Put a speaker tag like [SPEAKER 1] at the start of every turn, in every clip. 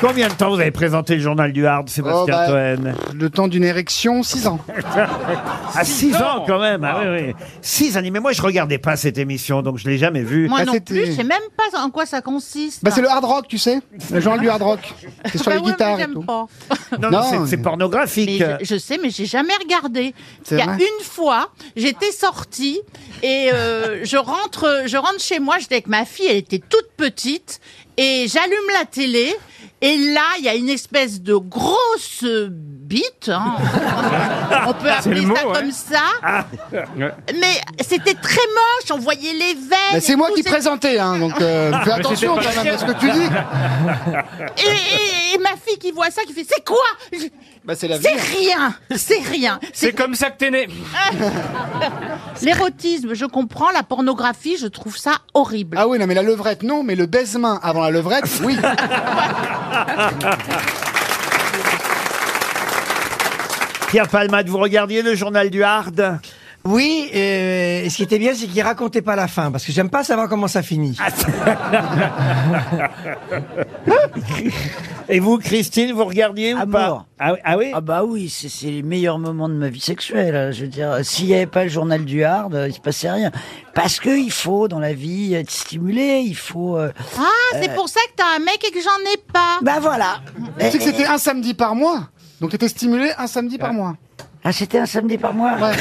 [SPEAKER 1] Combien de temps vous avez présenté le journal du Hard, Sébastien
[SPEAKER 2] Oh, bah,
[SPEAKER 1] Toen
[SPEAKER 2] Le temps d'une érection, 6 ans.
[SPEAKER 1] À 6 ans quand même. Ah, oui, oui. Six années. Mais moi, je regardais pas cette émission, donc je l'ai jamais vue.
[SPEAKER 3] Moi
[SPEAKER 2] Ah,
[SPEAKER 3] non
[SPEAKER 2] c'était-
[SPEAKER 3] plus, je sais même pas en quoi ça consiste.
[SPEAKER 2] Bah, c'est le hard rock, tu sais. Le genre du hard rock. C'est sur
[SPEAKER 3] Bah
[SPEAKER 2] les
[SPEAKER 3] ouais, mais
[SPEAKER 2] guitares et
[SPEAKER 3] j'aime
[SPEAKER 2] tout.
[SPEAKER 3] pas.
[SPEAKER 1] Non, non,
[SPEAKER 2] Non,
[SPEAKER 1] c'est- c'est
[SPEAKER 2] mais-
[SPEAKER 1] pornographique.
[SPEAKER 3] Mais je, je sais, mais j'ai jamais regardé.
[SPEAKER 2] C'est
[SPEAKER 3] Il y a
[SPEAKER 2] vrai.
[SPEAKER 3] une fois, j'étais sortie et euh, je rentre, je rentre chez moi. J'étais avec ma fille, elle était toute petite, et j'allume la télé. Et là, il y a une espèce de grosse bite. hein. On peut appeler
[SPEAKER 4] le mot,
[SPEAKER 3] ça
[SPEAKER 4] ouais.
[SPEAKER 3] comme ça. Mais c'était très moche. On voyait les veines.
[SPEAKER 2] Bah, c'est
[SPEAKER 3] et
[SPEAKER 2] moi
[SPEAKER 3] tout, Ah.
[SPEAKER 2] qui
[SPEAKER 3] c'était
[SPEAKER 2] présentais, hein, donc euh, fais
[SPEAKER 1] Ah,
[SPEAKER 2] attention quand même à ce que tu dis.
[SPEAKER 3] Et, et- et ma fille qui voit ça, qui fait C'est quoi Je-
[SPEAKER 2] Bah, c'est la vie.
[SPEAKER 3] C'est rien C'est rien
[SPEAKER 4] C'est
[SPEAKER 3] C'est
[SPEAKER 4] comme ça que t'es né.
[SPEAKER 3] l'érotisme, je comprends, la pornographie, je trouve ça horrible.
[SPEAKER 2] Ah oui, non, mais la levrette, non, mais le baise-main avant la levrette, oui.
[SPEAKER 1] Pierre Palmade, vous regardiez le journal du Hard
[SPEAKER 5] Oui, euh, et ce qui était bien, c'est qu'il racontait pas la fin, parce que j'aime pas savoir comment ça finit.
[SPEAKER 1] Ah, Et vous, Christine, vous regardiez ou
[SPEAKER 6] À
[SPEAKER 1] pas
[SPEAKER 6] mort.
[SPEAKER 1] Ah, oui- ah oui
[SPEAKER 6] Ah bah oui, c'est c'est les meilleurs moments de ma vie sexuelle. hein. Je veux dire, s'il n'y avait pas le journal du hard, euh, il se passait rien. Parce que il faut dans la vie être stimulé, il faut. euh,
[SPEAKER 3] Ah, c'est pour ça que t'as un mec et que j'en ai pas
[SPEAKER 6] Bah voilà.
[SPEAKER 2] tu sais que c'était un samedi par mois. Donc t'étais stimulé un samedi par mois.
[SPEAKER 6] Ah, c'était un samedi par mois.
[SPEAKER 2] Ouais.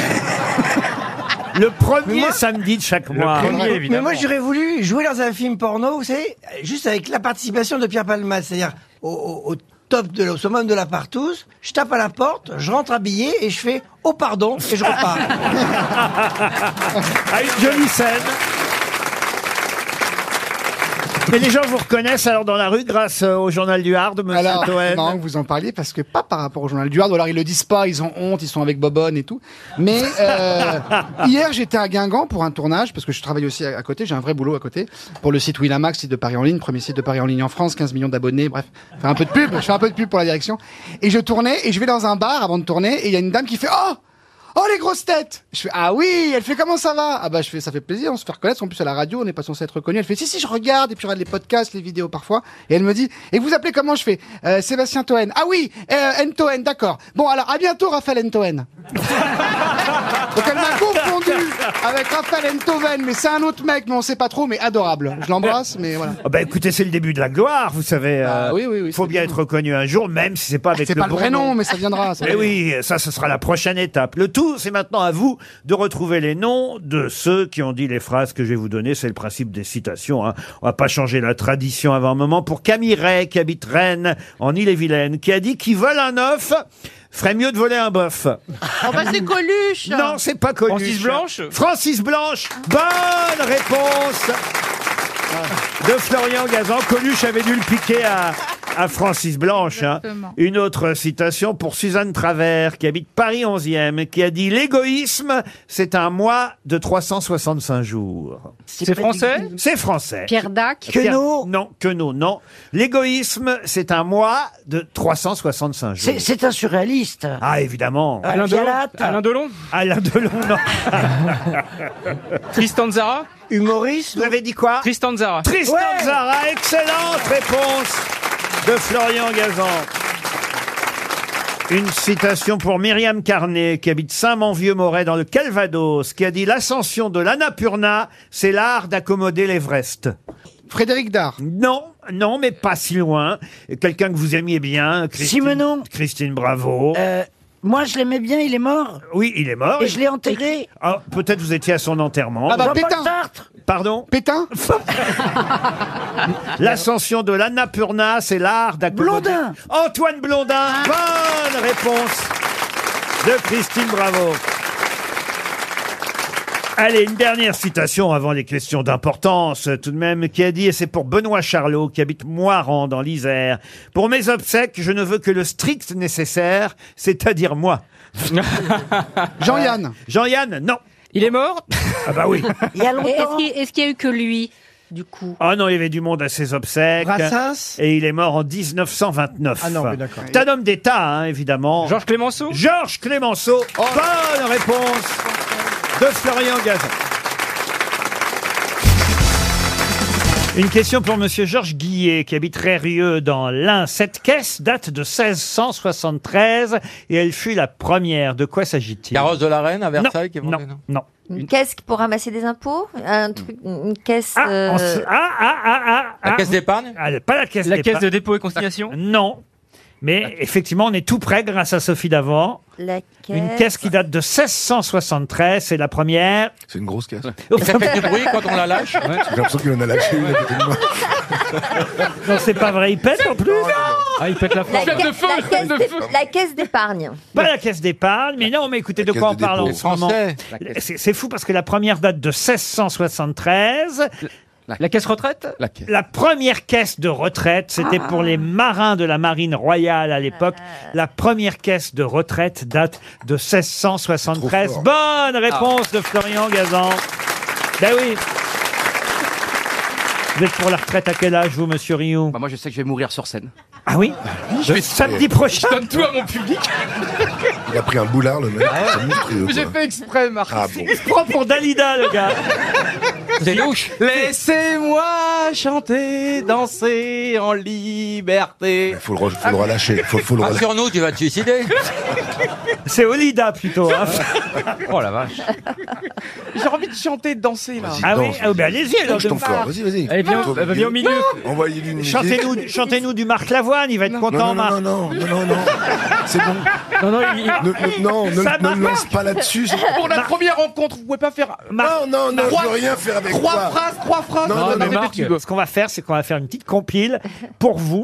[SPEAKER 1] Le premier samedi de chaque mois.
[SPEAKER 4] Premier,
[SPEAKER 5] Mais
[SPEAKER 4] évidemment.
[SPEAKER 5] moi, j'aurais voulu jouer dans un film porno, vous savez, euh, juste avec la participation de Pierre Palmade, c'est-à-dire au, au- au top de la- au summum de la partouze, je tape à la porte, je rentre habillé et je fais « Oh pardon !» et je repars.
[SPEAKER 1] Ah, une jolie scène. Mais les gens vous reconnaissent alors dans la rue grâce euh, au journal du Hard, monsieur
[SPEAKER 2] Alors, c'est
[SPEAKER 1] Toen.
[SPEAKER 2] marrant que vous en parliez parce que pas par rapport au journal du Hard, ou alors ils le disent pas, ils ont honte, ils sont avec Bobonne et tout. Mais euh, hier j'étais à Guingamp pour un tournage parce que je travaille aussi à, à côté, j'ai un vrai boulot à côté pour le site Winamax, site de Paris en ligne, premier site de Paris en ligne en France, 15 millions d'abonnés, bref, faire un peu de pub, je fais un peu de pub pour la direction. Et je tournais et je vais dans un bar avant de tourner et il y a une dame qui fait oh Oh les grosses têtes Je fais ah oui, elle fait comment ça va Ah bah je fais ça fait plaisir, on se fait reconnaître, en plus à la radio, on n'est pas censé être reconnu. Elle fait si si je regarde et puis je regarde les podcasts, les vidéos parfois et elle me dit et vous appelez comment je fais Euh, Sébastien Toen. Ah oui, euh, Ntoen, d'accord. Bon alors à bientôt Raphaël Ntoen. Donc elle m'a confondu avec Raphaël Ntoven, mais c'est un autre mec, mais on sait pas trop, mais adorable. Je l'embrasse, mais voilà.
[SPEAKER 1] Ah bah écoutez, c'est le début de la gloire, vous savez. euh,
[SPEAKER 2] Bah, oui, oui, oui,
[SPEAKER 1] Faut
[SPEAKER 2] c'est
[SPEAKER 1] bien être reconnu un jour, même si c'est pas avec
[SPEAKER 2] C'est
[SPEAKER 1] le
[SPEAKER 2] pas le
[SPEAKER 1] bon
[SPEAKER 2] vrai nom, mais ça viendra. ça
[SPEAKER 1] Mais
[SPEAKER 2] va.
[SPEAKER 1] oui, ça, ce sera la prochaine étape. Le tout, c'est maintenant à vous de retrouver les noms de ceux qui ont dit les phrases que je vais vous donner. C'est le principe des citations. Hein. On va pas changer la tradition avant un moment. Pour Camille Ray, qui habite Rennes, en Ille-et-Vilaine, qui a dit qu'ils veulent un œuf, ferait mieux de voler un bœuf.
[SPEAKER 3] Oh bah c'est Coluche
[SPEAKER 1] Non, c'est pas connu.
[SPEAKER 4] Francis Blanche
[SPEAKER 1] Francis Blanche. Bonne réponse de Florian Gazan. Coluche avait dû le piquer à, à Francis Blanche. hein.
[SPEAKER 3] Exactement.
[SPEAKER 1] Une autre citation pour Suzanne Travers, qui habite Paris 11e, qui a dit L'égoïsme, c'est un mois de 365 jours.
[SPEAKER 4] C'est
[SPEAKER 6] pas
[SPEAKER 4] français
[SPEAKER 6] du-
[SPEAKER 1] C'est français.
[SPEAKER 7] Pierre Dac,
[SPEAKER 6] Eh, Que non
[SPEAKER 1] Non, que non, non. L'égoïsme, c'est un mois de 365 jours.
[SPEAKER 6] C'est c'est un surréaliste.
[SPEAKER 1] Ah, évidemment.
[SPEAKER 6] Ah,
[SPEAKER 4] Alain
[SPEAKER 6] Pierre
[SPEAKER 4] Delon
[SPEAKER 6] Latte.
[SPEAKER 4] Alain Delon
[SPEAKER 1] Alain Delon, non.
[SPEAKER 4] Tristan Zara
[SPEAKER 5] Humoriste
[SPEAKER 1] Vous avez dit quoi
[SPEAKER 4] Tristan Zara.
[SPEAKER 1] Tristan
[SPEAKER 5] Ouais.
[SPEAKER 1] Zara, excellente réponse de Florian Gazan. Une citation pour Myriam Carnet, qui habite Saint-Manvieux-Moret dans le Calvados, qui a dit L'ascension de l'Annapurna, c'est l'art d'accommoder l'Everest.
[SPEAKER 2] Frédéric Dard.
[SPEAKER 1] Non, non, mais pas si loin. Quelqu'un que vous aimiez bien, Christine,
[SPEAKER 6] Simenon.
[SPEAKER 1] Christine Bravo.
[SPEAKER 6] Euh, moi, je l'aimais bien, il est mort.
[SPEAKER 1] oui, il est mort.
[SPEAKER 6] Et je l'ai enterré.
[SPEAKER 1] Ah, Peut-être vous étiez à son enterrement.
[SPEAKER 2] Ah bah,
[SPEAKER 6] Jean-Paul
[SPEAKER 2] Pétain.
[SPEAKER 6] Sartre.
[SPEAKER 1] Pardon
[SPEAKER 2] Pétain
[SPEAKER 1] L'ascension de l'Annapurna, c'est l'art d'accompagner.
[SPEAKER 6] Blondin.
[SPEAKER 1] Antoine Blondin, bonne réponse de Christine Bravo. Allez, une dernière citation avant les questions d'importance, euh, tout de même, qui a dit, et c'est pour Benoît Charlot, qui habite Moiran, dans l'Isère. Pour mes obsèques, je ne veux que le strict nécessaire, c'est-à-dire moi. Euh,
[SPEAKER 2] Jean-Yann.
[SPEAKER 1] Jean-Yann, non.
[SPEAKER 4] Il est mort
[SPEAKER 1] Ah bah oui.
[SPEAKER 6] Il y a
[SPEAKER 7] Et est-ce
[SPEAKER 6] longtemps.
[SPEAKER 7] qu'il est-ce qu'il y a eu que lui, du coup
[SPEAKER 1] Ah non, il y avait du monde à ses obsèques.
[SPEAKER 5] Brassens
[SPEAKER 1] Et il est mort en 1929.
[SPEAKER 5] Ah non, mais d'accord.
[SPEAKER 1] C'est un homme d'État, hein, évidemment.
[SPEAKER 4] Georges Clémenceau
[SPEAKER 1] Georges Clémenceau.
[SPEAKER 5] Oh.
[SPEAKER 1] Bonne réponse de Florian Gazan. Une question pour Monsieur Georges Guillet, qui habite Rérieux dans l'Ain. Cette caisse date de 1673 et elle fut la première. De quoi s'agit-il
[SPEAKER 8] Carrosse de la Reine à
[SPEAKER 1] Non,
[SPEAKER 8] Versailles qui est
[SPEAKER 1] non,
[SPEAKER 8] vendue, non
[SPEAKER 1] non.
[SPEAKER 7] Une caisse pour ramasser des impôts Un truc, une caisse.
[SPEAKER 1] Ah,
[SPEAKER 7] euh,
[SPEAKER 1] on se- ah, ah, ah, ah, ah.
[SPEAKER 8] La caisse d'épargne
[SPEAKER 1] Ah, le- pas la caisse
[SPEAKER 9] La caisse
[SPEAKER 1] d'épargne. Ah,
[SPEAKER 9] de dépôt et consignation
[SPEAKER 1] Non. Mais effectivement, on est tout près grâce à Sophie Davant.
[SPEAKER 7] La caisse.
[SPEAKER 1] Une caisse qui date de 1673, c'est la première.
[SPEAKER 5] C'est une grosse caisse.
[SPEAKER 8] Et Ça fait du bruit quand on la lâche
[SPEAKER 5] J'ai l'impression qu'il en a lâché une à côté de moi.
[SPEAKER 1] Non, c'est pas vrai, il pète en plus.
[SPEAKER 9] Ah, il pète la
[SPEAKER 7] La,
[SPEAKER 9] forme.
[SPEAKER 7] ca- la caisse d'é- la caisse d'épargne.
[SPEAKER 1] Pas la caisse d'épargne, mais non, mais écoutez,
[SPEAKER 5] La
[SPEAKER 1] de quoi on
[SPEAKER 5] caisse de
[SPEAKER 1] parle en
[SPEAKER 5] dépôt.
[SPEAKER 1] ce moment
[SPEAKER 8] Français.
[SPEAKER 1] C'est c'est fou parce que la première date de 1673.
[SPEAKER 9] La caisse retraite
[SPEAKER 8] La caisse.
[SPEAKER 1] La première caisse de retraite, c'était
[SPEAKER 10] Ah.
[SPEAKER 1] pour les marins de la marine royale à l'époque. La première caisse de retraite date de 1673.
[SPEAKER 5] Trop fort.
[SPEAKER 1] Bonne réponse de Florian Gazan. Ben oui. Vous êtes pour la retraite à quel âge, vous, monsieur Rioux
[SPEAKER 10] Bah, moi, je sais que je vais mourir sur scène.
[SPEAKER 1] Ah oui
[SPEAKER 5] vais-
[SPEAKER 1] Samedi prochain
[SPEAKER 10] Donne tout à mon public.
[SPEAKER 5] Il a pris un boulard, le mec. C'est monstrueux, quoi.
[SPEAKER 10] Ah, J'ai fait exprès, Marc.
[SPEAKER 5] Ah bon.
[SPEAKER 1] Il se prend pour Dalida, le gars
[SPEAKER 8] C'est louche
[SPEAKER 10] Laissez-moi chanter, danser en liberté.
[SPEAKER 5] Faut le, re- faut le relâcher. Faut, faut le relâcher.
[SPEAKER 8] Rassure-nous, Ah, tu vas te suicider
[SPEAKER 1] C'est Olida, plutôt. hein.
[SPEAKER 8] Oh la vache
[SPEAKER 10] J'ai envie de chanter, de danser là.
[SPEAKER 5] Vas-y,
[SPEAKER 1] Ah oui
[SPEAKER 5] danse.
[SPEAKER 1] ah, ben allez-y, alors.
[SPEAKER 5] Bouge ton corps. Vas-y, vas-y.
[SPEAKER 9] Allez, viens,
[SPEAKER 5] Toi,
[SPEAKER 1] bah,
[SPEAKER 9] euh, viens au milieu.
[SPEAKER 5] Envoyez-lui une musique.
[SPEAKER 1] Chantez-nous chantez du Marc Lavoine, il va être content,
[SPEAKER 5] Non, non,
[SPEAKER 1] Marc.
[SPEAKER 5] non, non, non, non, non. C'est bon.
[SPEAKER 9] Non, non, il- il-
[SPEAKER 5] Ne, ne- non, ne,
[SPEAKER 1] Ça
[SPEAKER 5] ne le
[SPEAKER 1] marche.
[SPEAKER 5] lance pas là-dessus.
[SPEAKER 10] Pour la première rencontre, vous pouvez pas faire euh,
[SPEAKER 1] Marc,
[SPEAKER 5] Non, non, non, je
[SPEAKER 10] Trois-
[SPEAKER 5] veux rien faire avec
[SPEAKER 10] trois
[SPEAKER 5] toi.
[SPEAKER 10] phrases, trois phrases.
[SPEAKER 5] Non, non,
[SPEAKER 10] Vous
[SPEAKER 5] mais
[SPEAKER 10] avez
[SPEAKER 9] Marc,
[SPEAKER 10] des tubes.
[SPEAKER 1] Ce qu'on va faire, c'est qu'on va faire une petite compile pour vous,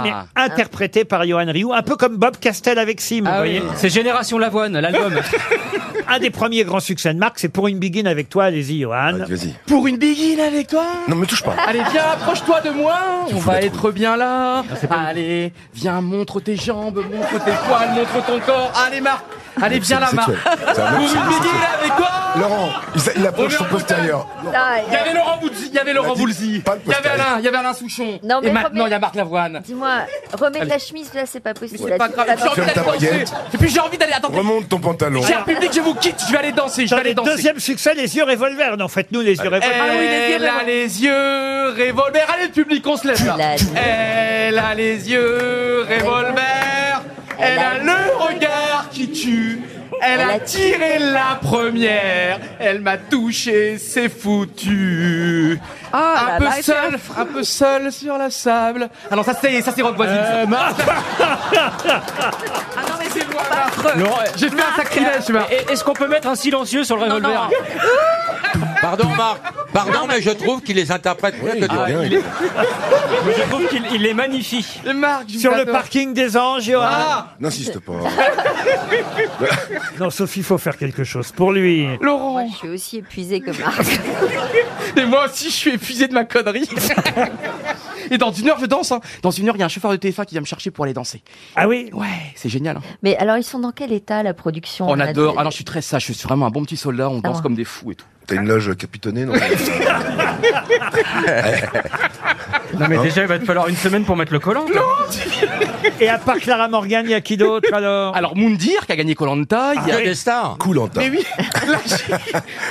[SPEAKER 10] Ah.
[SPEAKER 1] mais interprétée par Johan Rioux, un peu comme Bob Castel avec Sim. vous
[SPEAKER 9] Ah oui,
[SPEAKER 1] voyez.
[SPEAKER 9] c'est Génération Lavoine, l'album.
[SPEAKER 1] Un des premiers grands succès de Marc, c'est pour une begin avec toi, allez-y, Johan.
[SPEAKER 5] Vas-y, vas-y.
[SPEAKER 10] Pour une béguine avec toi.
[SPEAKER 5] Non, me touche pas.
[SPEAKER 10] Allez, viens, approche-toi de moi. On
[SPEAKER 5] fous la
[SPEAKER 10] va
[SPEAKER 5] trouille. Ah,
[SPEAKER 10] être bien là. Allez, viens, montre tes jambes, montre tes poils, montre ton corps. Allez, Marc. Allez, viens là, Marc.
[SPEAKER 5] Sexuel. C'est un
[SPEAKER 10] Pour une
[SPEAKER 5] mec sexuel.
[SPEAKER 10] béguine avec toi.
[SPEAKER 5] Laurent, il, s- il approche
[SPEAKER 10] On est
[SPEAKER 5] son
[SPEAKER 10] en
[SPEAKER 5] postérieur.
[SPEAKER 7] Ah,
[SPEAKER 10] Il y avait Laurent Boulzy, il y avait Laurent
[SPEAKER 5] dit
[SPEAKER 10] Boulzy,
[SPEAKER 5] pas le
[SPEAKER 10] il y avait
[SPEAKER 5] postérieur.
[SPEAKER 10] Alain, il y avait Alain Souchon.
[SPEAKER 7] Non, mais
[SPEAKER 10] et maintenant,
[SPEAKER 7] remets-
[SPEAKER 10] il y a Marc Lavoine.
[SPEAKER 7] Dis-moi, remets de la chemise, là, c'est pas possible.
[SPEAKER 10] C'est
[SPEAKER 7] là,
[SPEAKER 10] pas
[SPEAKER 7] tu
[SPEAKER 10] grave,
[SPEAKER 7] peux
[SPEAKER 10] j'ai envie
[SPEAKER 5] Ferme
[SPEAKER 10] d'aller
[SPEAKER 5] ta
[SPEAKER 10] danser.
[SPEAKER 5] baguette.
[SPEAKER 10] Et puis j'ai envie d'aller, attendez,
[SPEAKER 5] Remonte ton pantalon.
[SPEAKER 10] cher public, je vous quitte, je vais aller danser, je
[SPEAKER 1] Dans
[SPEAKER 10] vais aller
[SPEAKER 1] les
[SPEAKER 10] danser.
[SPEAKER 1] deuxième succès, les yeux revolver. Non, faites-nous les yeux revolver.
[SPEAKER 10] Elle
[SPEAKER 5] Ah
[SPEAKER 10] a les yeux revolver. Allez, le public, on se lève
[SPEAKER 7] Elle a
[SPEAKER 10] là.
[SPEAKER 7] les-
[SPEAKER 10] Elle a les yeux revolver. Elle a le regard qui tue. Elle a tiré la première. Elle m'a touché, c'est foutu.
[SPEAKER 1] Ah,
[SPEAKER 10] un peu seul, un peu seul sur la sable. Ah non, ça c'est, ça c'est rock voisine. ça.
[SPEAKER 1] Euh,
[SPEAKER 10] ah non, mais c'est loin, Marc. J'ai fait un sacrilège, Marc.
[SPEAKER 9] Et- Est-ce qu'on peut mettre un silencieux sur le revolver
[SPEAKER 8] Pardon Marc Pardon, mais je trouve qu'il les interprète mieux
[SPEAKER 5] Oui,
[SPEAKER 8] que
[SPEAKER 5] il dit
[SPEAKER 8] toi.
[SPEAKER 5] rien, il-
[SPEAKER 9] Je trouve qu'il il les magnifie.
[SPEAKER 10] Marc, je vous
[SPEAKER 1] Sur le
[SPEAKER 10] adore.
[SPEAKER 1] parking des anges, Johan.
[SPEAKER 10] Ah,
[SPEAKER 5] N'insiste pas.
[SPEAKER 1] Non, Sophie, faut faire quelque chose pour lui.
[SPEAKER 10] Laurent.
[SPEAKER 7] Moi, je suis aussi épuisée que Marc.
[SPEAKER 10] Et moi aussi, je suis épuisé de ma connerie. Et dans une heure, je danse. hein. Dans une heure, il y a un chauffeur de TF1 qui vient me chercher pour aller danser.
[SPEAKER 1] Ah oui
[SPEAKER 10] Ouais, c'est génial. hein.
[SPEAKER 7] Mais alors, ils sont dans quel état, la production
[SPEAKER 10] On
[SPEAKER 7] là,
[SPEAKER 10] adore.
[SPEAKER 7] de-
[SPEAKER 10] Ah non, je suis très sage. Je suis vraiment un bon petit soldat. On danse
[SPEAKER 7] ouais.
[SPEAKER 10] comme des fous et tout.
[SPEAKER 5] T'as une loge capitonnée, non
[SPEAKER 9] Non, mais déjà, il va te falloir une semaine pour mettre le collant. quoi.
[SPEAKER 1] Et à part Clara Morgan, il y a qui d'autre alors
[SPEAKER 10] Alors, Moundir, qui a gagné Colanta. il y a-
[SPEAKER 5] Ah,
[SPEAKER 8] Que des stars
[SPEAKER 5] Cool, Anta.
[SPEAKER 10] Mais oui,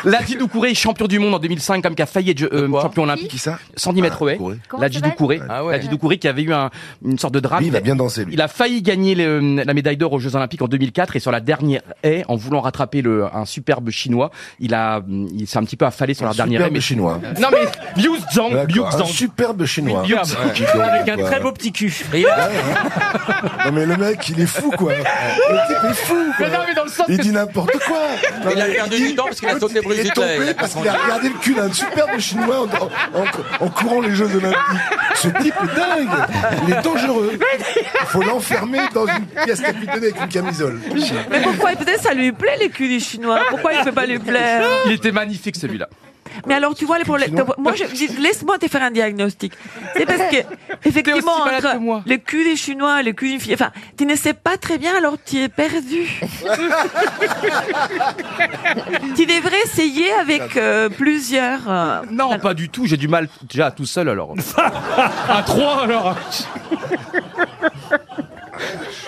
[SPEAKER 10] Ladi Doucouré, champion du monde en 2005, comme qui a failli être euh,
[SPEAKER 8] De quoi
[SPEAKER 10] champion olympique.
[SPEAKER 5] Qui ça
[SPEAKER 10] 110 mètres
[SPEAKER 5] Ah,
[SPEAKER 10] ouais.
[SPEAKER 5] Doucouré.
[SPEAKER 7] Comment
[SPEAKER 10] Ladi
[SPEAKER 7] s'appelle
[SPEAKER 10] Doucouré.
[SPEAKER 8] Ah ouais.
[SPEAKER 10] Ladi Doucouré qui avait eu un- une sorte de drame.
[SPEAKER 5] Lui, il a bien dansé, lui.
[SPEAKER 10] Il a failli gagner le- la médaille d'or aux Jeux Olympiques en 2004 et sur la dernière haie, en voulant rattraper le, un superbe chinois, il a, il s'est un petit peu affalé sur la dernière haie.
[SPEAKER 5] Superbe
[SPEAKER 10] mais-
[SPEAKER 5] chinois.
[SPEAKER 10] Non mais Liu Zhang, Liu
[SPEAKER 5] D'accord, Un
[SPEAKER 10] Zhang.
[SPEAKER 5] superbe chinois.
[SPEAKER 10] Liu
[SPEAKER 5] Ouais,
[SPEAKER 10] Zhang.
[SPEAKER 5] dis donc,
[SPEAKER 9] Avec un
[SPEAKER 5] quoi.
[SPEAKER 9] très beau petit cul.
[SPEAKER 8] Et il a-
[SPEAKER 5] Non mais le mec, il est fou quoi. Le type est fou. Quoi.
[SPEAKER 10] Mais non, mais dans le sens
[SPEAKER 5] Il
[SPEAKER 10] que-
[SPEAKER 5] dit n'importe quoi. Non,
[SPEAKER 8] Il a
[SPEAKER 5] mais
[SPEAKER 8] perdu
[SPEAKER 5] il dit-
[SPEAKER 8] du temps parce qu'il a sauté
[SPEAKER 5] Il est
[SPEAKER 8] Brigitte Lay,
[SPEAKER 5] tombé
[SPEAKER 8] il a pas
[SPEAKER 5] parce
[SPEAKER 8] son
[SPEAKER 5] qu'il a
[SPEAKER 8] temps.
[SPEAKER 5] regardé le cul d'un superbe chinois en, en- en- en courant les Jeux Olympiques. Ce type est dingue. Il est dangereux. Il faut l'enfermer dans une pièce capitonnée avec une camisole.
[SPEAKER 3] Mais pourquoi Peut-être ça lui plaît les culs des Chinois. Pourquoi il ne peut pas lui plaire
[SPEAKER 10] Il était magnifique celui-là.
[SPEAKER 3] Mais alors tu vois les problèmes.
[SPEAKER 5] Chinois.
[SPEAKER 3] Moi, je- je- laisse-moi te faire un diagnostic. C'est parce que
[SPEAKER 10] T'es aussi
[SPEAKER 3] effectivement
[SPEAKER 10] malade
[SPEAKER 3] entre
[SPEAKER 10] que moi.
[SPEAKER 3] le cul des Chinois, et le cul d'une fille. Enfin, tu ne sais pas très bien, alors tu es perdu. tu devrais essayer avec euh, plusieurs. euh,
[SPEAKER 10] Non, pas du tout. J'ai du mal déjà tout seul alors. à trois alors.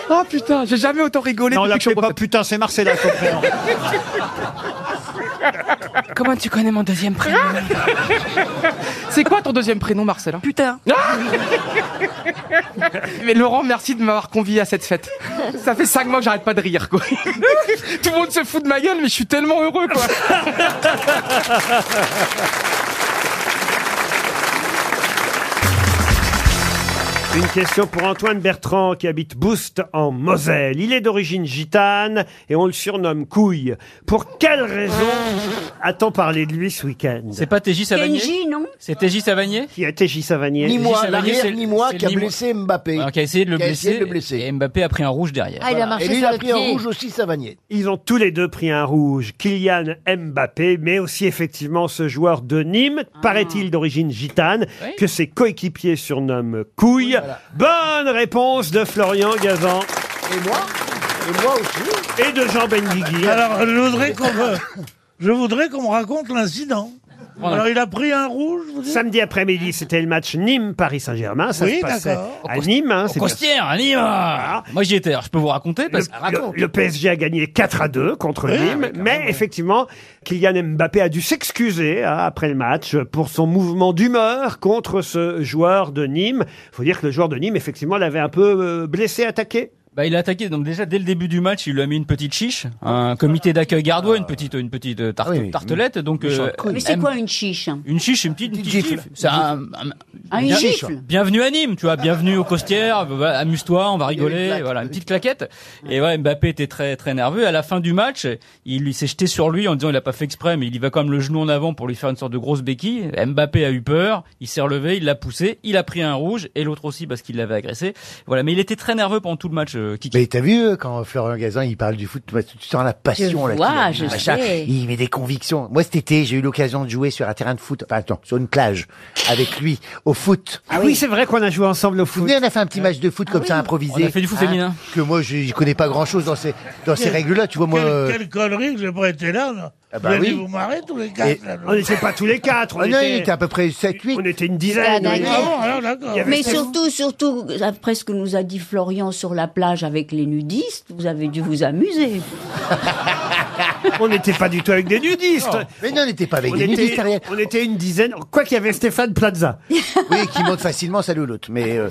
[SPEAKER 10] Ah putain, j'ai jamais autant rigolé
[SPEAKER 1] Non,
[SPEAKER 10] depuis que je
[SPEAKER 1] l'appelez
[SPEAKER 10] suis
[SPEAKER 1] pas
[SPEAKER 10] prof.
[SPEAKER 1] putain, c'est Marcella, faut prénom.
[SPEAKER 11] Comment tu connais mon deuxième prénom Ah C'est quoi ton deuxième prénom, Marcel Putain. Mais Laurent, merci de m'avoir convié à cette fête. Ça fait cinq mois que j'arrête pas de rire, quoi. Tout le monde se fout de ma gueule, mais je suis tellement heureux, quoi.
[SPEAKER 1] Une question pour Antoine Bertrand qui habite Boust en Moselle. Il est d'origine gitane et on le surnomme Couille. Pour quelle raison a-t-on parlé de lui ce week-end C'est pas TJ
[SPEAKER 9] Savanier Kenji, non
[SPEAKER 1] C'est TJ Savanier Qui est TJ Savanier
[SPEAKER 12] Ni moi,
[SPEAKER 1] TJ Savanier,
[SPEAKER 12] l'arrière,
[SPEAKER 1] c'est-
[SPEAKER 12] ni moi
[SPEAKER 1] c'est
[SPEAKER 12] qui a
[SPEAKER 1] Nîmois.
[SPEAKER 12] blessé Mbappé.
[SPEAKER 9] Ah, qui a essayé de le
[SPEAKER 12] Qui a essayé
[SPEAKER 9] blesser.
[SPEAKER 12] de le blesser.
[SPEAKER 9] Et Mbappé a pris un rouge derrière.
[SPEAKER 12] Ah, il a marché
[SPEAKER 9] Et lui,
[SPEAKER 12] sur
[SPEAKER 9] a
[SPEAKER 12] le
[SPEAKER 9] pris un
[SPEAKER 12] pied.
[SPEAKER 9] rouge.
[SPEAKER 12] Rouge aussi, Savanier.
[SPEAKER 1] Ils ont tous les deux pris un rouge. Kylian Mbappé, mais aussi effectivement ce joueur de Nîmes, paraît-il d'origine gitane,
[SPEAKER 9] Oui.
[SPEAKER 1] que ses coéquipiers surnomment Couille. Bonne réponse de Florian Gazan.
[SPEAKER 12] Et moi Et moi aussi
[SPEAKER 1] Et de Jean Benguigui.
[SPEAKER 13] Alors, je voudrais qu'on me, je voudrais qu'on me raconte l'incident. Alors, il a pris un rouge vous dites
[SPEAKER 1] Samedi après-midi, c'était le match Nîmes-Paris Saint-Germain. Ça
[SPEAKER 13] Oui,
[SPEAKER 1] se passait
[SPEAKER 13] d'accord.
[SPEAKER 1] à Nîmes. hein, c'est bien-
[SPEAKER 9] Costière, allez, on y va. Moi j'y étais, alors je peux vous raconter parce que
[SPEAKER 1] Le, le PSG a gagné 4 à 2 contre
[SPEAKER 9] Oui. Ah
[SPEAKER 1] Nîmes,
[SPEAKER 9] ouais,
[SPEAKER 1] mais effectivement, Kylian Mbappé a dû s'excuser hein, après le match pour son mouvement d'humeur contre ce joueur de Nîmes. Faut dire que le joueur de Nîmes, effectivement, l'avait un peu euh, blessé, attaqué.
[SPEAKER 9] Bah, il a attaqué. Donc déjà dès le début du match, il lui a mis une petite chiche, un comité d'accueil gardois, une petite, une petite euh, tarte- tartelette. Donc euh,
[SPEAKER 14] Mais c'est
[SPEAKER 9] M-
[SPEAKER 14] quoi une chiche hein
[SPEAKER 9] Une chiche, une petite, une petite gifle. C'est un, un-
[SPEAKER 14] Ah, une
[SPEAKER 9] bien-
[SPEAKER 14] gifle.
[SPEAKER 9] Bienvenue à Nîmes, tu vois. Bienvenue aux costières. va- va- Amuse-toi, on
[SPEAKER 14] y
[SPEAKER 9] va
[SPEAKER 14] a eu une
[SPEAKER 9] rigoler.
[SPEAKER 14] claque.
[SPEAKER 9] voilà, une petite claquette. Et ouais, Mbappé était très très nerveux. À la fin du match, il lui s'est jeté sur lui en disant il a pas fait exprès, mais il y va comme le genou en avant pour lui faire une sorte de grosse béquille. Mbappé a eu peur, il s'est relevé, il l'a poussé, il a pris un rouge et l'autre aussi parce qu'il l'avait agressé. Voilà, mais il était très nerveux pendant tout le match. euh, Kiki.
[SPEAKER 12] Mais t'as vu euh, quand Florian Gazan il parle du foot, tu vois, tu sens la passion
[SPEAKER 14] Je
[SPEAKER 12] là.
[SPEAKER 14] vois,
[SPEAKER 12] qu'il a,
[SPEAKER 14] je
[SPEAKER 12] machin.
[SPEAKER 14] sais.
[SPEAKER 12] Il met des convictions. Moi cet été j'ai eu l'occasion de jouer sur un terrain de foot, enfin attends, sur une plage avec lui au foot.
[SPEAKER 1] Ah oui, c'est vrai qu'on a joué ensemble au foot. Ah
[SPEAKER 12] On a fait un petit match de foot comme ça improvisé. Hein,
[SPEAKER 9] On a fait du foot féminin.
[SPEAKER 12] Que moi je j'y connais pas grand chose dans ces dans ces
[SPEAKER 13] Quelle-
[SPEAKER 12] règles-là, tu vois moi.
[SPEAKER 13] Quelle,
[SPEAKER 12] euh,
[SPEAKER 13] quelle connerie que j'ai pas été là. là.
[SPEAKER 12] Ah bah
[SPEAKER 13] vous allez
[SPEAKER 12] oui.
[SPEAKER 13] vous marrer tous les quatre.
[SPEAKER 12] Et-
[SPEAKER 13] là,
[SPEAKER 1] On n'était pas tous les quatre. On
[SPEAKER 12] Ah non,
[SPEAKER 1] était,
[SPEAKER 12] il était à peu près 7-8.
[SPEAKER 1] on était une dizaine.
[SPEAKER 13] Ah
[SPEAKER 1] oui.
[SPEAKER 13] bon, alors d'accord.
[SPEAKER 1] Il y avait
[SPEAKER 14] Mais
[SPEAKER 1] tellement-
[SPEAKER 14] surtout, surtout, après ce que nous a dit Florian sur la plage avec les nudistes, vous avez dû vous amuser.
[SPEAKER 1] On n'était pas du tout avec des nudistes.
[SPEAKER 12] Mais non, on n'était pas avec
[SPEAKER 1] On
[SPEAKER 12] des
[SPEAKER 1] était-
[SPEAKER 12] nudistes, Ariel.
[SPEAKER 1] On était une dizaine. Quoi qu'il y avait Stéphane Plaza.
[SPEAKER 12] Oui, qui monte facilement, salut l'autre. Mais, euh,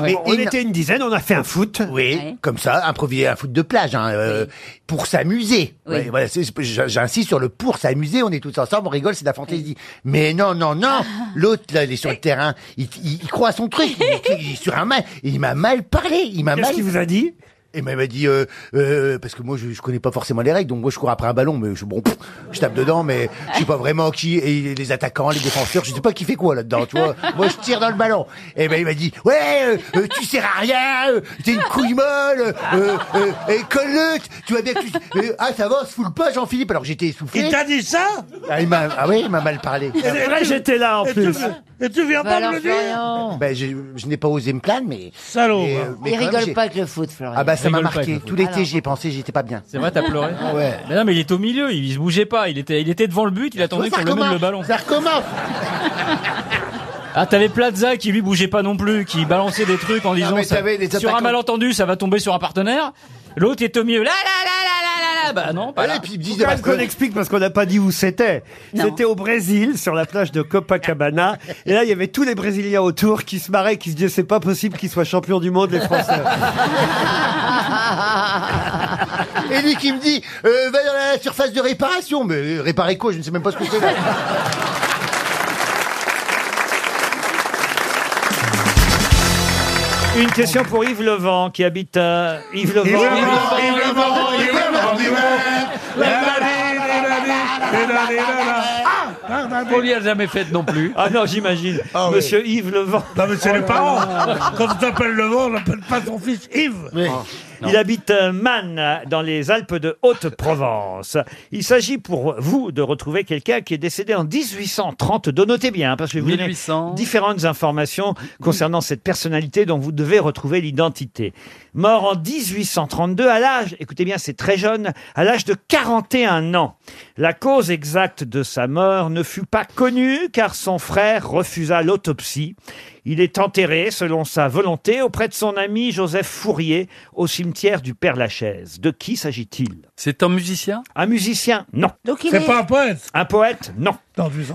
[SPEAKER 12] mais
[SPEAKER 1] on était une dizaine, on a fait un foot.
[SPEAKER 12] Oui, comme ça, improviser un foot de plage, hein, euh, pour s'amuser.
[SPEAKER 14] Oui.
[SPEAKER 12] Ouais, voilà, c'est- j'- J'insiste sur le pour s'amuser, on est tous ensemble, on rigole, c'est de la fantaisie. Mais non, non, non, l'autre, là, il est sur le terrain, il, il- il croit à son truc, il, il est sur un mal, il m'a mal parlé, il m'a
[SPEAKER 1] Qu'est-ce
[SPEAKER 12] mal...
[SPEAKER 1] qu'il vous a dit
[SPEAKER 12] Et ben, il m'a dit, euh, euh, parce que moi, je, je connais pas forcément les règles, donc moi, je cours après un ballon, mais je, bon, pff, je tape dedans, mais je sais pas vraiment qui, et les attaquants, les défenseurs, je sais pas qui fait quoi là-dedans, tu vois. Moi, je tire dans le ballon. Et ben, il m'a dit, ouais, euh, euh, tu sers à rien, euh, t'es une couille molle, euh, euh, et colle-le, tu- tu vas bien que tu, euh, ah, ça va, se fout le pas, Jean-Philippe, alors que j'étais essoufflé.
[SPEAKER 13] Il t'a dit ça
[SPEAKER 12] Ah, il m'a, ah oui, il m'a mal parlé.
[SPEAKER 13] Et- et tu- et tu- Et tu viens pas me le dire
[SPEAKER 12] Ben, je, je n'ai pas osé me plaindre, mais.
[SPEAKER 13] Salaud,
[SPEAKER 12] mais, euh,
[SPEAKER 13] va.
[SPEAKER 12] mais
[SPEAKER 13] Il
[SPEAKER 12] quand même,
[SPEAKER 13] rigole
[SPEAKER 12] j'ai-
[SPEAKER 13] pas avec le foot, Florian.
[SPEAKER 12] Ah, bah, ça
[SPEAKER 9] Il
[SPEAKER 12] m'a
[SPEAKER 9] rigole pas avec
[SPEAKER 12] marqué.
[SPEAKER 9] le foot.
[SPEAKER 12] Tout l'été,
[SPEAKER 9] Alors.
[SPEAKER 12] j'y ai pensé, j'étais pas bien.
[SPEAKER 9] C'est vrai, t'as pleuré.
[SPEAKER 12] Ah ouais.
[SPEAKER 9] Mais non, mais il était au milieu, il, il se bougeait pas, il était, il était devant le but, il attendait
[SPEAKER 12] Ça
[SPEAKER 9] qu'on lui mette
[SPEAKER 12] recommence,
[SPEAKER 9] le ballon.
[SPEAKER 12] Ça recommence.
[SPEAKER 9] Ah, t'avais Plaza qui lui bougeait pas non plus, qui balançait des trucs en disant
[SPEAKER 12] mais
[SPEAKER 9] ça-
[SPEAKER 12] t'avais des
[SPEAKER 9] sur un
[SPEAKER 12] attaquants.
[SPEAKER 9] malentendu, ça va tomber sur un partenaire. L'autre est au milieu, là là là là là là là. Bah non, pas là.
[SPEAKER 12] Et puis ils me
[SPEAKER 1] Faut
[SPEAKER 12] disent
[SPEAKER 1] quand
[SPEAKER 12] bah,
[SPEAKER 1] même qu'on explique parce qu'on n'a pas dit où c'était. C'était au Brésil, sur la plage de Copacabana. Et là, il y avait tous les Brésiliens autour qui se marraient, qui se disaient c'est pas possible qu'ils soient champions du monde, les Français.
[SPEAKER 12] Et lui qui me dit euh, va dans la surface de réparation. Mais euh, réparer quoi Je ne sais même pas ce que c'est.
[SPEAKER 1] Une question pour Yves Levent qui habite à Yves Levent.
[SPEAKER 7] Yves Levent, Yves Levent, Yves Levent, Yves
[SPEAKER 10] On lui a jamais fait non plus.
[SPEAKER 1] Ah non, j'imagine. Monsieur Yves Levent. Oh
[SPEAKER 13] Non, mais c'est les parents. Quand on t'appelle le vent, on n'appelle pas son fils Yves. Ah.
[SPEAKER 1] Il habite euh, Mannes, dans les Alpes de Haute-Provence. Il s'agit pour vous de retrouver quelqu'un qui est décédé en 1832. Notez bien, hein, parce que je vais vous donner
[SPEAKER 9] 1800.
[SPEAKER 1] différentes informations concernant cette personnalité dont vous devez retrouver l'identité. Mort en 1832 à l'âge, écoutez bien, c'est très jeune, à l'âge de 41 ans. La cause exacte de sa mort ne fut pas connue car son frère refusa l'autopsie. Il est enterré, selon sa volonté, auprès de son ami Joseph Fourier, au cimetière du Père-Lachaise. De qui s'agit-il C'est un musicien Un musicien, non.
[SPEAKER 3] Donc il C'est est- pas un
[SPEAKER 1] poète Un poète, non.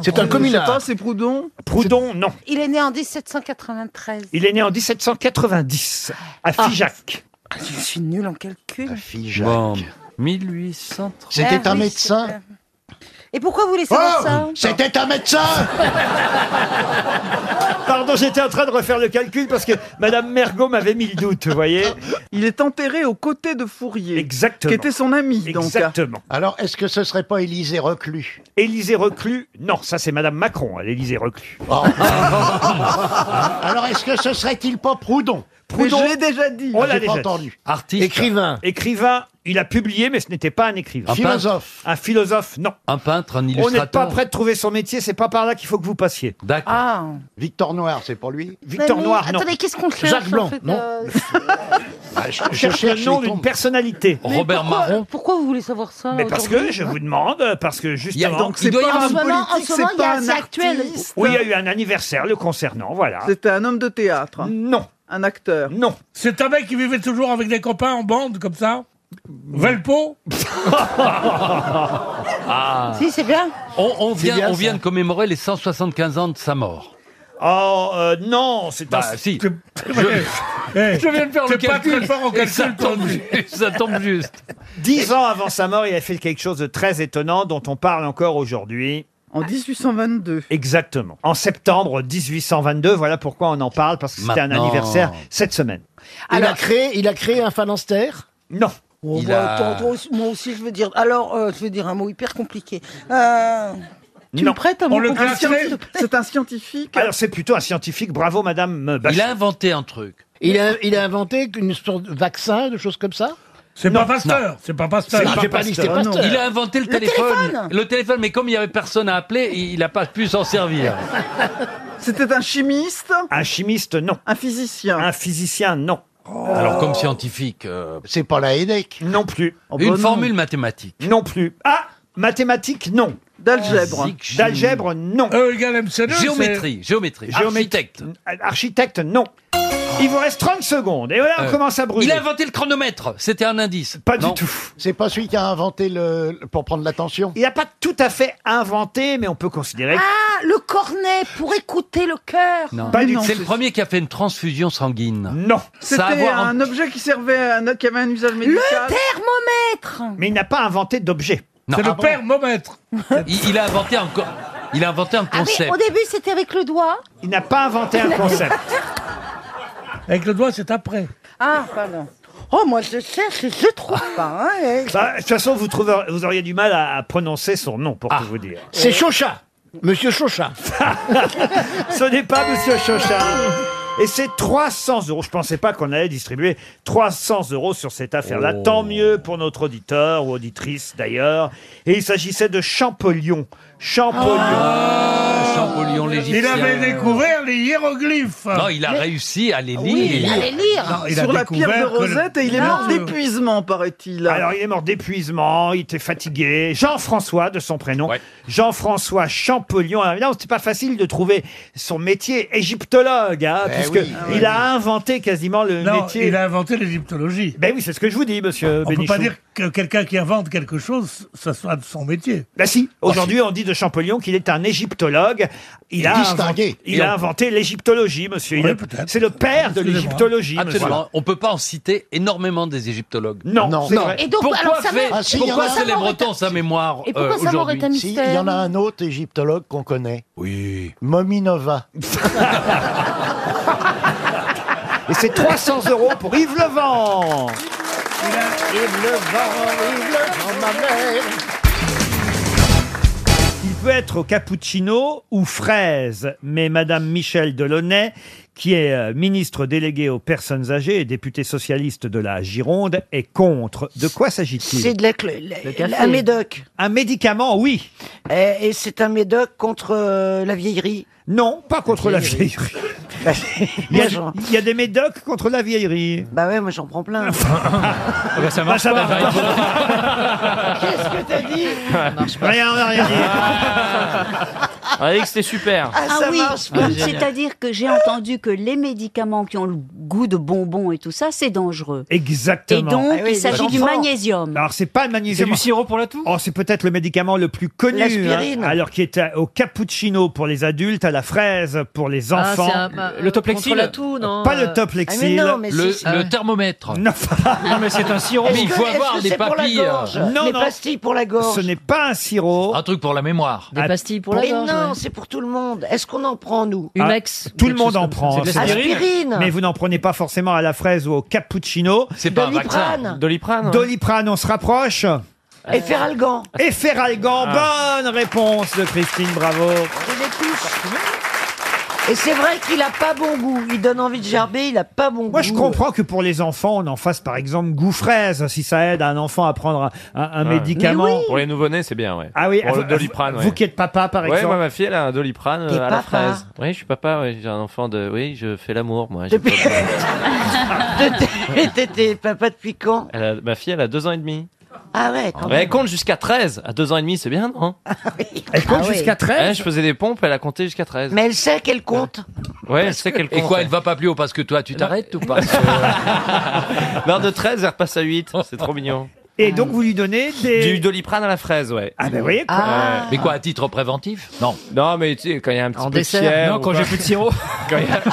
[SPEAKER 1] C'est un communard.
[SPEAKER 3] c'est Proudhon.
[SPEAKER 1] Proudhon, non.
[SPEAKER 3] Il est né en 1793.
[SPEAKER 1] Il est né en 1790, à
[SPEAKER 3] Ah.
[SPEAKER 1] Figeac.
[SPEAKER 3] Je suis nul en calcul.
[SPEAKER 1] Figeac. 1800.
[SPEAKER 3] C'était un médecin. Et pourquoi vous
[SPEAKER 12] Oh,
[SPEAKER 3] voulez savoir ça
[SPEAKER 1] C'était un médecin Pardon, j'étais en train de refaire le calcul parce que Madame Mergot m'avait mis le doute, vous voyez.
[SPEAKER 15] Il est enterré aux côtés de Fourier.
[SPEAKER 1] Exactement.
[SPEAKER 15] Qui était son ami, donc.
[SPEAKER 1] Exactement.
[SPEAKER 12] Alors, est-ce que ce serait pas Élysée reclus
[SPEAKER 1] Élysée reclus Non, ça c'est Madame Macron, à l'Élysée reclus.
[SPEAKER 12] Oh. Alors, est-ce que ce serait-il pas Proudhon
[SPEAKER 1] Proudhon, On l'a déjà dit.
[SPEAKER 12] Artiste. Écrivain.
[SPEAKER 1] Écrivain, il a publié, mais ce n'était pas un écrivain.
[SPEAKER 12] Un Philosophe.
[SPEAKER 1] Un philosophe, non.
[SPEAKER 16] Un peintre, un
[SPEAKER 1] On n'est
[SPEAKER 16] illustrateur.
[SPEAKER 1] pas près de trouver son métier, c'est pas par là qu'il faut que vous passiez.
[SPEAKER 16] D'accord.
[SPEAKER 12] Ah. Victor Noir, c'est pour lui
[SPEAKER 1] Victor Noir, non.
[SPEAKER 3] Attendez, qu'est-ce qu'on cherche
[SPEAKER 1] Jacques Blanc,
[SPEAKER 3] en fait,
[SPEAKER 1] non.
[SPEAKER 3] euh,
[SPEAKER 12] Ah, je,
[SPEAKER 1] Je cherche le nom
[SPEAKER 12] les
[SPEAKER 1] d'une personnalité.
[SPEAKER 3] mais pourquoi- Pourquoi vous voulez savoir ça
[SPEAKER 1] Mais parce que,
[SPEAKER 3] aujourd'hui
[SPEAKER 1] je vous demande, parce que justement...
[SPEAKER 15] donc c'est Il doit y pas avoir un un homme moment- en politique, ce moment, c'est il y a pas un un actuel. artiste.
[SPEAKER 1] Oui, il y a eu un anniversaire le concernant, voilà.
[SPEAKER 15] C'était un homme de théâtre.
[SPEAKER 1] Non.
[SPEAKER 15] Un acteur.
[SPEAKER 1] Non.
[SPEAKER 13] C'est un mec qui vivait toujours avec des copains en bande, comme ça Velpo
[SPEAKER 16] Ah.
[SPEAKER 3] Si, c'est bien.
[SPEAKER 16] On, on
[SPEAKER 3] C'est
[SPEAKER 16] vient,
[SPEAKER 3] bien,
[SPEAKER 16] on
[SPEAKER 3] ça.
[SPEAKER 16] vient de commémorer les 175 ans de sa mort.
[SPEAKER 1] Oh, euh, non, c'est
[SPEAKER 16] bah,
[SPEAKER 1] un-
[SPEAKER 16] si. Je,
[SPEAKER 1] Eh,
[SPEAKER 16] je viens de faire
[SPEAKER 1] t'es
[SPEAKER 16] le
[SPEAKER 1] pas
[SPEAKER 16] calcul.
[SPEAKER 1] très fort en
[SPEAKER 16] et ça
[SPEAKER 1] calcul, toi,
[SPEAKER 16] tombe,
[SPEAKER 1] lui.
[SPEAKER 16] ju- ça tombe juste.
[SPEAKER 1] Dix ans avant sa mort, il a fait quelque chose de très étonnant dont on parle encore aujourd'hui.
[SPEAKER 15] En 1822.
[SPEAKER 1] Exactement. En septembre 1822, voilà pourquoi on en parle, parce que c'était un
[SPEAKER 16] Maintenant.
[SPEAKER 1] anniversaire cette semaine.
[SPEAKER 3] Alors-
[SPEAKER 17] créé, il a créé un phalanstère
[SPEAKER 1] Non.
[SPEAKER 3] Oh,
[SPEAKER 1] Il
[SPEAKER 3] bah,
[SPEAKER 1] a-
[SPEAKER 3] attends, toi aussi- moi aussi, je veux dire. Alors, euh, je veux dire un mot hyper compliqué. Euh, tu me prêtes un mot compliqué, s'il te plaît
[SPEAKER 1] un scientifique. Alors c'est plutôt un scientifique. Bravo, Madame.
[SPEAKER 16] Il a inventé un truc.
[SPEAKER 17] Il a, il a inventé une sorte de vaccin, de choses comme ça
[SPEAKER 13] C'est pas Pasteur. C'est pas Pasteur.
[SPEAKER 17] C'est pas J'ai pas dit que c'était Pasteur. Pasteur.
[SPEAKER 16] Il a inventé le,
[SPEAKER 17] Le
[SPEAKER 16] téléphone.
[SPEAKER 17] téléphone
[SPEAKER 16] Le téléphone, mais comme il n'y avait personne à appeler, il n'a pas pu s'en servir.
[SPEAKER 15] C'était un chimiste.
[SPEAKER 1] Un chimiste, non.
[SPEAKER 15] Un physicien.
[SPEAKER 1] Un physicien, non.
[SPEAKER 16] Oh. Alors, comme scientifique. euh,
[SPEAKER 12] C'est pas la Hédec
[SPEAKER 1] Non plus.
[SPEAKER 15] Oh, bah
[SPEAKER 16] Une formule mathématique.
[SPEAKER 1] Non plus. Ah, mathématiques, non.
[SPEAKER 16] D'algèbre.
[SPEAKER 1] D'algèbre, non.
[SPEAKER 13] E égale MC2,
[SPEAKER 16] Géométrie, géométrie.
[SPEAKER 1] Architecte. Architecte, non. Il vous reste 30 secondes. Et voilà, on
[SPEAKER 16] Euh,
[SPEAKER 1] commence à brûler.
[SPEAKER 16] Il a inventé le chronomètre. C'était un indice.
[SPEAKER 1] Pas du tout.
[SPEAKER 12] C'est pas celui qui a inventé le, le- pour prendre l'attention
[SPEAKER 1] Il n'a pas tout à fait inventé, mais on peut considérer.
[SPEAKER 3] Ah, le cornet pour écouter le cœur. Oh,
[SPEAKER 1] Pas du tout.
[SPEAKER 16] C'est le premier qui a fait une transfusion sanguine.
[SPEAKER 1] Non.
[SPEAKER 15] C'était
[SPEAKER 16] Ça a à voir en-
[SPEAKER 15] un objet qui servait, à un- qui avait un usage médical.
[SPEAKER 3] thermomètre.
[SPEAKER 1] Mais il n'a pas inventé d'objet.
[SPEAKER 16] Non,
[SPEAKER 13] C'est
[SPEAKER 16] ah
[SPEAKER 13] le
[SPEAKER 16] bon
[SPEAKER 13] thermomètre.
[SPEAKER 16] Il, il a inventé un. co- Il a inventé un
[SPEAKER 3] Ah, mais
[SPEAKER 16] concept.
[SPEAKER 3] au début, c'était avec le doigt.
[SPEAKER 1] Il n'a pas inventé
[SPEAKER 3] un concept.
[SPEAKER 13] Avec le doigt, c'est après.
[SPEAKER 3] Ah, pardon. Oh, moi, je cherche et je trouve pas. hein, et-
[SPEAKER 1] Bah, de toute façon, vous, trouvez, vous auriez du mal à, à prononcer son nom,
[SPEAKER 16] Ah.
[SPEAKER 1] pour tout vous dire.
[SPEAKER 17] C'est Chauchat. Monsieur Chauchat.
[SPEAKER 1] Ce n'est pas Monsieur Chauchat. Et c'est 300 euros. Je pensais pas qu'on allait distribuer 300 euros sur cette affaire-là.
[SPEAKER 16] Oh.
[SPEAKER 1] Tant mieux pour notre auditeur ou auditrice d'ailleurs. Et il s'agissait de Champollion. Champollion.
[SPEAKER 16] Ah, Champollion l'Égyptien.
[SPEAKER 13] Il avait découvert les hiéroglyphes.
[SPEAKER 16] Non, il a réussi à les lire.
[SPEAKER 1] Non, il a
[SPEAKER 15] Sur la pierre de
[SPEAKER 1] découvert que le-
[SPEAKER 15] Rosette et il est mort
[SPEAKER 1] Ah.
[SPEAKER 15] d'épuisement, paraît-il.
[SPEAKER 1] Alors, il est mort d'épuisement, il était fatigué. Jean-François, de son prénom. Jean-François Champollion. Alors, évidemment, c'était pas facile de trouver son métier égyptologue, hein,
[SPEAKER 13] Eh
[SPEAKER 1] puisque
[SPEAKER 13] oui. Ah,
[SPEAKER 1] il
[SPEAKER 13] oui.
[SPEAKER 1] a inventé quasiment le
[SPEAKER 13] Non,
[SPEAKER 1] métier.
[SPEAKER 13] il a inventé l'égyptologie.
[SPEAKER 1] Ben oui, c'est ce que je vous dis, monsieur
[SPEAKER 13] On peut
[SPEAKER 1] Bénichou.
[SPEAKER 13] pas dire que quelqu'un qui invente quelque chose, ça soit de son métier.
[SPEAKER 1] Ben si, aujourd'hui on dit de Champollion qu'il est un égyptologue. Il a
[SPEAKER 13] Distingué.
[SPEAKER 1] inventé, il a inventé l'égyptologie, monsieur. Il a- C'est le père de l'égyptologie. monsieur.
[SPEAKER 16] Absolument. On peut pas en citer énormément des égyptologues.
[SPEAKER 1] Non, Non. c'est vrai.
[SPEAKER 16] Et
[SPEAKER 1] Et donc,
[SPEAKER 16] pourquoi
[SPEAKER 1] alors, ça
[SPEAKER 16] fait-
[SPEAKER 1] m'aurait- Ah, si,
[SPEAKER 16] pourquoi
[SPEAKER 1] il y en a-
[SPEAKER 16] célèbre-t-on sa mémoire euh, aujourd'hui
[SPEAKER 12] Si, Il y en a un autre égyptologue qu'on connaît. Oui. Mominova.
[SPEAKER 1] Et c'est 300 euros pour Yves Levent. Il peut être au cappuccino ou fraise, mais Madame Michel Delaunay, qui est euh, ministre déléguée aux personnes âgées et députée socialiste de la Gironde, est contre. De quoi s'agit-il
[SPEAKER 6] C'est de la cl- la- un médoc. Eh,
[SPEAKER 1] Un médicament, oui.
[SPEAKER 6] Et, et c'est un médoc contre euh, la vieillerie.
[SPEAKER 1] Non, pas contre la vieillerie. Il y, a,
[SPEAKER 6] Bah, Moi,
[SPEAKER 1] il y a des médocs contre la vieillerie. Ah, bah,
[SPEAKER 6] Bah ouais, moi j'en prends plein.
[SPEAKER 9] Ah bah,
[SPEAKER 1] ça marche pas.
[SPEAKER 6] Qu'est-ce que t'as dit
[SPEAKER 1] Rien, on n'a rien dit.
[SPEAKER 16] Avec c'était super.
[SPEAKER 14] Ah, oui,
[SPEAKER 16] Ah,
[SPEAKER 14] oui,
[SPEAKER 16] génial.
[SPEAKER 14] c'est-à-dire que j'ai entendu que les médicaments qui ont le goût de bonbon et tout ça, c'est dangereux.
[SPEAKER 1] Exactement.
[SPEAKER 14] Et donc, Ah oui, il s'agit les du enfants. magnésium.
[SPEAKER 1] Alors, c'est pas le magnésium.
[SPEAKER 14] C'est du
[SPEAKER 1] sirop pour la toux Oh, c'est peut-être le médicament le plus connu. hein,
[SPEAKER 14] L'aspirine.
[SPEAKER 1] alors, qui est à- au cappuccino pour les adultes, à la fraise pour les
[SPEAKER 18] Ah,
[SPEAKER 1] enfants.
[SPEAKER 18] bah, le toplexil la toux, non
[SPEAKER 1] Pas le
[SPEAKER 18] Ah,
[SPEAKER 1] toplexil.
[SPEAKER 18] mais non, mais si, si.
[SPEAKER 16] thermomètre.
[SPEAKER 1] Non,
[SPEAKER 16] Non, mais c'est un sirop.
[SPEAKER 18] Est-ce
[SPEAKER 16] Mais il
[SPEAKER 18] que-
[SPEAKER 16] faut
[SPEAKER 18] est-ce
[SPEAKER 16] avoir
[SPEAKER 18] que
[SPEAKER 16] des
[SPEAKER 18] c'est pour la
[SPEAKER 16] papilles.
[SPEAKER 18] gorge
[SPEAKER 1] Non,
[SPEAKER 18] Les
[SPEAKER 1] non.
[SPEAKER 18] pastilles pour la gorge.
[SPEAKER 1] Ce n'est pas un sirop. Ah.
[SPEAKER 16] Un truc pour la mémoire.
[SPEAKER 18] Des pastilles pour la
[SPEAKER 6] Mais
[SPEAKER 18] gorge.
[SPEAKER 6] non,
[SPEAKER 18] ouais.
[SPEAKER 6] c'est pour tout le monde. Est-ce qu'on en prend, nous
[SPEAKER 1] Ah, Tout le monde en prend. hein.
[SPEAKER 6] C'est de l'aspirine. Aspirine.
[SPEAKER 1] Mais vous n'en prenez pas forcément à la fraise ou au cappuccino. C'est
[SPEAKER 6] pas un Doliprane. vaccin.
[SPEAKER 19] hein.
[SPEAKER 1] Doliprane. Doliprane, on se rapproche.
[SPEAKER 6] Et Feralgan.
[SPEAKER 1] Et Feralgan,
[SPEAKER 6] Ah.
[SPEAKER 1] bonne réponse de Christine, bravo.
[SPEAKER 6] Je les touche. Et c'est vrai qu'il a pas bon goût. Il donne envie de gerber, il a pas bon goût.
[SPEAKER 1] Moi, je comprends que pour les enfants, on en fasse par exemple goût fraise, si ça aide un enfant à prendre un, un- un
[SPEAKER 19] Ouais.
[SPEAKER 1] médicament.
[SPEAKER 19] Pour les nouveau-nés, c'est bien, ouais.
[SPEAKER 1] Ah oui,
[SPEAKER 19] Pour
[SPEAKER 1] ah,
[SPEAKER 19] le
[SPEAKER 1] vous-
[SPEAKER 19] doliprane,
[SPEAKER 1] vous,
[SPEAKER 19] ouais.
[SPEAKER 1] qui êtes papa, par
[SPEAKER 19] Ouais, moi,
[SPEAKER 1] exemple.
[SPEAKER 19] ma fille, elle a un doliprane euh,
[SPEAKER 1] T'es
[SPEAKER 19] à la
[SPEAKER 1] papa.
[SPEAKER 19] fraise. Oui, je suis papa, ouais, j'ai un enfant de. Oui, je fais l'amour, moi. j'ai
[SPEAKER 6] Depuis...
[SPEAKER 19] pas de-
[SPEAKER 6] T'étais- T'étais papa depuis quand
[SPEAKER 19] Elle a- Ma fille, elle a deux ans et demi.
[SPEAKER 6] Ah ouais, quand
[SPEAKER 19] Mais elle compte jusqu'à 13. À deux ans et demi, c'est bien, non
[SPEAKER 1] Elle
[SPEAKER 6] compte Ah ouais. jusqu'à 13?
[SPEAKER 19] Je faisais des pompes, elle a compté jusqu'à 13.
[SPEAKER 6] Mais elle sait qu'elle compte.
[SPEAKER 19] Ouais, je sais qu'elle compte. Et quoi, elle
[SPEAKER 16] va pas plus haut parce que toi, tu t'arrêtes ou pas
[SPEAKER 19] Non, Euh, de 13, elle repasse à 8. C'est trop mignon.
[SPEAKER 1] Et donc, vous lui donnez des.
[SPEAKER 19] Du doliprane à la fraise, ouais.
[SPEAKER 1] Ah, ben, vous voyez quoi.
[SPEAKER 19] Ouais.
[SPEAKER 16] Mais quoi, à titre préventif Non.
[SPEAKER 19] Non, mais tu sais, quand il y a un petit
[SPEAKER 16] En
[SPEAKER 19] peu
[SPEAKER 16] dessert.
[SPEAKER 19] de fièvre.
[SPEAKER 16] Non, quand j'ai plus de
[SPEAKER 19] sirop. quand il y a- quand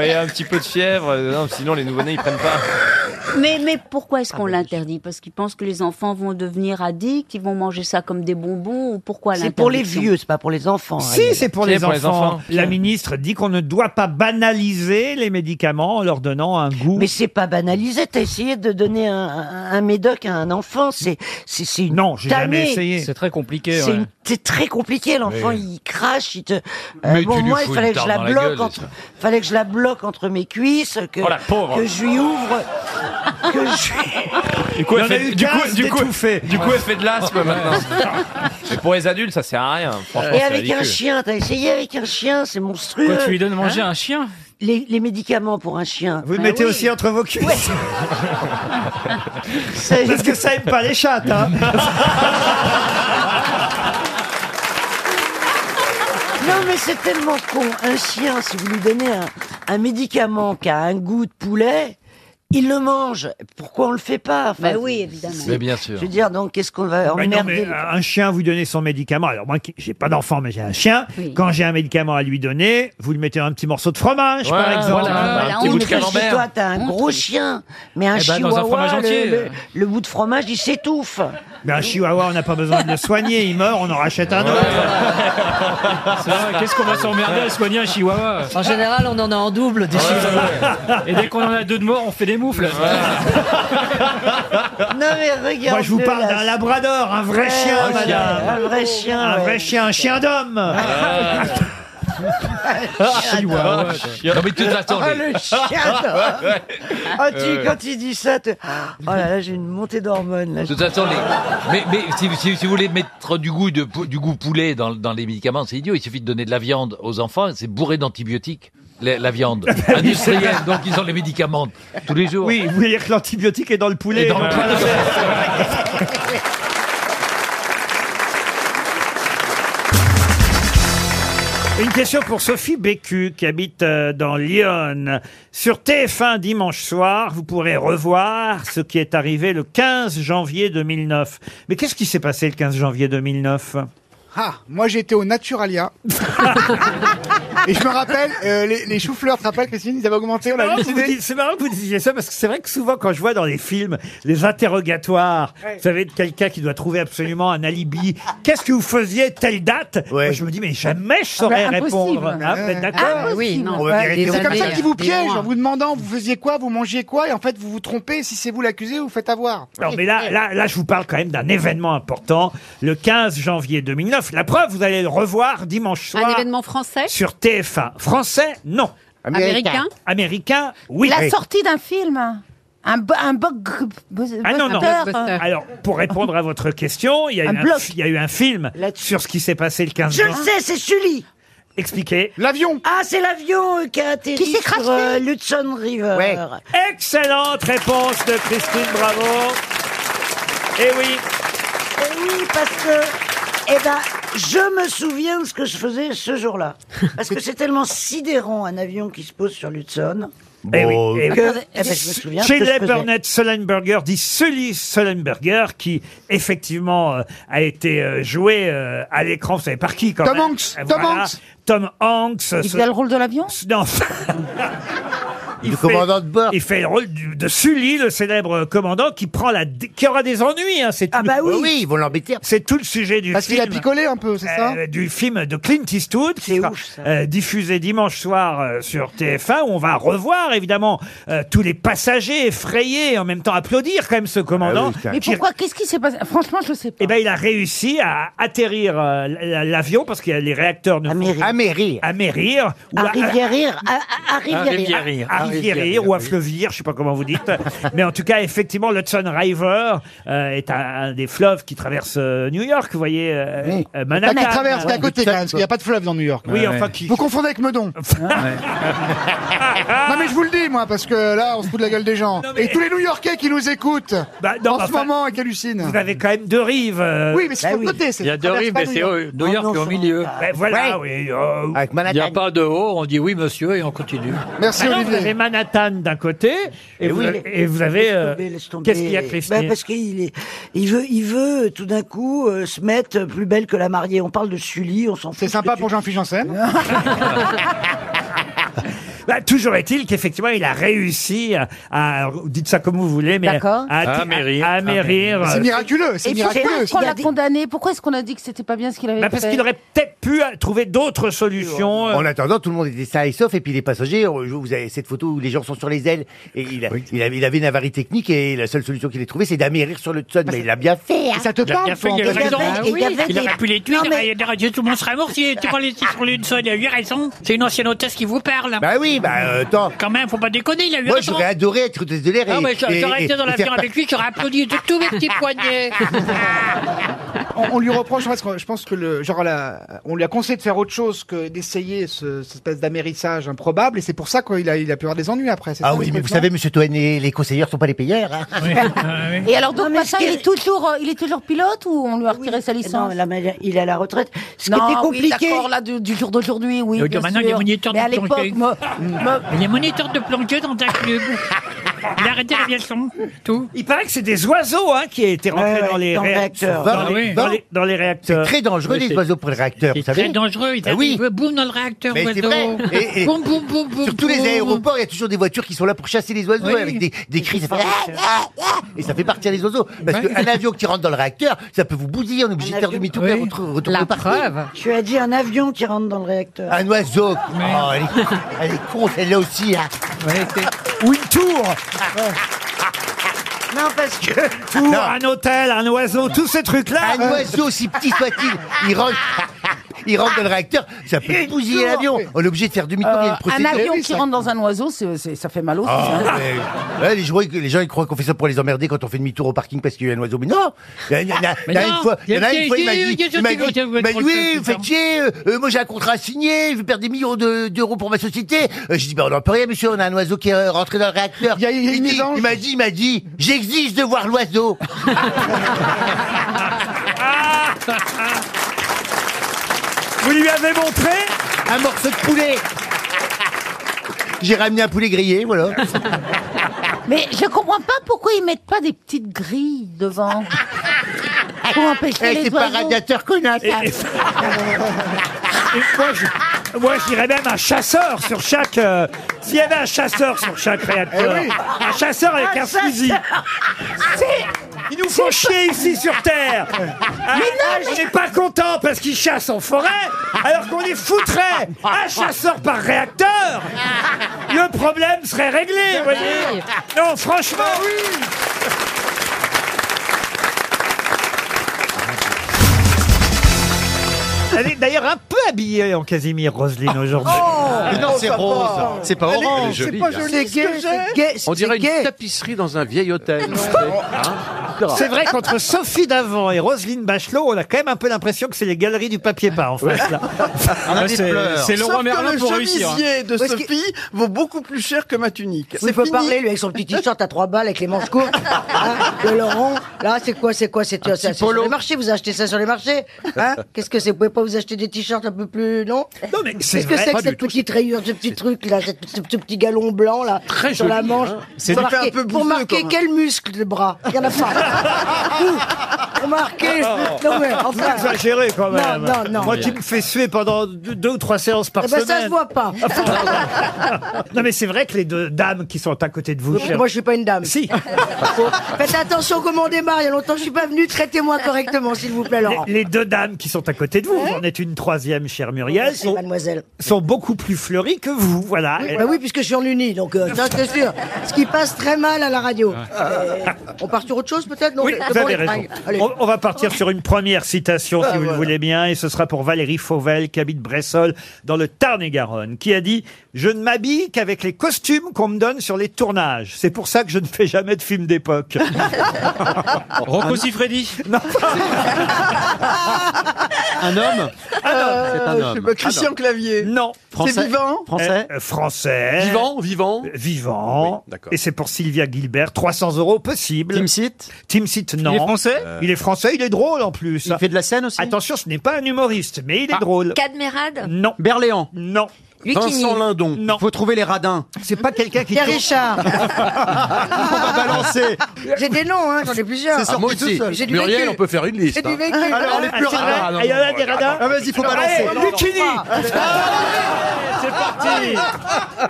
[SPEAKER 19] il y, a un petit peu de fièvre, euh, non, sinon les nouveau-nés, ils prennent pas.
[SPEAKER 14] Mais, mais pourquoi
[SPEAKER 1] Ah
[SPEAKER 14] est-ce
[SPEAKER 1] bah
[SPEAKER 14] qu'on l'interdit Parce qu'ils pensent que les enfants vont devenir addicts, ils vont manger ça comme des bonbons, ou pourquoi
[SPEAKER 6] C'est pour les
[SPEAKER 14] l'interdiction
[SPEAKER 6] vieux, c'est pas pour les enfants.
[SPEAKER 1] Si, c'est pour, les, enfants.
[SPEAKER 6] La
[SPEAKER 1] La
[SPEAKER 6] mine-
[SPEAKER 1] ministre dit qu'on ne doit pas banaliser les médicaments en leur donnant un goût.
[SPEAKER 6] Mais c'est pas banalisé, t'as essayé de donner un, un- un médoc à un enfant, c'est c'est c'est une
[SPEAKER 1] Non, j'ai jamais
[SPEAKER 6] tannée.
[SPEAKER 1] essayé.
[SPEAKER 16] C'est très compliqué.
[SPEAKER 6] C'est
[SPEAKER 16] ouais.
[SPEAKER 6] une- c'est très compliqué, l'enfant
[SPEAKER 16] Oui.
[SPEAKER 6] il crache, il te. euh,
[SPEAKER 16] Mais
[SPEAKER 6] bon,
[SPEAKER 16] tu lui
[SPEAKER 6] moi il
[SPEAKER 16] fous
[SPEAKER 6] fallait
[SPEAKER 16] une
[SPEAKER 6] que je
[SPEAKER 16] tarte
[SPEAKER 6] la
[SPEAKER 16] dans la
[SPEAKER 6] bloque
[SPEAKER 16] gueule,
[SPEAKER 6] entre,
[SPEAKER 16] ça.
[SPEAKER 6] fallait que je la bloque entre mes cuisses, que
[SPEAKER 16] Oh, la pauvre.
[SPEAKER 6] que je lui ouvre, que je.
[SPEAKER 19] Du coup,
[SPEAKER 1] Il y
[SPEAKER 19] elle
[SPEAKER 1] en a eu
[SPEAKER 19] fait, du coup,
[SPEAKER 1] 15
[SPEAKER 19] du coup,
[SPEAKER 1] d'étouffés.
[SPEAKER 19] du coup, elle fait de l'asthme maintenant. Mais pour les adultes, ça sert à rien.
[SPEAKER 1] Ah,
[SPEAKER 19] Franchement,
[SPEAKER 6] Et
[SPEAKER 19] c'est
[SPEAKER 6] avec un
[SPEAKER 19] ridicule.
[SPEAKER 6] chien, t'as essayé avec un chien, c'est monstrueux. Hein
[SPEAKER 19] Quoi, tu lui donnes manger
[SPEAKER 16] un chien
[SPEAKER 6] les, les médicaments pour un chien. Ben
[SPEAKER 1] Vous le mettez aussi entre vos cuisses.
[SPEAKER 6] C'est-
[SPEAKER 1] Parce que ça aime pas les chattes. hein.
[SPEAKER 6] Non, mais c'est tellement con. Un chien, si vous lui donnez un, un médicament qui a un goût de poulet, il le mange. Pourquoi on le fait pas
[SPEAKER 14] Bah oui, évidemment.
[SPEAKER 6] c'est-
[SPEAKER 16] Mais bien sûr.
[SPEAKER 6] Je veux dire, donc, qu'est-ce qu'on va
[SPEAKER 1] Mais Ben non, mais hein.
[SPEAKER 6] emmerder
[SPEAKER 1] un chien, vous donnez son médicament. Alors moi, qui- j'ai pas d'enfant, mais j'ai un chien.
[SPEAKER 6] Oui.
[SPEAKER 1] Quand j'ai un médicament à lui donner, vous lui mettez un petit morceau de fromage, par
[SPEAKER 6] Voilà,
[SPEAKER 1] exemple.
[SPEAKER 6] voilà,
[SPEAKER 19] un petit bout de
[SPEAKER 6] Ah, Parce que
[SPEAKER 19] camembert.
[SPEAKER 6] toi, t'as un gros chien, mais un
[SPEAKER 1] Eh ben, dans un
[SPEAKER 6] chihuahua,
[SPEAKER 1] fromage
[SPEAKER 6] le-
[SPEAKER 1] entier.
[SPEAKER 6] le- le bout de fromage, il s'étouffe.
[SPEAKER 1] Mais un chihuahua, on n'a pas besoin de le soigner. Il meurt, on en rachète un autre.
[SPEAKER 16] C'est vrai, Qu'est-ce qu'on va s'emmerder à soigner un chihuahua
[SPEAKER 18] En général, on en a en double des chihuahuas.
[SPEAKER 16] Et dès qu'on en a deux de morts, on fait des moufles.
[SPEAKER 6] Non, mais regarde.
[SPEAKER 1] Moi, je vous parle d'un labrador, un vrai chien, madame.
[SPEAKER 6] Un vrai chien.
[SPEAKER 1] Un
[SPEAKER 6] ouais.
[SPEAKER 1] vrai chien, un chien d'homme.
[SPEAKER 16] Ah.
[SPEAKER 1] Ah,
[SPEAKER 16] Chihuahua. quoi. Non, Ah, mais tu t'attends.
[SPEAKER 6] Ah, le chien
[SPEAKER 16] Ouais, ouais.
[SPEAKER 6] Ah, tu,
[SPEAKER 16] Euh,
[SPEAKER 6] quand il dit ça, te- oh là là, j'ai une montée d'hormones. là.
[SPEAKER 16] De toute façon, les- mais, mais si, si- si vous voulez mettre du goût, de, pou- du goût poulet dans, dans les médicaments, c'est idiot. Il suffit de donner de la viande aux enfants, c'est bourré d'antibiotiques. La, la viande industrielle, donc ils ont les médicaments tous les jours.
[SPEAKER 1] Oui, vous voulez dire que l'antibiotique est dans le poulet. euh.
[SPEAKER 16] Et dans le
[SPEAKER 1] Voilà. Une question pour Sophie Bécu, qui habite euh, dans Lyon. Sur TF1 dimanche soir, vous pourrez revoir ce qui est arrivé le 15 janvier 2009. Mais qu'est-ce qui s'est passé le 15 janvier 2009
[SPEAKER 2] Ah, moi j'étais au Naturalia. Et je me rappelle, euh, les, les choux-fleurs, tu te rappelles, Christine, ils avaient augmenté, on
[SPEAKER 1] C'est
[SPEAKER 2] a
[SPEAKER 1] marrant que vous
[SPEAKER 2] décidé.
[SPEAKER 1] disiez- C'est marrant que vous disiez ça parce que c'est vrai que souvent quand je vois dans les films les interrogatoires,
[SPEAKER 2] Ouais.
[SPEAKER 1] vous savez, de quelqu'un qui doit trouver absolument un alibi, qu'est-ce que vous faisiez telle date Moi, Je me dis mais jamais je saurais
[SPEAKER 2] Ah bah, impossible.
[SPEAKER 1] répondre. hein, vous êtes d'accord
[SPEAKER 2] Ah,
[SPEAKER 18] oui, non.
[SPEAKER 1] On va
[SPEAKER 18] Ouais, des
[SPEAKER 1] vérifier. C'est
[SPEAKER 2] C'est comme
[SPEAKER 18] années,
[SPEAKER 2] ça qu'ils vous
[SPEAKER 18] des
[SPEAKER 2] piègent,
[SPEAKER 18] mois.
[SPEAKER 2] en vous demandant vous faisiez quoi, vous mangez quoi, et en fait vous vous trompez, si c'est vous l'accusé, vous faites avoir.
[SPEAKER 1] Non, mais là, là, là, je vous parle quand même d'un événement important. Le 15 janvier 2009. La preuve, vous allez le revoir dimanche soir.
[SPEAKER 20] Un événement français
[SPEAKER 1] Sur TF1. Français, non.
[SPEAKER 20] Américain
[SPEAKER 1] Américain, oui.
[SPEAKER 21] La
[SPEAKER 1] Oui.
[SPEAKER 21] sortie d'un film hein. Un, bo- un bug.
[SPEAKER 1] Ah non, non. Alors, pour répondre à votre question, il y a,
[SPEAKER 21] Un
[SPEAKER 1] eu, un,
[SPEAKER 21] bloc.
[SPEAKER 1] il y a eu un film sur ce qui s'est passé le 15
[SPEAKER 6] Je le
[SPEAKER 1] janvier.
[SPEAKER 6] sais, c'est Sully.
[SPEAKER 1] Expliquez.
[SPEAKER 2] L'avion.
[SPEAKER 6] Ah, c'est l'avion euh, qui a atterri Qui s'est sur euh, l'Hudson River.
[SPEAKER 1] Excellente réponse de Christine Bravo. Eh oui.
[SPEAKER 6] Et oui, parce que, eh ben, Je me souviens de ce que je faisais ce jour-là. Parce que c'est tellement sidérant un avion qui se pose sur l'Hudson.
[SPEAKER 1] Eh oui, eh oui.
[SPEAKER 6] que- eh ben, je me souviens de ce que je
[SPEAKER 1] Shelley
[SPEAKER 6] faisais.
[SPEAKER 1] Burnett Sullenberger dit Sully Sullenberger qui effectivement euh, a été euh, joué euh, à l'écran, vous savez par qui quand
[SPEAKER 2] Tom
[SPEAKER 1] même Euh,
[SPEAKER 2] Hanks, Tom Hanks.
[SPEAKER 1] Tom Hanks
[SPEAKER 21] Il faisait le rôle de l'avion
[SPEAKER 1] Non. Il fait, de bord. il fait le rôle du- de Sully, le célèbre commandant, qui prend la, dé- qui aura des ennuis. Hein, c'est ah bah
[SPEAKER 6] oui.
[SPEAKER 1] ils vont l'embêter. C'est tout le sujet du
[SPEAKER 2] Parce qu'il
[SPEAKER 1] film.
[SPEAKER 2] a picolé un peu, c'est ça
[SPEAKER 1] Euh, du film de Clint Eastwood qui sera euh, diffusé dimanche soir euh, sur TF1 où on va revoir évidemment euh, tous les passagers effrayés et en même temps applaudir quand même ce commandant.
[SPEAKER 21] Mais
[SPEAKER 1] qui-
[SPEAKER 21] pourquoi Qu'est-ce qui s'est passé Franchement, je sais pas.
[SPEAKER 1] eh ben, il a réussi à atterrir euh, l- l- l'avion parce qu'il y a les réacteurs ne amérir, amérir, ou
[SPEAKER 6] À
[SPEAKER 1] à-
[SPEAKER 6] Rivière-Rire, à, à Rivière-Rire.
[SPEAKER 1] Rivière, ou à Fleuvière, je sais pas comment vous dites. Mais en tout cas, effectivement, l'Hudson River euh, est un, un des fleuves qui traverse euh, New York, vous voyez, euh, euh, Manhattan.
[SPEAKER 2] Manhattan traverse
[SPEAKER 1] Ouais.
[SPEAKER 2] d'à côté quand même, parce qu'il n'y a pas de fleuve dans New York.
[SPEAKER 1] Oui, Ouais, enfin, ouais. qui-
[SPEAKER 2] Vous confondez avec Meudon. non mais je vous le dis moi, parce que là on se fout de la gueule des gens.
[SPEAKER 1] mais-
[SPEAKER 2] Et tous les New Yorkais qui nous écoutent
[SPEAKER 1] Bah, non,
[SPEAKER 2] en
[SPEAKER 1] mais
[SPEAKER 2] ce
[SPEAKER 1] enfin,
[SPEAKER 2] moment et qui hallucinent.
[SPEAKER 1] Vous avez quand même deux rives. euh, Ah,
[SPEAKER 2] Oui, mais c'est Bah pour le oui. côté, c'est-
[SPEAKER 22] Il y a deux rives, mais c'est au- New York est au milieu.
[SPEAKER 1] Ben voilà, oui. euh,
[SPEAKER 22] Il n'y a pas de haut, on dit oui monsieur et on continue.
[SPEAKER 1] Ah non, vous avez Manhattan d'un côté et, vous, et vous avez.
[SPEAKER 6] Laisse
[SPEAKER 1] euh,
[SPEAKER 6] tomber, laisse tomber.
[SPEAKER 1] Qu'est-ce qu'il y a,
[SPEAKER 6] Bah,
[SPEAKER 1] Christine
[SPEAKER 6] Parce qu'il est- il veut, il veut euh, tout d'un coup euh, se mettre euh, plus belle que la mariée. On parle de Sully, on s'en fout.
[SPEAKER 2] C'est sympa pour Jean-Philippe Janssen.
[SPEAKER 22] Ben,
[SPEAKER 6] Ah,
[SPEAKER 1] Bah, toujours est-il qu'effectivement, il a réussi à, à- dites ça comme vous voulez, mais
[SPEAKER 21] D'accord.
[SPEAKER 1] à,
[SPEAKER 22] À amérir. Ah,
[SPEAKER 1] à amérir. euh,
[SPEAKER 2] C'est miraculeux, c'est
[SPEAKER 21] Et pourquoi
[SPEAKER 2] miraculeux.
[SPEAKER 21] est-ce qu'on l'a condamné Pourquoi est-ce qu'on a dit que c'était pas bien ce qu'il avait
[SPEAKER 1] Bah,
[SPEAKER 21] fait
[SPEAKER 1] parce qu'il aurait peut-être pu euh, trouver d'autres solutions. euh,
[SPEAKER 12] En attendant, tout le monde était sain et sauf, et puis les passagers, euh, je- vous avez cette photo où les gens sont sur les ailes, et il, a- il, avait, il avait une avarie technique, et la seule solution qu'il ait trouvée, c'est d'amérir sur le Hudson, mais il l'a bien fait. hein.
[SPEAKER 2] Et ça te
[SPEAKER 12] Il a
[SPEAKER 2] parle,
[SPEAKER 12] bien fait,
[SPEAKER 2] toi,
[SPEAKER 12] il
[SPEAKER 2] en
[SPEAKER 12] a eu
[SPEAKER 2] fait.
[SPEAKER 12] raison.
[SPEAKER 2] Ah oui.
[SPEAKER 22] Il aurait pu les tuer, il aurait- il aurait dit, tout le monde serait mort si tu parles ici sur l'une seule, il a eu raison. C'est une ancienne hôtesse qui vous parle.
[SPEAKER 12] Bah oui, bah euh, attends.
[SPEAKER 22] Quand même, faut pas déconner, il a eu
[SPEAKER 12] Moi,
[SPEAKER 22] raison.
[SPEAKER 12] j'aurais adoré être hôtesse de l'air et.
[SPEAKER 22] Ah mais
[SPEAKER 12] et-
[SPEAKER 22] j'aurais été
[SPEAKER 12] et-
[SPEAKER 22] dans
[SPEAKER 12] et faire
[SPEAKER 22] l'avion
[SPEAKER 12] par-
[SPEAKER 22] avec lui, j'aurais applaudi de tous mes petits poignets.
[SPEAKER 2] on, on lui reproche parce que je pense que le genre la- on lui a conseillé de faire autre chose que d'essayer ce, cette espèce d'amérissage improbable et c'est pour ça qu'il a il a pu avoir des ennuis après. c'est hein.
[SPEAKER 12] Ah
[SPEAKER 2] ça,
[SPEAKER 12] oui, mais vous
[SPEAKER 2] complètement
[SPEAKER 12] savez, monsieur Toen, les, les conseillers sont pas les payeurs. hein.
[SPEAKER 21] Et alors donc
[SPEAKER 6] Non, mais
[SPEAKER 21] maintenant,
[SPEAKER 6] ce qui
[SPEAKER 21] il
[SPEAKER 6] est-
[SPEAKER 21] est toujours, euh, il est toujours pilote ou on lui a retiré sa
[SPEAKER 6] Non,
[SPEAKER 21] licence
[SPEAKER 6] la mariée, il est à la retraite. Ce
[SPEAKER 21] Non,
[SPEAKER 6] qui était
[SPEAKER 21] oui,
[SPEAKER 6] compliqué.
[SPEAKER 21] d'accord, là du, du jour d'aujourd'hui, oui.
[SPEAKER 22] Donc,
[SPEAKER 21] bien
[SPEAKER 22] maintenant,
[SPEAKER 21] sûr.
[SPEAKER 22] il est moniteur
[SPEAKER 21] Mais
[SPEAKER 22] de
[SPEAKER 21] à l'époque,
[SPEAKER 22] plongée.
[SPEAKER 21] moi-
[SPEAKER 6] Hmm.
[SPEAKER 21] moi-
[SPEAKER 22] Il est moniteur de plongée dans un club. Il a arrêté la leçon, tout.
[SPEAKER 1] Il paraît que c'est des oiseaux hein, qui a été rentré dans les
[SPEAKER 6] dans le réacteur.
[SPEAKER 1] réacteurs. Dans
[SPEAKER 22] Ah
[SPEAKER 1] les-
[SPEAKER 22] oui.
[SPEAKER 1] dans les- dans les réacteurs.
[SPEAKER 12] Très dangereux,
[SPEAKER 22] Mais
[SPEAKER 12] les
[SPEAKER 22] c'est-
[SPEAKER 12] oiseaux pour le réacteur, vous
[SPEAKER 22] C'est très
[SPEAKER 12] savez.
[SPEAKER 22] dangereux, il
[SPEAKER 12] Ah oui.
[SPEAKER 22] arrive boum dans le réacteur
[SPEAKER 12] Mais c'est
[SPEAKER 22] oiseau.
[SPEAKER 12] vrai. Et- et-
[SPEAKER 22] Boum, boum, boum, boum,
[SPEAKER 12] Sur tous les
[SPEAKER 22] boum.
[SPEAKER 12] aéroports, il y a toujours des voitures qui sont là pour chasser les oiseaux
[SPEAKER 22] Oui.
[SPEAKER 12] avec des, des cris. Ça fait Ah, ah, ah et ça fait partir les oiseaux. Parce qu'un avion qui rentre dans le réacteur, ça peut vous bousiller. On est obligé de faire demi-tour et retour- retourner par terre.
[SPEAKER 6] Tu as dit un avion qui rentre dans le réacteur.
[SPEAKER 12] Un oiseau. Oh, elle, est con, elle est con, celle-là aussi. hein.
[SPEAKER 1] Ou une tour
[SPEAKER 21] Ah.
[SPEAKER 6] Non, parce que.
[SPEAKER 1] Tour, un hôtel, un oiseau, tous ces trucs-là.
[SPEAKER 12] Un oiseau, aussi petit soit-il, il rentre, il rentre dans le réacteur, ça peut bousiller l'avion. On est obligé de faire demi-tour. il y a une
[SPEAKER 21] Euh, un
[SPEAKER 12] procédure. Eh
[SPEAKER 21] avion qui rentre dans un oiseau, c'est- c'est- ça fait mal aussi.
[SPEAKER 12] Ah,
[SPEAKER 21] hein.
[SPEAKER 12] mais- ouais, les, gens, les gens, ils croient qu'on fait ça pour les emmerder quand on fait demi-tour au parking parce qu'il y a eu un oiseau. Mais non Il y en a- il y en a il y en a
[SPEAKER 22] Mais non
[SPEAKER 12] une fois, il y en a
[SPEAKER 22] Il y a-
[SPEAKER 12] une fois, il m'a
[SPEAKER 22] il y a-
[SPEAKER 12] dit,
[SPEAKER 22] il y a-
[SPEAKER 12] il m'a
[SPEAKER 22] il y a-
[SPEAKER 12] dit,
[SPEAKER 22] il y a-
[SPEAKER 12] il m'a dit,
[SPEAKER 22] il y a- il y
[SPEAKER 12] oui,
[SPEAKER 22] a-
[SPEAKER 12] vous faites chier, euh, euh, moi j'ai un contrat à signer, je vais perdre des millions de- d'euros pour ma société. Euh, J'ai dit, ben on n'en peut rien, monsieur, on a un oiseau qui est euh, rentré dans le réacteur.
[SPEAKER 2] Il y a- il y a une
[SPEAKER 12] dit-
[SPEAKER 2] mélange.
[SPEAKER 12] il m'a dit, il m'a dit, j'exige de voir l'oiseau.
[SPEAKER 1] Vous lui avez montré
[SPEAKER 12] Un morceau de poulet. J'ai ramené un poulet grillé, voilà.
[SPEAKER 21] Mais je comprends pas pourquoi ils mettent pas des petites grilles devant pour empêcher
[SPEAKER 12] Eh,
[SPEAKER 21] les
[SPEAKER 12] c'est pas
[SPEAKER 21] oiseaux.
[SPEAKER 12] radiateur connasse.
[SPEAKER 1] Et- Et moi, je- moi, j'irais même un chasseur sur chaque. euh, S'il y avait un chasseur sur chaque réacteur,
[SPEAKER 2] Eh oui.
[SPEAKER 1] un chasseur avec un, fusil. Ils nous font chier ici sur Terre. Ah, on n'est pas content parce qu'ils chassent en forêt, alors qu'on les foutrait un chasseur par réacteur. Le problème serait réglé, vous voyez. Non, franchement.
[SPEAKER 9] Ah
[SPEAKER 1] Elle est d'ailleurs un peu habillée en Casimir Roselyne aujourd'hui.
[SPEAKER 9] Oh.
[SPEAKER 6] Oh
[SPEAKER 19] non, c'est rose. C'est pas orange.
[SPEAKER 3] C'est pas joli.
[SPEAKER 6] C'est hein. gay, c'est gay,
[SPEAKER 19] On
[SPEAKER 6] c'est
[SPEAKER 19] dirait
[SPEAKER 6] gay.
[SPEAKER 19] une tapisserie dans un vieil hôtel. Hein
[SPEAKER 1] gras. C'est
[SPEAKER 5] Ah.
[SPEAKER 1] vrai qu'entre Sophie Davant et Roselyne Bachelot, on a quand même un peu l'impression que c'est les galeries du papier peint en face. là.
[SPEAKER 9] Ah, c'est- c'est Leroy
[SPEAKER 22] Sauf
[SPEAKER 9] Merlin
[SPEAKER 22] que le
[SPEAKER 9] pour réussir, hein.
[SPEAKER 22] chemisier de
[SPEAKER 9] Parce que-
[SPEAKER 22] Sophie vaut beaucoup plus cher que ma tunique.
[SPEAKER 21] Il peut parler, lui, avec son petit t-shirt à trois balles, avec les manches courtes. Hein, le Laurent, là, c'est quoi, c'est quoi, c'est
[SPEAKER 22] Un
[SPEAKER 21] c'est-
[SPEAKER 22] petit
[SPEAKER 21] c'est sur
[SPEAKER 22] polo.
[SPEAKER 21] les marchés, vous achetez ça sur les marchés hein Qu'est-ce que c'est Vous pouvez pas vous acheter des t-shirts un peu plus, non
[SPEAKER 1] Non, mais c'est
[SPEAKER 21] Qu'est-ce que
[SPEAKER 1] vrai,
[SPEAKER 21] c'est
[SPEAKER 1] pas
[SPEAKER 21] que
[SPEAKER 1] du
[SPEAKER 21] cette petite rayure, ce petit truc, là, cette- ce, ce petit galon blanc, là,
[SPEAKER 1] Très
[SPEAKER 21] sur la
[SPEAKER 1] joli,
[SPEAKER 21] manche
[SPEAKER 1] hein.
[SPEAKER 21] C'est
[SPEAKER 1] C'est du- fait
[SPEAKER 21] marquer,
[SPEAKER 1] un peu
[SPEAKER 21] Pour
[SPEAKER 1] bouffeux,
[SPEAKER 21] marquer
[SPEAKER 1] quand
[SPEAKER 21] quel muscle de bras Il y en a pas. Où pour marquer...
[SPEAKER 9] Oh.
[SPEAKER 21] Non, mais
[SPEAKER 1] Oh. Vous
[SPEAKER 21] enfin...
[SPEAKER 1] exagérez quand même.
[SPEAKER 21] Non, non, non.
[SPEAKER 1] Moi, tu me fais suer pendant deux, deux ou trois séances par
[SPEAKER 21] Eh ben,
[SPEAKER 1] semaine. Ah,
[SPEAKER 21] ça, je vois pas.
[SPEAKER 1] Non, mais c'est vrai que les deux dames qui sont à côté de vous, chère-
[SPEAKER 21] Moi, je suis pas une dame.
[SPEAKER 1] Si.
[SPEAKER 21] Faites attention comment on démarre. Il y a longtemps, je suis pas venue. Traitez-moi correctement, s'il vous plaît, Laurent.
[SPEAKER 1] les, les deux dames qui sont à côté de vous, vous en êtes une troisième, chère Muriel,
[SPEAKER 21] Merci,
[SPEAKER 1] sont,
[SPEAKER 21] mademoiselle.
[SPEAKER 1] sont beaucoup plus fleuries que vous. Voilà.
[SPEAKER 21] Oui, bah oui, puisque je suis en uni, donc euh, ça, c'est sûr. Ce qui passe très mal à la radio. Euh, on part sur autre chose, peut-être Non,
[SPEAKER 1] Ah. Oui,
[SPEAKER 21] c'est-
[SPEAKER 1] vous
[SPEAKER 21] c'est bon,
[SPEAKER 1] avez
[SPEAKER 21] les
[SPEAKER 1] raison.
[SPEAKER 21] fringues. Allez. Ah,
[SPEAKER 1] On, on va partir sur une première citation, si vous le voulez bien, et ce sera pour Valérie Fauvel, qui habite Bressol, dans le Tarn-et-Garonne, qui a dit « Je ne m'habille qu'avec les costumes qu'on me donne sur les tournages. C'est pour ça que je ne fais jamais de films d'époque. »
[SPEAKER 9] Rocco
[SPEAKER 1] Freddy Non,
[SPEAKER 5] Un homme
[SPEAKER 22] Euh,
[SPEAKER 5] C'est un homme.
[SPEAKER 22] Christian
[SPEAKER 5] Un homme.
[SPEAKER 22] Clavier.
[SPEAKER 1] Non.
[SPEAKER 5] Français.
[SPEAKER 22] C'est vivant
[SPEAKER 5] Français.
[SPEAKER 1] Euh, français.
[SPEAKER 5] Vivant,
[SPEAKER 1] vivant. Vivant.
[SPEAKER 5] d'accord.
[SPEAKER 1] et c'est pour Sylvia Gilbert. 300 euros possible. Team Sit Team Sit, non.
[SPEAKER 5] Il est français
[SPEAKER 1] Euh. Il est français, il est drôle en plus. Il fait de la scène aussi Attention, ce n'est pas un humoriste, mais il
[SPEAKER 14] Ah,
[SPEAKER 6] Ah,
[SPEAKER 1] est drôle.
[SPEAKER 6] Cadmerade
[SPEAKER 1] Non. Berléand Non.
[SPEAKER 6] Lucchini. Vincent
[SPEAKER 1] Lindon. Non. Faut trouver les radins. C'est pas quelqu'un qui.
[SPEAKER 21] Pierre Richard.
[SPEAKER 1] On va balancer.
[SPEAKER 21] J'ai des noms, hein, j'en ai plusieurs.
[SPEAKER 5] C'est sorti Ah, moi aussi. tout seul.
[SPEAKER 21] J'ai du
[SPEAKER 5] Muriel,
[SPEAKER 21] vécu.
[SPEAKER 5] on peut faire une liste,
[SPEAKER 21] J'ai du
[SPEAKER 5] hein.
[SPEAKER 21] vécu.
[SPEAKER 5] Alors, les plus
[SPEAKER 21] c'est
[SPEAKER 5] rares.
[SPEAKER 21] vrai.
[SPEAKER 5] Ah, non, Il y en a non, des non, radins non. Ah, vas-y, faut balancer.
[SPEAKER 21] Allez,
[SPEAKER 5] Lucchini.
[SPEAKER 21] Ah.
[SPEAKER 1] C'est parti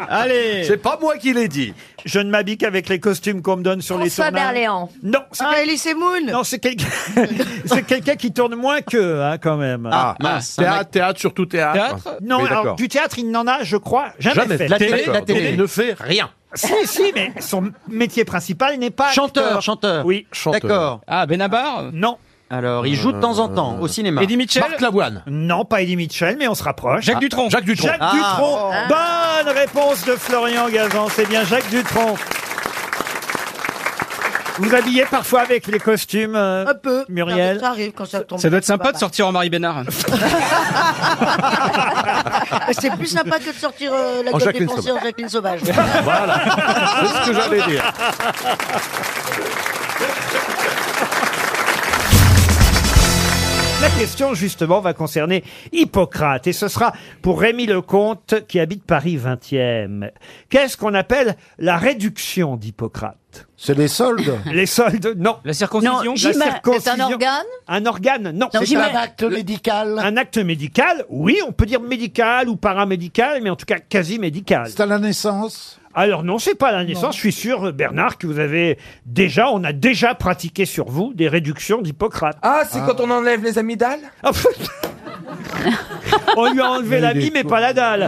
[SPEAKER 1] Allez C'est pas moi qui l'ai dit. Je ne m'habille qu'avec les costumes qu'on me donne sur
[SPEAKER 6] François
[SPEAKER 1] les tournages.
[SPEAKER 6] Berléand.
[SPEAKER 1] Non, c'est
[SPEAKER 21] Ah, Elie Semoun.
[SPEAKER 1] Non, c'est quelqu'un c'est quelqu'un qui tourne moins qu'eux, hein, quand même.
[SPEAKER 5] Ah, mince. Théâtre, théâtre, surtout théâtre.
[SPEAKER 1] Non,
[SPEAKER 5] Mais
[SPEAKER 1] alors
[SPEAKER 5] d'accord.
[SPEAKER 1] du théâtre, il n'en a, je crois, jamais,
[SPEAKER 5] Jamais.
[SPEAKER 1] fait.
[SPEAKER 5] La télé, D'accord. la télé. Donc, il ne
[SPEAKER 1] fait rien. Si, si, mais son métier principal n'est pas
[SPEAKER 5] Chanteur,
[SPEAKER 1] acteur.
[SPEAKER 5] chanteur.
[SPEAKER 1] Oui,
[SPEAKER 5] D'accord.
[SPEAKER 1] Ah, Benabar Non.
[SPEAKER 5] Alors, il joue de temps en temps au cinéma.
[SPEAKER 1] Eddie Mitchell
[SPEAKER 5] Marc Lavoine.
[SPEAKER 1] Non, pas Eddie Mitchell, mais on se rapproche.
[SPEAKER 5] Jacques Dutronc.
[SPEAKER 1] Jacques Dutronc. Jacques
[SPEAKER 5] Ah.
[SPEAKER 1] Dutronc.
[SPEAKER 5] Ah.
[SPEAKER 1] Bonne réponse de Florian Gazan. C'est bien Jacques Dutronc. Vous habillez parfois avec les costumes, euh,
[SPEAKER 21] Un peu.
[SPEAKER 1] Muriel
[SPEAKER 21] Ça arrive quand ça tombe.
[SPEAKER 9] Ça doit être
[SPEAKER 21] Bah,
[SPEAKER 9] sympa de
[SPEAKER 21] bah.
[SPEAKER 9] sortir en Marie Bénard.
[SPEAKER 21] Ah, C'est plus sympa que de sortir euh, la
[SPEAKER 9] En
[SPEAKER 21] gueule
[SPEAKER 9] Jacqueline
[SPEAKER 21] dépensée en Jacqueline Sauvage.
[SPEAKER 5] C'est ce que j'allais dire.
[SPEAKER 1] La question, justement, va concerner Hippocrate. Et ce sera pour Rémi Lecomte, qui habite Paris 20e. Qu'est-ce qu'on appelle la réduction d'Hippocrate C'est les soldes. Les soldes, non. La circoncision
[SPEAKER 6] Non, j'ima- c'est un organe
[SPEAKER 1] Un organe, non.
[SPEAKER 6] Non, C'est j'ima- un acte
[SPEAKER 1] médical. Un acte médical, oui, on peut dire médical ou paramédical, mais en tout cas quasi médical. C'est à la naissance alors non, c'est pas à la naissance. Je suis sûr, euh, Bernard, que vous avez déjà, on a déjà pratiqué sur vous des réductions d'Hippocrate.
[SPEAKER 19] Ah, c'est quand on enlève les amygdales
[SPEAKER 1] On lui a enlevé la mie, mais pas la dalle.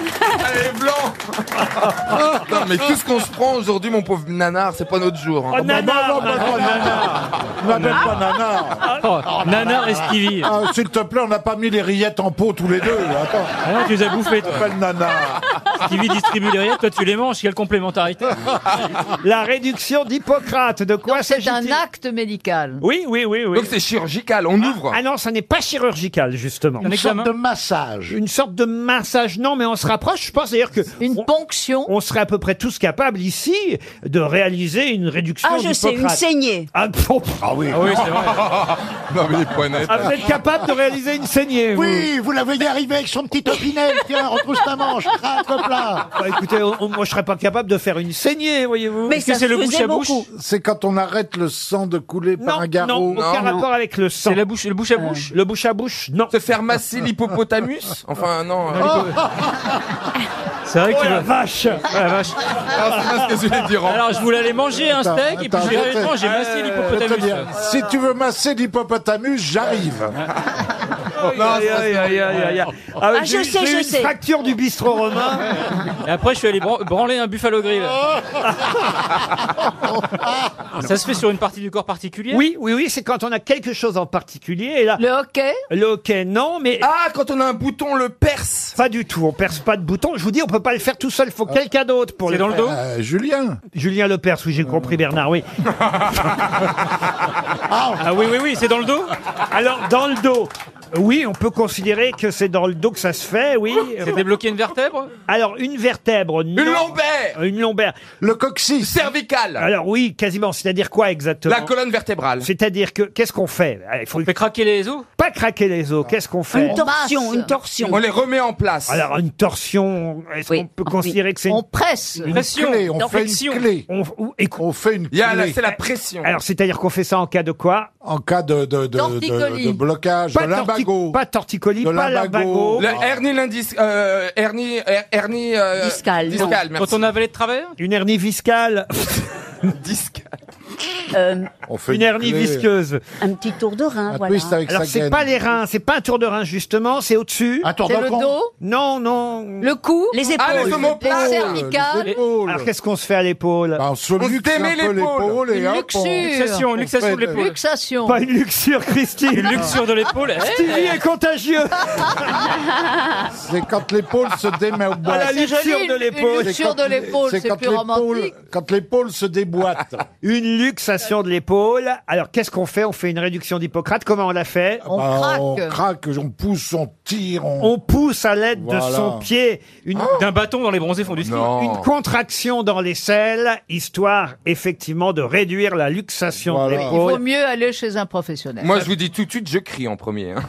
[SPEAKER 19] Allez, blanc Ah, Non, mais tout ce qu'on se prend aujourd'hui, mon pauvre nanar, c'est pas notre jour. hein.
[SPEAKER 1] Oh, nanar,
[SPEAKER 19] Oh, bah, bah, bah,
[SPEAKER 1] nanar.
[SPEAKER 19] bah, nanar.
[SPEAKER 1] On m'appelle pas
[SPEAKER 23] Nanar.
[SPEAKER 9] Nanar et Stevie.
[SPEAKER 23] Ah, S'il te plaît, on n'a pas mis les rillettes en pot tous les deux. Attends.
[SPEAKER 9] Ah non, tu les as bouffées, toi.
[SPEAKER 23] On m'appelle Nanar.
[SPEAKER 9] Stevie distribue les rillettes, toi tu les manges, quelle complémentarité
[SPEAKER 1] La réduction d'Hippocrate, de quoi s'agit-il
[SPEAKER 24] Un acte médical.
[SPEAKER 1] Oui, oui, oui, oui.
[SPEAKER 19] Donc c'est chirurgical, on ouvre.
[SPEAKER 1] Ah non, ça n'est pas chirurgical, justement.
[SPEAKER 24] Un Une examen. sorte de
[SPEAKER 1] massage. Une sorte de massage, non, mais on se rapproche. Je pense d'ailleurs que... Une
[SPEAKER 24] ponction
[SPEAKER 1] On serait à peu près tous capables ici de réaliser une réduction
[SPEAKER 7] Ah, je sais, une
[SPEAKER 1] d'Hippocrate.
[SPEAKER 7] saignée.
[SPEAKER 1] Ah, pff,
[SPEAKER 19] oui,
[SPEAKER 1] c'est vrai.
[SPEAKER 19] non, mais les poignettes.
[SPEAKER 1] Ah, vous êtes capable de réaliser une saignée, vous
[SPEAKER 12] Oui, vous la voyez arriver avec son petit opinet. Tiens, retrousse ta manche, craque plat.
[SPEAKER 1] Bah, écoutez, on- on- moi je serais pas capable de faire une saignée, voyez-vous. Est-ce que c'est le bouche à bouche
[SPEAKER 23] C'est quand on arrête le sang de couler par un garrot.
[SPEAKER 1] Non, aucun rapport avec le sang.
[SPEAKER 23] C'est la
[SPEAKER 1] bouche, le bouche à bouche Le bouche à bouche, non. Oh,
[SPEAKER 19] Se faire masser l'hippopotamus Enfin,
[SPEAKER 23] Ah.
[SPEAKER 19] non. euh, Oh,
[SPEAKER 9] C'est vrai
[SPEAKER 1] que tu la vache
[SPEAKER 9] Ah, la vache.
[SPEAKER 19] Ah, c'est pas ce que je voulais dire, hein.
[SPEAKER 9] Alors je voulais aller manger un
[SPEAKER 23] Attends,
[SPEAKER 9] steak et puis
[SPEAKER 23] attends,
[SPEAKER 9] j'ai
[SPEAKER 23] je vais te-
[SPEAKER 1] Euh,
[SPEAKER 9] non, j'ai massé
[SPEAKER 23] Je vais te
[SPEAKER 9] l'hippopotamus.
[SPEAKER 23] dire, Si tu veux masser l'hippopotamus, j'arrive.
[SPEAKER 19] aïe, aïe, aïe, aïe, aïe.
[SPEAKER 1] Ah oui,
[SPEAKER 19] Ah, je
[SPEAKER 1] j'ai eu-
[SPEAKER 19] sais,
[SPEAKER 1] j'ai eu
[SPEAKER 19] je
[SPEAKER 1] une
[SPEAKER 19] sais.
[SPEAKER 1] fracture du bistrot romain.
[SPEAKER 9] Et après, je suis allé bran- branler un buffalo grill. Ça se fait sur une partie du corps particulier
[SPEAKER 1] Oui, oui, oui, c'est quand on a quelque chose en particulier. Et là,
[SPEAKER 9] Le hockey
[SPEAKER 1] Le hockey, non, mais. Ah, quand on a un bouton, le perce Pas du tout, on perce pas de bouton. Je vous dis, on peut pas le faire tout seul, faut quelqu'un d'autre pour
[SPEAKER 25] C'est
[SPEAKER 1] le
[SPEAKER 25] dans le
[SPEAKER 1] faire.
[SPEAKER 25] dos Euh, Julien
[SPEAKER 1] Julien Euh, le perce, oui, j'ai compris, Bernard, oui. ah oui, oui, oui, c'est dans le dos Alors, dans le dos. Oui, on peut considérer que c'est dans le dos que ça se fait, oui.
[SPEAKER 9] C'est débloquer une vertèbre
[SPEAKER 1] Alors, une vertèbre, non.
[SPEAKER 9] Une lombaire
[SPEAKER 1] Une lombaire. Le coccyx
[SPEAKER 19] Cervical
[SPEAKER 1] Alors oui, quasiment. C'est-à-dire quoi exactement
[SPEAKER 19] La colonne vertébrale.
[SPEAKER 1] C'est-à-dire que, qu'est-ce qu'on fait Ah, Il faut...
[SPEAKER 9] craquer les os
[SPEAKER 1] Pas craquer les os, qu'est-ce qu'on fait
[SPEAKER 19] Une torsion, une torsion. On les remet en place.
[SPEAKER 1] Alors, une torsion, est-ce qu'on peut considérer que c'est une...
[SPEAKER 19] On presse.
[SPEAKER 1] Une
[SPEAKER 19] Pression.
[SPEAKER 1] clé,
[SPEAKER 19] Une friction.
[SPEAKER 1] On, ou- et qu'on- fait une
[SPEAKER 19] Il y a la- c'est la pression.
[SPEAKER 1] Alors, c'est-à-dire qu'on fait ça en cas de quoi
[SPEAKER 25] En cas de, de, de, de,
[SPEAKER 19] Torticolis.
[SPEAKER 25] de blocage,
[SPEAKER 1] Pas
[SPEAKER 25] de lumbago.
[SPEAKER 1] Pas torticolis,
[SPEAKER 25] De
[SPEAKER 1] pas
[SPEAKER 25] lumbago.
[SPEAKER 1] lumbago.
[SPEAKER 19] Le hernie l'indice, euh, hernie, her- hernie euh, discale merci.
[SPEAKER 9] on avalait de travers
[SPEAKER 1] Une hernie viscale.
[SPEAKER 25] On fait
[SPEAKER 1] une hernie
[SPEAKER 25] clé.
[SPEAKER 1] visqueuse.
[SPEAKER 14] Euh, Un petit tour de rein, voilà.
[SPEAKER 1] Alors, c'est pas les reins, c'est pas un tour de rein, justement, c'est au-dessus. Un
[SPEAKER 14] tour C'est de le con. dos
[SPEAKER 1] Non, non.
[SPEAKER 14] Le cou Les épaules.
[SPEAKER 1] Ah, les omoplates.
[SPEAKER 14] Les cervicales.
[SPEAKER 1] Alors, qu'est-ce qu'on se fait à l'épaule
[SPEAKER 25] On se
[SPEAKER 1] luxe un peu l'épaule et
[SPEAKER 14] Une
[SPEAKER 1] hop, on-
[SPEAKER 14] luxure.
[SPEAKER 9] Luxation, une luxation de l'épaule.
[SPEAKER 14] Luxation.
[SPEAKER 1] Pas une luxure, Christy.
[SPEAKER 9] Une luxure de l'épaule. Eh,
[SPEAKER 1] Stevie est contagieux.
[SPEAKER 25] C'est quand l'épaule se déboîte.
[SPEAKER 1] Ah, la luxure C'est joli, de une- une l'épaule. luxure de l'épaule, c'est
[SPEAKER 25] quand
[SPEAKER 1] plus
[SPEAKER 25] l'épaule-
[SPEAKER 1] romantique.
[SPEAKER 25] Quand l'épaule se déboîte.
[SPEAKER 1] Une luxation de l'épaule. Alors, qu'est-ce qu'on fait On fait une réduction d'Hippocrate. Comment on l'a fait
[SPEAKER 25] On Bah, craque. on craque, on pousse, on tire. On,
[SPEAKER 1] pousse à l'aide de
[SPEAKER 25] Voilà. Ah.
[SPEAKER 1] son pied.
[SPEAKER 23] Ah.
[SPEAKER 1] Une...
[SPEAKER 9] D'un bâton dans les bronzés font du ski.
[SPEAKER 1] Une contraction dans les selles, histoire effectivement de réduire la luxation de
[SPEAKER 23] Il vaut
[SPEAKER 1] l'épaule.
[SPEAKER 23] mieux aller chez un professionnel.
[SPEAKER 19] Moi, je vous dis tout de suite, je crie en premier. hein.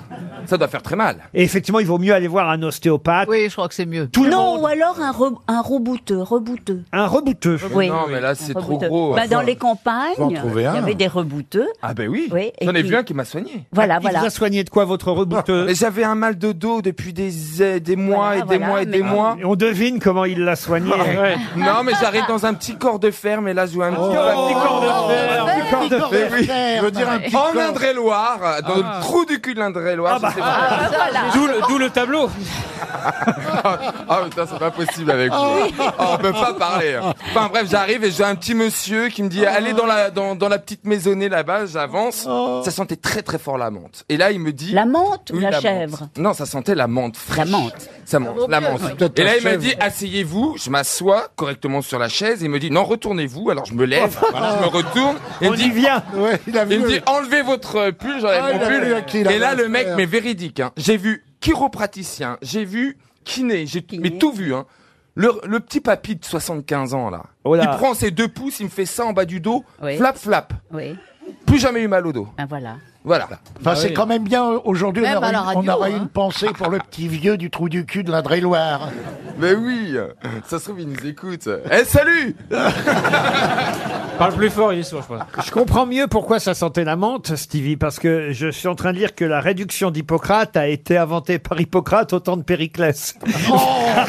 [SPEAKER 19] Ça doit faire très mal.
[SPEAKER 1] Et effectivement, il vaut mieux aller voir un ostéopathe.
[SPEAKER 23] Oui, je crois que c'est mieux.
[SPEAKER 1] Tout le
[SPEAKER 14] non,
[SPEAKER 1] monde.
[SPEAKER 14] ou alors un, re, un rebouteux, rebouteux.
[SPEAKER 1] Un rebouteux.
[SPEAKER 14] Oui.
[SPEAKER 19] Non, mais là, c'est trop
[SPEAKER 14] Rebouteux.
[SPEAKER 19] gros.
[SPEAKER 14] Bah,
[SPEAKER 19] Faut-
[SPEAKER 14] dans les campagnes,
[SPEAKER 19] faut en trouver
[SPEAKER 14] il y
[SPEAKER 19] un.
[SPEAKER 14] avait des rebouteux.
[SPEAKER 19] Ah ben oui.
[SPEAKER 14] Oui, et
[SPEAKER 19] J'en ai
[SPEAKER 14] puis-
[SPEAKER 19] vu un qui m'a soigné. Ah,
[SPEAKER 14] Voilà, voilà.
[SPEAKER 1] soigné de quoi votre rebouteux
[SPEAKER 19] Mais J'avais un mal de dos depuis des, euh, des mois et des
[SPEAKER 14] voilà,
[SPEAKER 19] mois et des
[SPEAKER 14] mais-
[SPEAKER 19] mois.
[SPEAKER 1] On devine comment il l'a soigné.
[SPEAKER 19] Non, mais j'arrive dans un petit corps de fer, mais là, je joue un petit, Oh, un petit corps de fer.
[SPEAKER 1] Un petit corps de fer.
[SPEAKER 19] Eh oui.
[SPEAKER 1] Ouais.
[SPEAKER 19] Je veux dire un petit
[SPEAKER 1] En
[SPEAKER 19] corps. Ah. bah. En Indre-et-Loire, dans le trou du cul de l'Indre-et-Loire, je sais pas.
[SPEAKER 9] D'où le, d'où le tableau.
[SPEAKER 19] Ah putain, c'est pas possible avec vous.
[SPEAKER 9] Oui.
[SPEAKER 19] Ah, on peut pas parler. Enfin bref, j'arrive et j'ai un petit monsieur qui me dit allez dans la dans, dans la petite maisonnée là-bas, j'avance. Ça sentait très très fort la menthe. Et là, il me dit La menthe
[SPEAKER 14] ou la chèvre
[SPEAKER 19] Non, ça sentait la menthe fraîche. La menthe. Ça menthe,
[SPEAKER 14] vaut
[SPEAKER 19] la
[SPEAKER 14] mieux.
[SPEAKER 19] menthe.
[SPEAKER 14] C'est peut-être
[SPEAKER 19] Et là,
[SPEAKER 14] la
[SPEAKER 19] il m'a
[SPEAKER 14] chèvre.
[SPEAKER 19] dit asseyez-vous, je m'assois correctement sur la chaise, et il me dit non, retournez-vous. Alors je me lève,
[SPEAKER 25] Voilà.
[SPEAKER 19] je me retourne et il me dit
[SPEAKER 1] vient.
[SPEAKER 19] il me dit enlevez votre euh, pull, j'enlève
[SPEAKER 25] Ah,
[SPEAKER 19] mon
[SPEAKER 25] il a
[SPEAKER 19] pull.
[SPEAKER 25] vu à qui, là,
[SPEAKER 19] et là,
[SPEAKER 25] dans
[SPEAKER 19] le
[SPEAKER 25] le
[SPEAKER 19] mec,
[SPEAKER 25] fer.
[SPEAKER 19] mais véridique, hein. j'ai vu chiropraticien, j'ai vu kiné, j'ai mais tout vu. Hein. Le, le petit papy de 75 ans, là,
[SPEAKER 1] Oh là.
[SPEAKER 19] il prend ses deux pouces, il me fait ça en bas du dos,
[SPEAKER 14] Oui.
[SPEAKER 19] flap, flap.
[SPEAKER 14] Oui.
[SPEAKER 19] Plus jamais eu mal au dos.
[SPEAKER 14] Ben voilà.
[SPEAKER 19] Voilà.
[SPEAKER 25] Ah
[SPEAKER 17] Enfin, c'est quand même bien aujourd'hui.
[SPEAKER 14] Même
[SPEAKER 17] On
[SPEAKER 14] à
[SPEAKER 17] aurait,
[SPEAKER 14] la
[SPEAKER 17] une-
[SPEAKER 14] radio,
[SPEAKER 17] on aurait
[SPEAKER 14] hein.
[SPEAKER 17] une pensée pour le petit vieux du trou du cul de l'Indre-et-Loire.
[SPEAKER 19] Mais oui, ça se trouve, il nous écoute. Eh, salut
[SPEAKER 9] Parle plus fort, il est sourd, je crois.
[SPEAKER 1] Je comprends mieux pourquoi ça sentait la menthe, Stevie, parce que je suis en train de dire que la réduction d'Hippocrate a été inventée par Hippocrate au temps de Périclès. Ah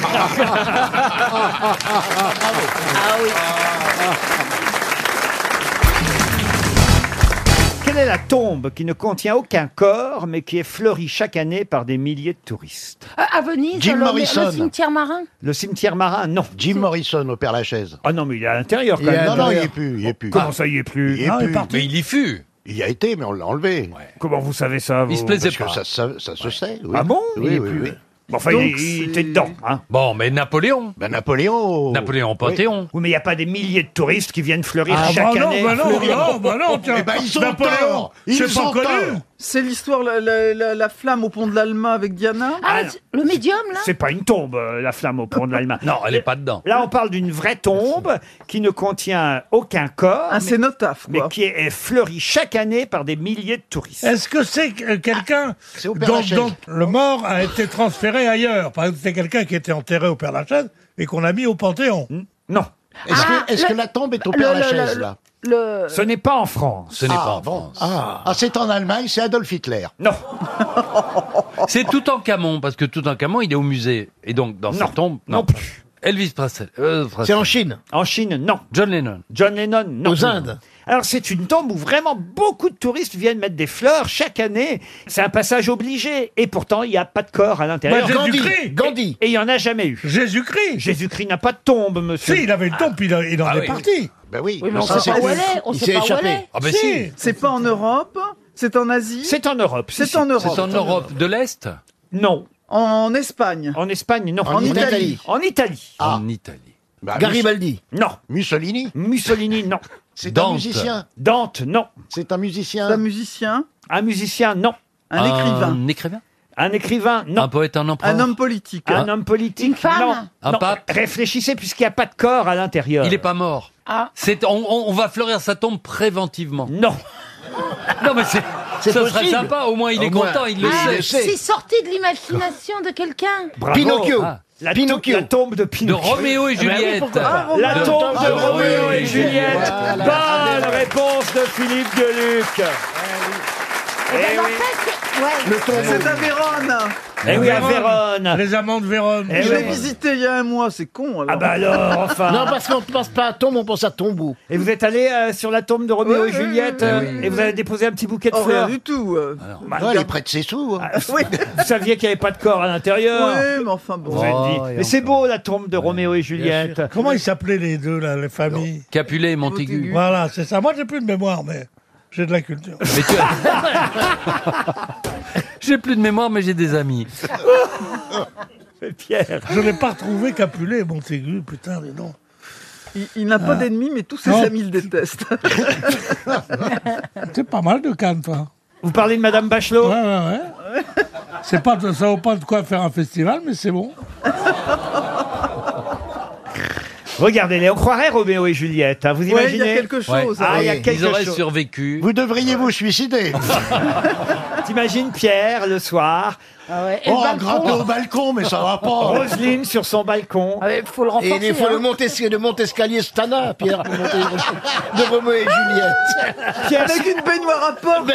[SPEAKER 1] Quelle est la tombe qui ne contient aucun corps, mais qui est fleurie chaque année par des milliers de touristes
[SPEAKER 3] Euh,
[SPEAKER 21] À Venise,
[SPEAKER 1] Jim
[SPEAKER 21] le- le-
[SPEAKER 1] Morrison.
[SPEAKER 21] le cimetière marin.
[SPEAKER 1] Le cimetière marin, non. Jim Morrison au Père Lachaise. Ah non, mais il est à l'intérieur quand même.
[SPEAKER 17] Non, non, il n'y est plus. Il y est plus.
[SPEAKER 1] Comment ça, il n'y est plus
[SPEAKER 17] Il y est
[SPEAKER 1] Non, il est
[SPEAKER 17] plus.
[SPEAKER 1] parti.
[SPEAKER 17] il y fut. Il y a été, mais on l'a enlevé.
[SPEAKER 1] Comment vous savez ça
[SPEAKER 17] Il
[SPEAKER 1] vous
[SPEAKER 17] se plaisait
[SPEAKER 1] Parce que
[SPEAKER 17] pas.
[SPEAKER 1] ça-
[SPEAKER 17] ça se sait.
[SPEAKER 1] Ah bon
[SPEAKER 17] Oui,
[SPEAKER 1] Il est
[SPEAKER 17] oui,
[SPEAKER 1] plus-
[SPEAKER 17] oui.
[SPEAKER 1] Bon, enfin, il, il était dedans. Hein.
[SPEAKER 16] Bon, mais Napoléon.
[SPEAKER 17] Ben Napoléon.
[SPEAKER 16] Napoléon Panthéon.
[SPEAKER 1] Oui, mais il n'y a pas des milliers de touristes qui viennent fleurir
[SPEAKER 13] Ah, bah
[SPEAKER 1] chaque
[SPEAKER 13] non,
[SPEAKER 1] année.
[SPEAKER 13] bah non,
[SPEAKER 1] Fleurir.
[SPEAKER 13] bah non, bah non, tiens. Eh ben, ils ont Napoléon,
[SPEAKER 1] hein.
[SPEAKER 13] tort. Ils c'est pas ont connu. tort.
[SPEAKER 10] C'est l'histoire, la, la- la- la flamme au pont de l'Alma avec Diana.
[SPEAKER 1] Ah,
[SPEAKER 10] le médium, là
[SPEAKER 1] C'est pas une tombe, euh, la flamme au pont de l'Allemagne.
[SPEAKER 16] Non, elle est pas dedans.
[SPEAKER 1] Là, on parle d'une vraie tombe qui ne contient aucun corps. Un
[SPEAKER 10] cénotaphe,
[SPEAKER 1] Mais qui est, est fleurie chaque année par des milliers de touristes.
[SPEAKER 13] Est-ce que c'est que- euh, quelqu'un
[SPEAKER 17] Ah.
[SPEAKER 1] Père
[SPEAKER 13] dont,
[SPEAKER 1] Lachaise.
[SPEAKER 13] dont le mort a été transféré ailleurs Par exemple, c'est quelqu'un qui était enterré au Père Lachaise et qu'on a mis au Panthéon
[SPEAKER 1] Hmm. Non.
[SPEAKER 17] Est-ce
[SPEAKER 10] Ah,
[SPEAKER 17] que, est-ce que la tombe est au Père Lachaise, là
[SPEAKER 1] Ce n'est pas en France.
[SPEAKER 17] ah, bon. Ah, Ah, c'est en Allemagne, c'est Adolf Hitler.
[SPEAKER 1] Non.
[SPEAKER 16] C'est tout en Camon, parce que tout en Camon, il est au musée. Et donc, dans sa tombe. Non. Elvis Presley.
[SPEAKER 1] C'est en Chine. En Chine, non. John Lennon. John Lennon, non.
[SPEAKER 16] Aux Indes.
[SPEAKER 1] Alors c'est une tombe où vraiment beaucoup de touristes viennent mettre des fleurs chaque année. C'est un passage obligé. Et pourtant, il n'y a pas de corps à l'intérieur.
[SPEAKER 13] Bah, Jésus-Christ.
[SPEAKER 1] Gandhi. Et et il n'y en a jamais eu.
[SPEAKER 13] Jésus-Christ.
[SPEAKER 1] Jésus-Christ n'a pas de tombe, monsieur.
[SPEAKER 13] Si, il avait une tombe, il, a- il en
[SPEAKER 1] Ah
[SPEAKER 13] est
[SPEAKER 1] oui.
[SPEAKER 13] parti.
[SPEAKER 1] Ben oui.
[SPEAKER 13] Oui, mais on Ça, sait c'est- pas où elle est, on il sait s'est pas où échappé. elle est.
[SPEAKER 16] Ah ben
[SPEAKER 13] Si.
[SPEAKER 16] si.
[SPEAKER 10] C'est pas en Europe, c'est en Asie.
[SPEAKER 1] C'est en Europe.
[SPEAKER 10] C'est en Europe.
[SPEAKER 16] C'est en Europe de l'Est
[SPEAKER 1] Non.
[SPEAKER 10] En Espagne.
[SPEAKER 1] En Espagne, non.
[SPEAKER 10] En, Italie.
[SPEAKER 1] En Italie.
[SPEAKER 17] Ah.
[SPEAKER 16] En Italie.
[SPEAKER 17] Bah,
[SPEAKER 1] Garibaldi. Non. Mussolini. Mussolini, non.
[SPEAKER 17] C'est un musicien.
[SPEAKER 1] Dante, non.
[SPEAKER 17] C'est un musicien.
[SPEAKER 10] Un musicien.
[SPEAKER 1] Un musicien, non.
[SPEAKER 16] Un écrivain. Un écrivain
[SPEAKER 1] Un écrivain, non.
[SPEAKER 16] Un poète, un empereur.
[SPEAKER 10] politique.
[SPEAKER 1] Un
[SPEAKER 16] Un-
[SPEAKER 1] homme politique, non.
[SPEAKER 16] Un
[SPEAKER 1] Non.
[SPEAKER 16] pape
[SPEAKER 1] Réfléchissez, puisqu'il n'y a pas de corps à l'intérieur.
[SPEAKER 16] Il n'est pas mort. C'est, on, on- on va fleurir sa tombe préventivement.
[SPEAKER 1] Non.
[SPEAKER 16] non, mais c'est,
[SPEAKER 17] C'est
[SPEAKER 16] ça serait
[SPEAKER 17] possible.
[SPEAKER 16] sympa. Au moins, il
[SPEAKER 17] Au
[SPEAKER 16] est
[SPEAKER 17] moins,
[SPEAKER 16] content, Ah,
[SPEAKER 3] Ah.
[SPEAKER 16] il le
[SPEAKER 17] il
[SPEAKER 16] sait.
[SPEAKER 17] le
[SPEAKER 9] sait.
[SPEAKER 17] sait.
[SPEAKER 9] C'est
[SPEAKER 16] C'est
[SPEAKER 9] C'est sorti de l'imagination de quelqu'un.
[SPEAKER 1] Bravo.
[SPEAKER 17] Pinocchio.
[SPEAKER 1] Ah. La, Pinocchio. la tombe de Pinocchio.
[SPEAKER 16] De Roméo et
[SPEAKER 1] Ah, mais oui,
[SPEAKER 16] Juliette.
[SPEAKER 1] pourquoi-
[SPEAKER 16] Ah, Roméo.
[SPEAKER 1] la
[SPEAKER 16] De-
[SPEAKER 1] tombe de,
[SPEAKER 16] de
[SPEAKER 1] Roméo
[SPEAKER 16] Roméo
[SPEAKER 1] et
[SPEAKER 16] et Juliette.
[SPEAKER 1] Juliette.
[SPEAKER 16] Voilà.
[SPEAKER 1] Bonne réponse de Philippe Gueluc.
[SPEAKER 16] ben,
[SPEAKER 1] Eh oui. Le tombeau.
[SPEAKER 10] C'est à Vérone.
[SPEAKER 1] Eh oui, à Vérone.
[SPEAKER 13] Les amants de Vérone.
[SPEAKER 1] Eh
[SPEAKER 10] Je
[SPEAKER 1] oui.
[SPEAKER 10] l'ai visité il y a un mois, c'est con alors.
[SPEAKER 1] Ah bah alors, enfin.
[SPEAKER 17] Non, parce qu'on ne pense pas à tombe, on pense à tombeau.
[SPEAKER 1] Et vous êtes allé euh, sur la tombe de Roméo
[SPEAKER 17] Oui,
[SPEAKER 1] et Juliette
[SPEAKER 17] oui, oui,
[SPEAKER 1] euh,
[SPEAKER 17] oui.
[SPEAKER 1] et vous avez déposé un petit bouquet de
[SPEAKER 17] Oh, rien
[SPEAKER 1] fleurs
[SPEAKER 17] du
[SPEAKER 10] tout. euh.
[SPEAKER 1] bah
[SPEAKER 17] Ouais, elle est près de ses sous. hein.
[SPEAKER 1] Ah, Vous saviez qu'il n'y avait pas de corps à l'intérieur.
[SPEAKER 10] Oui, mais enfin bon.
[SPEAKER 1] Vous avez
[SPEAKER 16] Oh,
[SPEAKER 1] dit.
[SPEAKER 16] et
[SPEAKER 1] Mais c'est beau la tombe de Roméo et Juliette.
[SPEAKER 13] Comment ils s'appelaient les deux, là, les familles
[SPEAKER 16] Capulet et Montaigu.
[SPEAKER 13] Voilà, c'est ça. Moi, j'ai plus de mémoire, mais j'ai de la culture.
[SPEAKER 16] J'ai plus de mémoire, mais j'ai des amis.
[SPEAKER 1] Pierre.
[SPEAKER 13] Je n'ai pas retrouvé Capulet et Montaigu, putain, mais non.
[SPEAKER 10] Il, il n'a pas
[SPEAKER 13] Ah.
[SPEAKER 10] d'ennemis, mais tous ses
[SPEAKER 13] Non.
[SPEAKER 10] amis le détestent.
[SPEAKER 13] C'est pas mal de Cannes, toi.
[SPEAKER 1] Vous parlez de Madame Bachelot
[SPEAKER 13] Ouais, ouais, ouais. C'est pas, ça vaut pas de quoi faire un festival, mais c'est bon.
[SPEAKER 1] Regardez-les, on croirait Roméo et Juliette. hein, vous
[SPEAKER 13] Ouais,
[SPEAKER 1] imaginez
[SPEAKER 13] il y a quelque chose,
[SPEAKER 1] Ah,
[SPEAKER 13] hein.
[SPEAKER 1] il y a
[SPEAKER 13] Ils
[SPEAKER 1] quelque
[SPEAKER 16] auraient
[SPEAKER 1] chose.
[SPEAKER 16] survécu.
[SPEAKER 17] Vous devriez vous suicider.
[SPEAKER 1] T'imagines Pierre le soir
[SPEAKER 17] et le Oh, balcon. gratter au balcon, mais ça va pas.
[SPEAKER 1] Roselyne sur son balcon.
[SPEAKER 17] Il faut le
[SPEAKER 1] renforcer,
[SPEAKER 17] Et il faut
[SPEAKER 1] hein.
[SPEAKER 17] le monter le monte-escalier Stana, Pierre, pour monter- de Roméo et Juliette.
[SPEAKER 1] Pierre, Ben
[SPEAKER 10] Avec une baignoire à porte.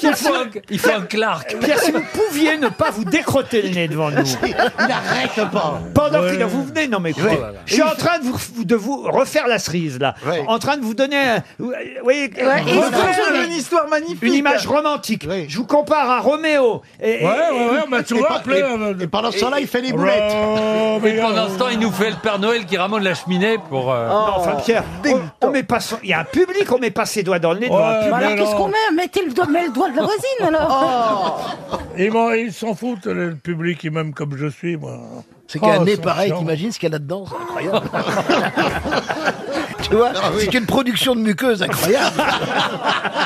[SPEAKER 16] Il faut un, il faut un Clark.
[SPEAKER 1] Pierre, si vous pouviez ne pas vous décrotter le nez devant nous.
[SPEAKER 17] Il n'arrête pas.
[SPEAKER 1] Pendant qu'il vous venez, non mais écoutez,
[SPEAKER 17] Ouais.
[SPEAKER 1] je suis en train de vous, de vous refaire la cerise là, en train de vous donner, un- vous voyez,
[SPEAKER 10] et
[SPEAKER 1] refaire
[SPEAKER 10] c'est
[SPEAKER 1] un-
[SPEAKER 10] une histoire magnifique.
[SPEAKER 1] une image romantique. Je vous compare à Roméo. Et,
[SPEAKER 13] Ouais, ouais, ouais, mais tu vois, après, euh, Roméo.
[SPEAKER 16] Et
[SPEAKER 13] oh.
[SPEAKER 16] pendant ce temps, il nous fait le Père Noël qui ramène la cheminée pour. euh,
[SPEAKER 1] Non, enfin
[SPEAKER 10] Oh,
[SPEAKER 1] Pierre, on, on met pas son- il y a un public, on met pas ses doigts dans le nez devant un
[SPEAKER 13] Ouais,
[SPEAKER 1] public.
[SPEAKER 13] Bah alors, qu'est-ce qu'on
[SPEAKER 21] met Mettez le doigt, mets le doigt de la rosine alors.
[SPEAKER 13] Ils m'en- ils s'en foutent, le public, ils m'aiment comme je suis, moi.
[SPEAKER 17] C'est qu'un
[SPEAKER 13] Oh,
[SPEAKER 17] nez
[SPEAKER 13] c'est
[SPEAKER 17] pareil,
[SPEAKER 13] chiant.
[SPEAKER 17] t'imagines ce qu'il y a là-dedans C'est incroyable. tu vois,
[SPEAKER 12] Ah
[SPEAKER 17] c'est une production de muqueuse incroyable.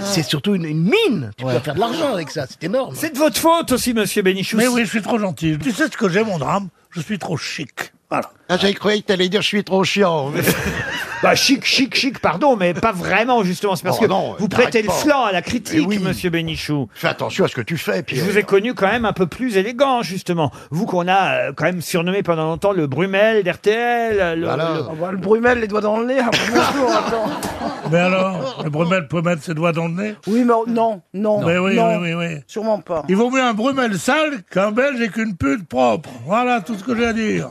[SPEAKER 17] c'est surtout une, une mine. Tu peux faire de l'argent avec ça, c'est énorme.
[SPEAKER 1] C'est de votre faute aussi, monsieur Bénichou.
[SPEAKER 13] Mais oui, je suis trop gentil. Tu sais ce que j'ai, mon drame Je suis trop chic. Voilà.
[SPEAKER 17] Ah, j'avais cru que t'allais dire je suis trop chiant.
[SPEAKER 1] Bah, chic, chic, chic, pardon, mais pas vraiment, justement. C'est parce
[SPEAKER 17] Oh,
[SPEAKER 1] que
[SPEAKER 17] non,
[SPEAKER 1] vous
[SPEAKER 17] t'arrêtes
[SPEAKER 1] prêtez le
[SPEAKER 17] pas.
[SPEAKER 1] flanc à la critique,
[SPEAKER 17] Mais oui.
[SPEAKER 1] monsieur Bénichou.
[SPEAKER 17] Fais attention à ce que tu fais,
[SPEAKER 1] Je
[SPEAKER 17] Pierre.
[SPEAKER 1] vous ai connu quand même un peu plus élégant, justement. Vous qu'on a euh, quand même surnommé pendant longtemps le Brumel d'RTL. Le,
[SPEAKER 10] On voit le Brumel, les doigts dans le nez. ah, bonjour, attends.
[SPEAKER 13] Mais alors, le Brumel peut mettre ses doigts dans le nez
[SPEAKER 10] Oui, mais non, non.
[SPEAKER 13] Mais oui,
[SPEAKER 10] non.
[SPEAKER 13] oui, oui, oui.
[SPEAKER 10] Sûrement pas.
[SPEAKER 13] Il vaut mieux un Brumel sale qu'un Belge et qu'une pute propre. Voilà tout ce que j'ai à dire.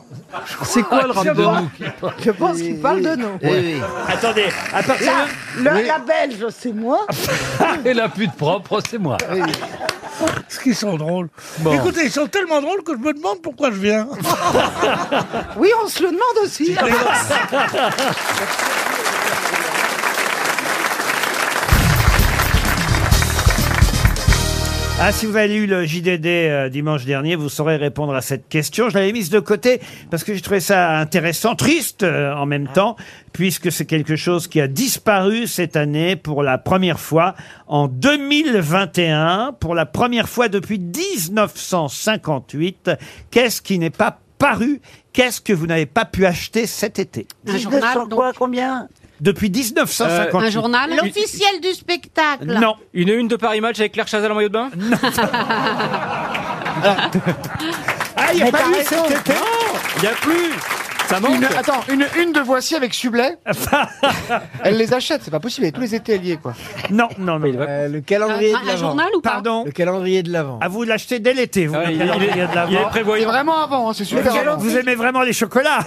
[SPEAKER 10] C'est quoi le rapport Je pense qu'il parle de nous.
[SPEAKER 3] Eh
[SPEAKER 1] le- Attendez, à partir
[SPEAKER 3] La,
[SPEAKER 1] de-
[SPEAKER 3] la- la belge, c'est moi.
[SPEAKER 16] Et la pute propre, c'est moi.
[SPEAKER 13] Ce qu'ils sont drôles.
[SPEAKER 16] Bon.
[SPEAKER 13] Écoutez, ils sont tellement drôles que je me demande pourquoi je viens.
[SPEAKER 3] Oui, on se le demande aussi.
[SPEAKER 1] Ah, si vous avez lu le JDD euh, dimanche dernier, vous saurez répondre à cette question. Je l'avais mise de côté parce que j'ai trouvé ça intéressant, triste euh, en
[SPEAKER 3] Ah.
[SPEAKER 1] même temps, puisque c'est quelque chose qui a disparu cette année pour la première fois en 2021, pour la première fois depuis 1958. Qu'est-ce qui n'est pas paru Qu'est-ce que vous n'avez pas pu acheter cet été
[SPEAKER 3] 1900 quoi, combien
[SPEAKER 1] Depuis 1958.
[SPEAKER 9] L'officiel
[SPEAKER 21] du spectacle.
[SPEAKER 1] Non.
[SPEAKER 9] Une une de Paris Match avec Claire Chazal en maillot de bain
[SPEAKER 1] Ah, il n'y a
[SPEAKER 9] Mais
[SPEAKER 1] pas
[SPEAKER 9] t'as
[SPEAKER 1] eu
[SPEAKER 9] raison.
[SPEAKER 1] cet été
[SPEAKER 9] Il n'y a plus
[SPEAKER 5] Ça manque. Une, attends, une, une de voici avec Sublet. elle les achète, c'est pas possible. Et tous les étés liés, quoi.
[SPEAKER 1] Non, non, non.
[SPEAKER 5] Euh, le
[SPEAKER 1] Un-
[SPEAKER 5] calendrier
[SPEAKER 1] un de l'Avent. journal ou pas Pardon
[SPEAKER 5] Le calendrier de l'avant.
[SPEAKER 1] Ah, vous l'achetez dès l'été, vous.
[SPEAKER 5] Ah,
[SPEAKER 1] le
[SPEAKER 5] il-
[SPEAKER 1] calendrier
[SPEAKER 5] il est-
[SPEAKER 1] de l'Avent.
[SPEAKER 5] il est prévoyant. C'est vraiment avant, hein, c'est super
[SPEAKER 1] Vous-
[SPEAKER 5] avant.
[SPEAKER 1] Vous aimez vraiment les chocolats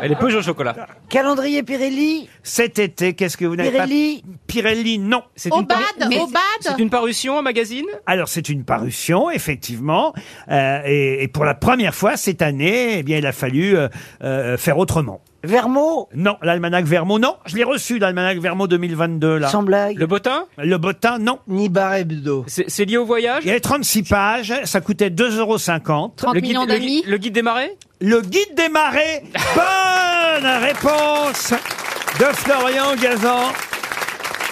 [SPEAKER 9] Elle est peu au chocolat.
[SPEAKER 1] Calendrier Pirelli Cet été, qu'est-ce que vous n'avez pas
[SPEAKER 9] Pirelli
[SPEAKER 1] Pirelli, non.
[SPEAKER 9] C'est une paru- Mais- C'est une parution, un magazine
[SPEAKER 1] Alors c'est une parution, effectivement, Euh, et, et pour la première fois cette année, eh bien il a fallu euh, euh, faire autrement. Vermo Non, l'almanach Vermo, non. Je l'ai reçu, l'almanach Vermo 2022, là.
[SPEAKER 9] Sans
[SPEAKER 1] blague. Le bottin Le bottin, non. Ni hebdo.
[SPEAKER 9] C'est lié au voyage
[SPEAKER 1] Il y avait 36 pages, ça coûtait 2,50 euros. 30
[SPEAKER 9] Le guide- millions le d'amis guide- le guide des marées
[SPEAKER 1] Le guide des marées Bonne réponse de Florian Gazan.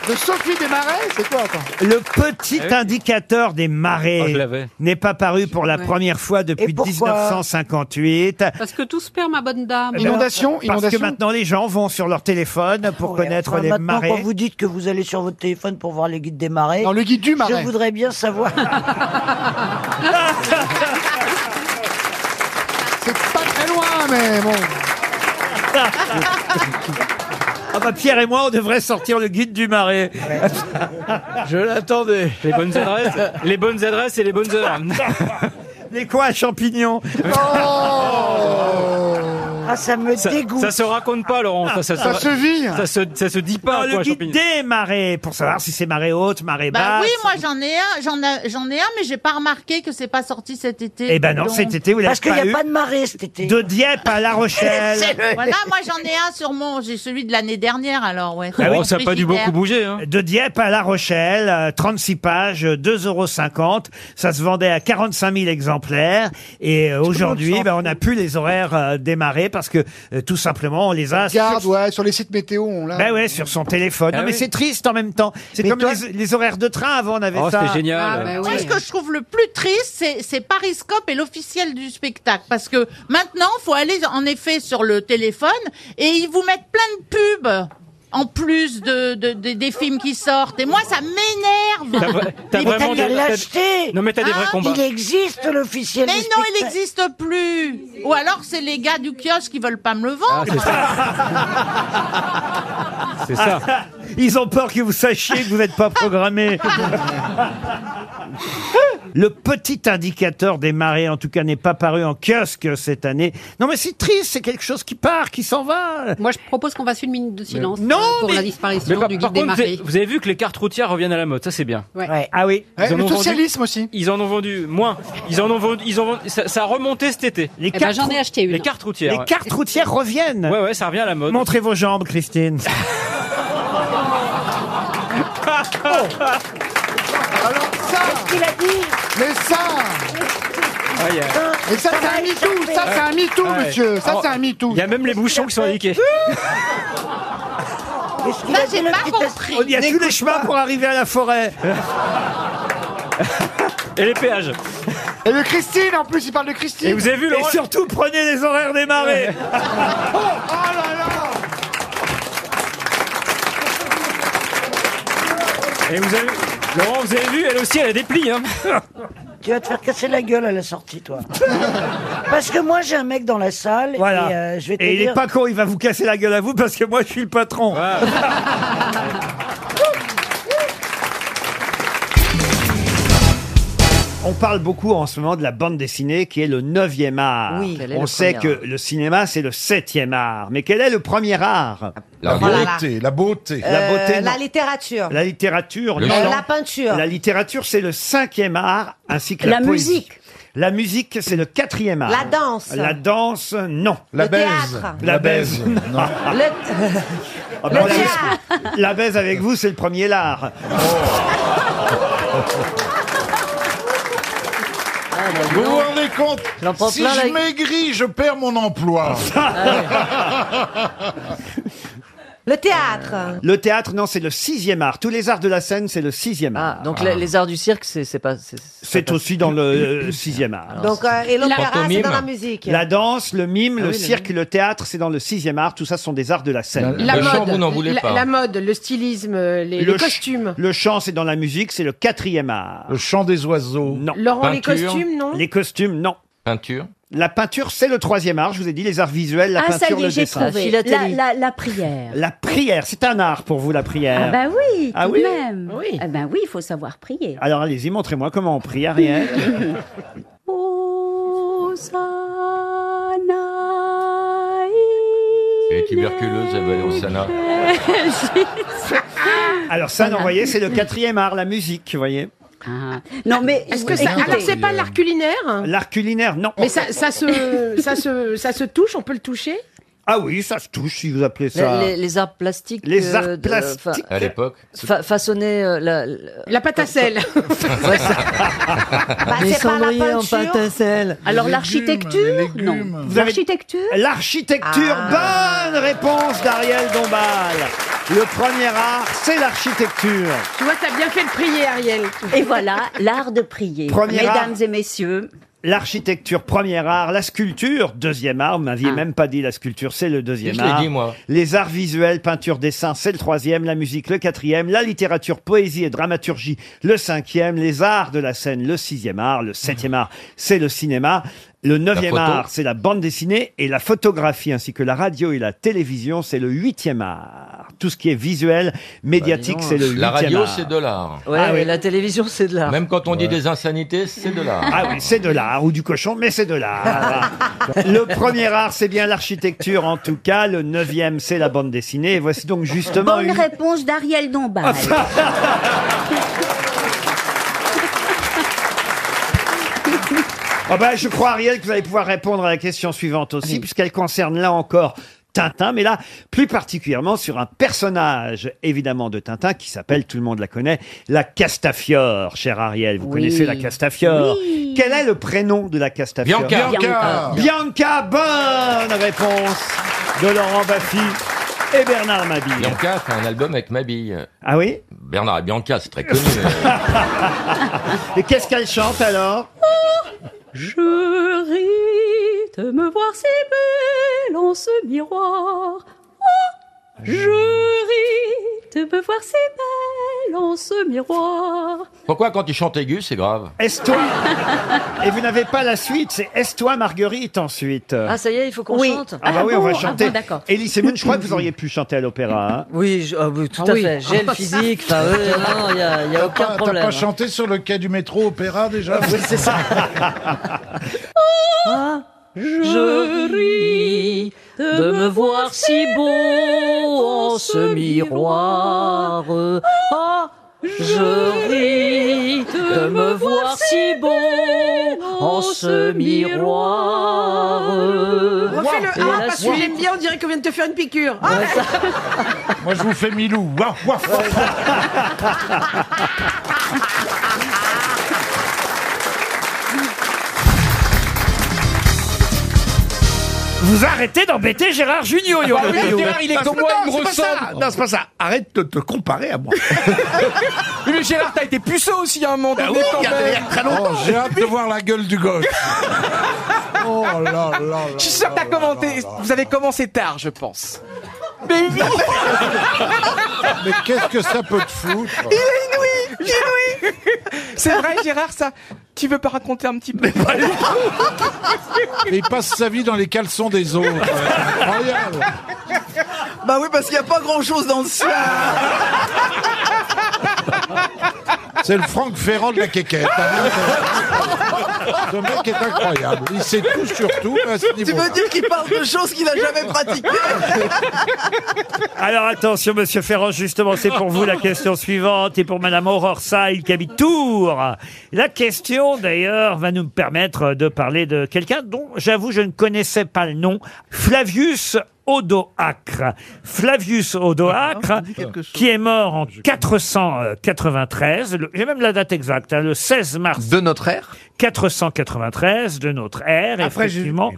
[SPEAKER 5] De Sophie Desmarais, c'est quoi, attends
[SPEAKER 1] Le
[SPEAKER 9] Ah
[SPEAKER 1] petit indicateur des
[SPEAKER 9] Oh,
[SPEAKER 1] marées n'est pas paru pour la
[SPEAKER 7] Ouais.
[SPEAKER 1] première fois depuis 1958.
[SPEAKER 5] Ah,
[SPEAKER 7] Parce que tout se perd, ma bonne dame.
[SPEAKER 1] Eh Parce que maintenant, les gens vont sur leur téléphone pour connaître
[SPEAKER 6] Enfin,
[SPEAKER 1] les
[SPEAKER 6] maintenant,
[SPEAKER 1] marées.
[SPEAKER 6] quand vous dites que vous allez sur votre téléphone pour voir le guide des marées,
[SPEAKER 5] Non, le guide du marais.
[SPEAKER 6] je voudrais bien savoir.
[SPEAKER 5] C'est pas très loin, mais bon.
[SPEAKER 1] Ah bah Pierre et moi, on devrait sortir le guide du marais.
[SPEAKER 9] Je l'attendais. Les bonnes adresses, les bonnes adresses et les bonnes heures.
[SPEAKER 1] les quoi à champignons
[SPEAKER 5] Oh.
[SPEAKER 23] Oh.
[SPEAKER 6] Ah, ça me
[SPEAKER 9] ça,
[SPEAKER 6] dégoûte.
[SPEAKER 9] ça se raconte pas, Laurent. Ça,
[SPEAKER 1] Ça se vit.
[SPEAKER 9] Ça se, ça se dit
[SPEAKER 1] Non,
[SPEAKER 9] pas.
[SPEAKER 1] le
[SPEAKER 9] quoi,
[SPEAKER 1] guide des marées, pour savoir si c'est marée haute, marée basse.
[SPEAKER 3] Bah oui, moi j'en ai un, j'en ai, j'en ai un, mais j'ai pas remarqué que c'est pas sorti cet été.
[SPEAKER 1] Eh ben non,
[SPEAKER 3] Donc-
[SPEAKER 1] cet été, vous l'avez
[SPEAKER 3] Parce qu'il y a
[SPEAKER 1] eu.
[SPEAKER 3] pas
[SPEAKER 6] de marée cet été.
[SPEAKER 1] De Dieppe à La Rochelle.
[SPEAKER 3] Voilà, moi j'en ai un sur mon, j'ai celui de l'année dernière alors ouais.
[SPEAKER 1] Ah oui.
[SPEAKER 3] Mon frigidaire.
[SPEAKER 1] De Dieppe à La Rochelle, euh, 36 pages, euh, 2,50 euros. Ça se vendait à 45 000 exemplaires. Et euh, aujourd'hui, ben, on a pu les horaires euh, démarrer parce que euh, tout simplement, on les a
[SPEAKER 5] Garde,
[SPEAKER 1] sur,
[SPEAKER 5] ouais, sur les sites météo, on l'a.
[SPEAKER 1] ben ouais, sur son téléphone.
[SPEAKER 5] Ah
[SPEAKER 1] non, mais
[SPEAKER 5] oui.
[SPEAKER 1] c'est triste en même temps. C'est comme les, les horaires de train. Avant, on avait
[SPEAKER 9] Oh,
[SPEAKER 1] ça.
[SPEAKER 9] c'était génial. Ah,
[SPEAKER 1] bah
[SPEAKER 9] ben
[SPEAKER 3] Moi, ce que je trouve le plus triste, c'est, c'est Pariscope et l'officiel du spectacle. Parce que maintenant, faut aller en effet sur le téléphone et ils vous mettent plein de pubs. En plus de, de- de- des films qui sortent. Et moi, ça
[SPEAKER 9] T'as
[SPEAKER 3] m'énerve.
[SPEAKER 9] vra- t'as
[SPEAKER 3] Mais
[SPEAKER 9] vraiment des- t'as- Non, mais t'as des vrais combats. Il
[SPEAKER 3] existe l'officiel. Hein Mais
[SPEAKER 9] du
[SPEAKER 3] non, il
[SPEAKER 9] spectacle.
[SPEAKER 3] n'existe plus. Ou alors, c'est les gars du kiosque qui veulent pas me le
[SPEAKER 1] Ah,
[SPEAKER 3] vendre.
[SPEAKER 1] C'est ça. Ils ont peur que vous sachiez que vous n'êtes pas programmé. Le petit indicateur des marées, en tout cas, n'est pas paru en kiosque cette année. Non, mais c'est triste, c'est quelque chose qui part, qui s'en va.
[SPEAKER 7] Moi, je propose qu'on fasse une minute de silence
[SPEAKER 1] Non,
[SPEAKER 7] euh, pour
[SPEAKER 1] mais-
[SPEAKER 7] la disparition
[SPEAKER 9] Ah, Mais par,
[SPEAKER 7] du
[SPEAKER 9] par
[SPEAKER 7] guide des
[SPEAKER 9] contre, vous avez,
[SPEAKER 7] marées.
[SPEAKER 9] vous avez vu que les cartes routières reviennent à la mode, ça c'est bien.
[SPEAKER 7] Ouais.
[SPEAKER 1] Ah oui.
[SPEAKER 7] Ouais, le socialisme
[SPEAKER 5] aussi.
[SPEAKER 9] Ils en ont vendu moins. Ils en ont vendu. Ils en ont- ça, ça a remonté cet été.
[SPEAKER 1] Les Eh ben, cartes j'en ai rou- acheté une.
[SPEAKER 9] Les cartes routières.
[SPEAKER 1] Les
[SPEAKER 9] ouais.
[SPEAKER 1] cartes routières reviennent.
[SPEAKER 9] Ouais ouais, ça revient à la mode.
[SPEAKER 1] Montrez vos jambes, Christine.
[SPEAKER 5] Oh. Alors ça qu'il a dit Mais ça
[SPEAKER 9] Ah,
[SPEAKER 5] Et ça, c'est un MeToo Ça, c'est un MeToo,
[SPEAKER 9] Ouais.
[SPEAKER 5] monsieur Ça,
[SPEAKER 9] Oh,
[SPEAKER 5] c'est un MeToo
[SPEAKER 9] Il y a même les bouchons qui sont indiqués.
[SPEAKER 3] Ça, j'ai pas compris.
[SPEAKER 1] Il Oh, y a tous les chemins pour arriver à la forêt.
[SPEAKER 9] Et les péages.
[SPEAKER 5] Et le Christine, en plus, il parle de Christine
[SPEAKER 9] Et vous avez vu, Laurent-
[SPEAKER 1] Et surtout, prenez les horaires des marées.
[SPEAKER 5] Oh, oh là là
[SPEAKER 9] Et vous avez Laurent, vous avez vu, elle aussi, elle a des plis. Hein.
[SPEAKER 6] Tu vas te faire casser la gueule à la sortie, toi. Parce que moi, j'ai un mec dans la salle
[SPEAKER 1] Voilà.
[SPEAKER 6] et euh, je vais te
[SPEAKER 1] et il
[SPEAKER 6] dire.
[SPEAKER 1] est pas con, il va vous casser la gueule à vous parce que moi, je suis le patron. On parle beaucoup en ce moment de la bande dessinée qui est le neuvième art.
[SPEAKER 21] Oui. Quel est
[SPEAKER 1] On
[SPEAKER 21] le
[SPEAKER 1] sait
[SPEAKER 21] premier
[SPEAKER 1] que le cinéma c'est le septième art. Mais quel est le premier art
[SPEAKER 21] La Voilà. beauté,
[SPEAKER 1] la beauté. La
[SPEAKER 21] Oh Euh,
[SPEAKER 1] beauté. non.
[SPEAKER 21] la littérature.
[SPEAKER 1] La littérature,
[SPEAKER 21] Le
[SPEAKER 1] non.
[SPEAKER 21] chant. La peinture.
[SPEAKER 1] La littérature, c'est le cinquième art, ainsi que la,
[SPEAKER 21] La
[SPEAKER 1] poésie.
[SPEAKER 21] musique.
[SPEAKER 1] La musique, c'est le quatrième art.
[SPEAKER 21] La danse.
[SPEAKER 1] La danse, non.
[SPEAKER 21] La Le baise. théâtre.
[SPEAKER 1] La,
[SPEAKER 21] La
[SPEAKER 1] baise.
[SPEAKER 21] baise,
[SPEAKER 1] non. Ah ben, la, baise- la baise avec vous, c'est le premier l'art. Ah, bah,
[SPEAKER 23] Vous vous rendez compte
[SPEAKER 21] J'en prends
[SPEAKER 23] Si
[SPEAKER 21] plein la-
[SPEAKER 23] je maigris, je perds mon emploi.
[SPEAKER 21] Ah,
[SPEAKER 5] Ah,
[SPEAKER 21] Le théâtre.
[SPEAKER 1] Le théâtre, non, c'est le sixième art. Tous les arts de la scène, c'est le sixième art.
[SPEAKER 21] Ah, Donc les, les arts du cirque, c'est c'est pas. c'est-
[SPEAKER 1] C'est aussi dans le euh, sixième art.
[SPEAKER 21] Donc, euh, et l'opéra, c'est
[SPEAKER 1] Pantomime.
[SPEAKER 21] dans la musique.
[SPEAKER 1] La danse, le mime,
[SPEAKER 21] Ah
[SPEAKER 1] le
[SPEAKER 21] oui, le
[SPEAKER 1] cirque, le théâtre, c'est dans le sixième art. Tout ça sont des arts de la scène.
[SPEAKER 26] La mode, la, la mode, le stylisme, euh, les, les
[SPEAKER 1] ch-
[SPEAKER 26] costumes.
[SPEAKER 1] Le chant, c'est dans la musique, c'est le quatrième art. Le chant des oiseaux. Non.
[SPEAKER 26] Laurent, les Peinture. costumes, non
[SPEAKER 1] Les costumes, non.
[SPEAKER 26] Peinture.
[SPEAKER 1] La peinture, c'est le troisième art. Je vous ai dit les arts visuels, la
[SPEAKER 7] ah, ça
[SPEAKER 1] peinture,
[SPEAKER 7] y est,
[SPEAKER 1] le
[SPEAKER 7] j'ai
[SPEAKER 1] dessin.
[SPEAKER 7] trouvé. La, la- la prière.
[SPEAKER 1] La prière, c'est un art pour vous, la prière.
[SPEAKER 7] Ah bah oui,
[SPEAKER 1] Ah
[SPEAKER 7] tout
[SPEAKER 1] oui
[SPEAKER 7] de même. Ah bah oui, il faut savoir prier.
[SPEAKER 1] Alors allez-y, montrez-moi comment on prie, Ariel.
[SPEAKER 7] Hosanna
[SPEAKER 8] Et tuberculeuse, elle va aller au Sana.
[SPEAKER 1] Alors ça, non, vous
[SPEAKER 7] Voilà.
[SPEAKER 1] voyez, c'est le quatrième art, la musique, vous voyez.
[SPEAKER 7] Non mais
[SPEAKER 3] Est-ce que ça, alors c'est pas l'art culinaire
[SPEAKER 1] L'art culinaire, non.
[SPEAKER 3] Mais ça, ça se, ça se, ça se touche, on peut le toucher
[SPEAKER 1] Ah oui, ça se touche si vous appelez ça.
[SPEAKER 6] Les, les arts plastiques.
[SPEAKER 1] Les arts
[SPEAKER 6] euh, de-
[SPEAKER 1] plastiques.
[SPEAKER 6] fa-
[SPEAKER 1] À l'époque.
[SPEAKER 6] fa- façonner euh, la,
[SPEAKER 3] La pâte à sel.
[SPEAKER 6] Des
[SPEAKER 3] Ah bah, c'est pas la
[SPEAKER 6] cendriers en
[SPEAKER 3] peinture.
[SPEAKER 6] pâte à sel.
[SPEAKER 7] Alors l'architecture Non.
[SPEAKER 1] Vous avez-
[SPEAKER 7] L'architecture
[SPEAKER 1] L'architecture,
[SPEAKER 7] Ah.
[SPEAKER 1] bonne réponse d'Ariel Dombal. Le premier art, c'est l'architecture.
[SPEAKER 3] Tu vois, t'as bien fait de prier, Ariel.
[SPEAKER 7] Et voilà, l'art de prier.
[SPEAKER 1] Premier
[SPEAKER 7] Mesdames
[SPEAKER 1] art.
[SPEAKER 7] et messieurs.
[SPEAKER 1] L'architecture, premier art. La sculpture, deuxième art. Vous
[SPEAKER 8] Ah.
[SPEAKER 1] m'aviez même pas dit la sculpture, c'est le deuxième
[SPEAKER 8] Je l'ai
[SPEAKER 1] art.
[SPEAKER 8] dit, moi.
[SPEAKER 1] Les arts visuels, peinture, dessin, c'est le troisième. La musique, le quatrième. La littérature, poésie et dramaturgie, le cinquième. Les arts de la scène, le sixième art. Le septième art, c'est le cinéma. Le neuvième
[SPEAKER 8] photo.
[SPEAKER 1] art, c'est la bande dessinée. Et la photographie, ainsi que la radio et la télévision, c'est le huitième art. Tout ce qui est visuel, médiatique, c'est le huitième
[SPEAKER 8] Bah, La
[SPEAKER 1] art.
[SPEAKER 8] radio, c'est de l'art.
[SPEAKER 6] Ouais,
[SPEAKER 1] Ah oui.
[SPEAKER 6] et la télévision, c'est de l'art.
[SPEAKER 8] Même quand on dit
[SPEAKER 6] Ouais.
[SPEAKER 8] des insanités, c'est de l'art.
[SPEAKER 1] Ah oui, c'est de l'art ou du cochon, mais c'est de l'art. Le premier art, c'est bien l'architecture en tout cas. Le neuvième, c'est la bande dessinée. Et voici donc justement
[SPEAKER 7] Bonne
[SPEAKER 1] une...
[SPEAKER 7] réponse d'Ariel Dombal.
[SPEAKER 1] Ah bah, je crois, Ariel, que vous allez pouvoir répondre à la question suivante aussi, puisqu'elle concerne là encore Tintin, mais là, plus particulièrement sur un personnage, évidemment, de Tintin, qui s'appelle, tout le monde la connaît, la Castafiore, cher Ariel. Vous
[SPEAKER 7] Oui.
[SPEAKER 1] connaissez la Castafiore. Quel est le prénom de la Castafiore
[SPEAKER 27] Bianca. Bianca.
[SPEAKER 1] Bianca, bonne réponse de Laurent Baffy et Bernard Mabille.
[SPEAKER 8] Bianca fait un album avec Mabille.
[SPEAKER 1] Ah oui
[SPEAKER 8] Bernard et Bianca, c'est très connu.
[SPEAKER 1] Et qu'est-ce qu'elle chante alors
[SPEAKER 7] Oh, Je ris de me voir si belle en ce miroir. Oh, je ris de me voir si belle en ce miroir.
[SPEAKER 8] Pourquoi quand il chante aigu, c'est grave
[SPEAKER 1] Est-toi Et vous n'avez pas la suite, c'est Est-toi Marguerite ensuite.
[SPEAKER 6] Ah, ça y est, il faut qu'on
[SPEAKER 7] Oui.
[SPEAKER 6] chante.
[SPEAKER 1] Ah bah oui, on va chanter.
[SPEAKER 6] bon, d'accord.
[SPEAKER 1] Elie Semoun, je crois que vous auriez pu chanter à l'opéra. hein.
[SPEAKER 6] Oui, je- ah oui, tout à fait. J'ai le physique. enfin, ouais, non, il n'y a, il y a aucun
[SPEAKER 23] T'as
[SPEAKER 6] problème. hein.
[SPEAKER 23] pas chanté sur le quai du métro Opéra déjà
[SPEAKER 6] Oui, c'est ça. Ah, Je ris de me voir si beau en ce miroir. Ah, je ris de me voir si beau en ce miroir.
[SPEAKER 3] Refais le
[SPEAKER 6] Et
[SPEAKER 3] A
[SPEAKER 6] la
[SPEAKER 3] parce que
[SPEAKER 6] suite-
[SPEAKER 3] j'aime bien, on dirait qu'on vient de te faire une piqûre. Ah,
[SPEAKER 23] Moi je vous fais Milou. Wouah, wouah, wouah.
[SPEAKER 1] Vous arrêtez d'embêter Gérard
[SPEAKER 5] Ah
[SPEAKER 1] Junior,
[SPEAKER 13] Bah oui,
[SPEAKER 1] Yo-Yo.
[SPEAKER 13] Gérard, il est
[SPEAKER 1] Parce
[SPEAKER 13] comme
[SPEAKER 1] que
[SPEAKER 13] moi, il
[SPEAKER 1] non,
[SPEAKER 13] me
[SPEAKER 1] c'est pas ça.
[SPEAKER 13] ressemble. Non, c'est pas ça. Arrête de te comparer à moi.
[SPEAKER 10] Mais, Gérard, t'as été puceau aussi à un moment
[SPEAKER 13] Ah oui, il y a- il y a très longtemps.
[SPEAKER 10] j'ai hâte de voir la gueule du gauche.
[SPEAKER 23] Oh là là là.
[SPEAKER 10] Je suis sûr que t'as commenté. Vous avez commencé tard, je pense. Mais oui
[SPEAKER 23] Mais qu'est-ce que ça peut te foutre
[SPEAKER 10] Il est inouï Inouï C'est vrai, Gérard, ça. Tu veux pas raconter un petit peu
[SPEAKER 23] Et il passe sa vie dans les caleçons des autres. Incroyable.
[SPEAKER 10] Bah oui, parce qu'il n'y a pas grand-chose dans le sien.
[SPEAKER 23] C'est le Franck Ferrand de la quéquette. hein. Ce mec est incroyable. Il sait tout sur tout. mais à ce
[SPEAKER 10] Tu
[SPEAKER 23] niveau-là.
[SPEAKER 10] veux dire qu'il parle de choses qu'il n'a jamais pratiquées
[SPEAKER 1] Alors attention, monsieur Ferrand, justement, c'est pour vous la question suivante et pour madame Aurore Saïd qui habite Tours. La question, d'ailleurs, va nous permettre de parler de quelqu'un dont, j'avoue, je ne connaissais pas le nom, Flavius Odoacre. Flavius
[SPEAKER 13] Ah,
[SPEAKER 1] Odoacre, qui est mort en 493, le- j'ai même la date exacte, hein, le 16 mars. De notre ère 493, de notre ère,
[SPEAKER 13] Après Jésus.
[SPEAKER 1] effectivement.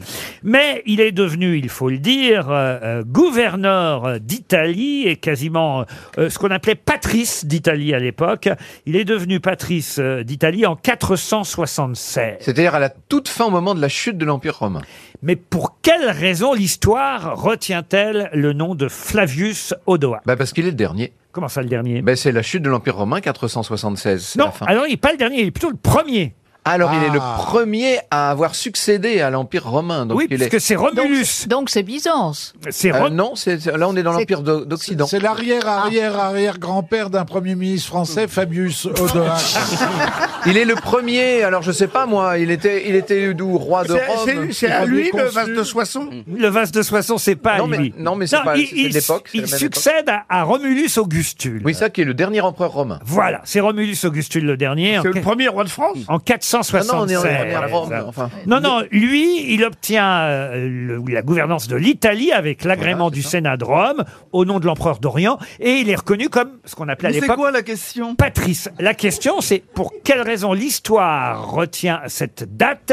[SPEAKER 1] Mais il est devenu, il faut le dire, euh, euh, gouverneur euh, d'Italie et quasiment euh, ce qu'on appelait patrice d'Italie à l'époque. Il est devenu patrice euh, d'Italie en 476.
[SPEAKER 5] C'est-à-dire à la toute fin au moment de la chute de l'Empire romain.
[SPEAKER 1] Mais pour quelle raison l'histoire retient-elle le nom de Flavius Odoa
[SPEAKER 5] bah Parce qu'il est le dernier.
[SPEAKER 1] Comment ça, le dernier Ah
[SPEAKER 5] bah C'est la chute de l'Empire romain, 476. c'est
[SPEAKER 1] Non,
[SPEAKER 5] la fin.
[SPEAKER 1] alors il n'est pas le dernier, il est plutôt le premier.
[SPEAKER 5] Alors, il est le
[SPEAKER 28] Ah.
[SPEAKER 5] premier à avoir succédé à l'Empire romain. Donc
[SPEAKER 28] Oui,
[SPEAKER 5] il
[SPEAKER 28] puisque c'est
[SPEAKER 5] Romulus.
[SPEAKER 3] Donc c'est Byzance.
[SPEAKER 5] Euh, non, c'est- là on est dans l'Empire d'O- d'Occident.
[SPEAKER 23] C'est l'arrière, arrière, arrière grand-père d'un premier ministre français, Fabius Odoac.
[SPEAKER 5] Il est le premier, alors je sais pas moi, il était, il était d'où Roi de
[SPEAKER 1] C'est-
[SPEAKER 5] Rome
[SPEAKER 1] c'est- c'est à lui, le vase de
[SPEAKER 5] Soissons
[SPEAKER 1] Le vase de Soissons, c'est pas
[SPEAKER 5] Non,
[SPEAKER 1] à lui.
[SPEAKER 5] mais- non, mais c'est pas-
[SPEAKER 1] il-
[SPEAKER 5] c'est
[SPEAKER 1] il-
[SPEAKER 5] l'époque, c'est
[SPEAKER 1] Il
[SPEAKER 5] la même
[SPEAKER 1] succède à, à Romulus Augustule.
[SPEAKER 5] Oui, ça qui est le dernier empereur romain.
[SPEAKER 1] Voilà, c'est Romulus Augustule le dernier.
[SPEAKER 5] C'est le
[SPEAKER 1] premier roi de France En 476.
[SPEAKER 5] Non, non, on est- on est à Rome, enfin.
[SPEAKER 1] Non, non, lui, il obtient euh, le- la gouvernance de l'Italie avec l'agrément du Sénat de Rome au nom de l'empereur d'Orient et il est reconnu comme ce qu'on appelait à
[SPEAKER 13] Mais c'est
[SPEAKER 1] l'époque. quoi la question Patrice, la question c'est pour quelle raison l'histoire retient cette date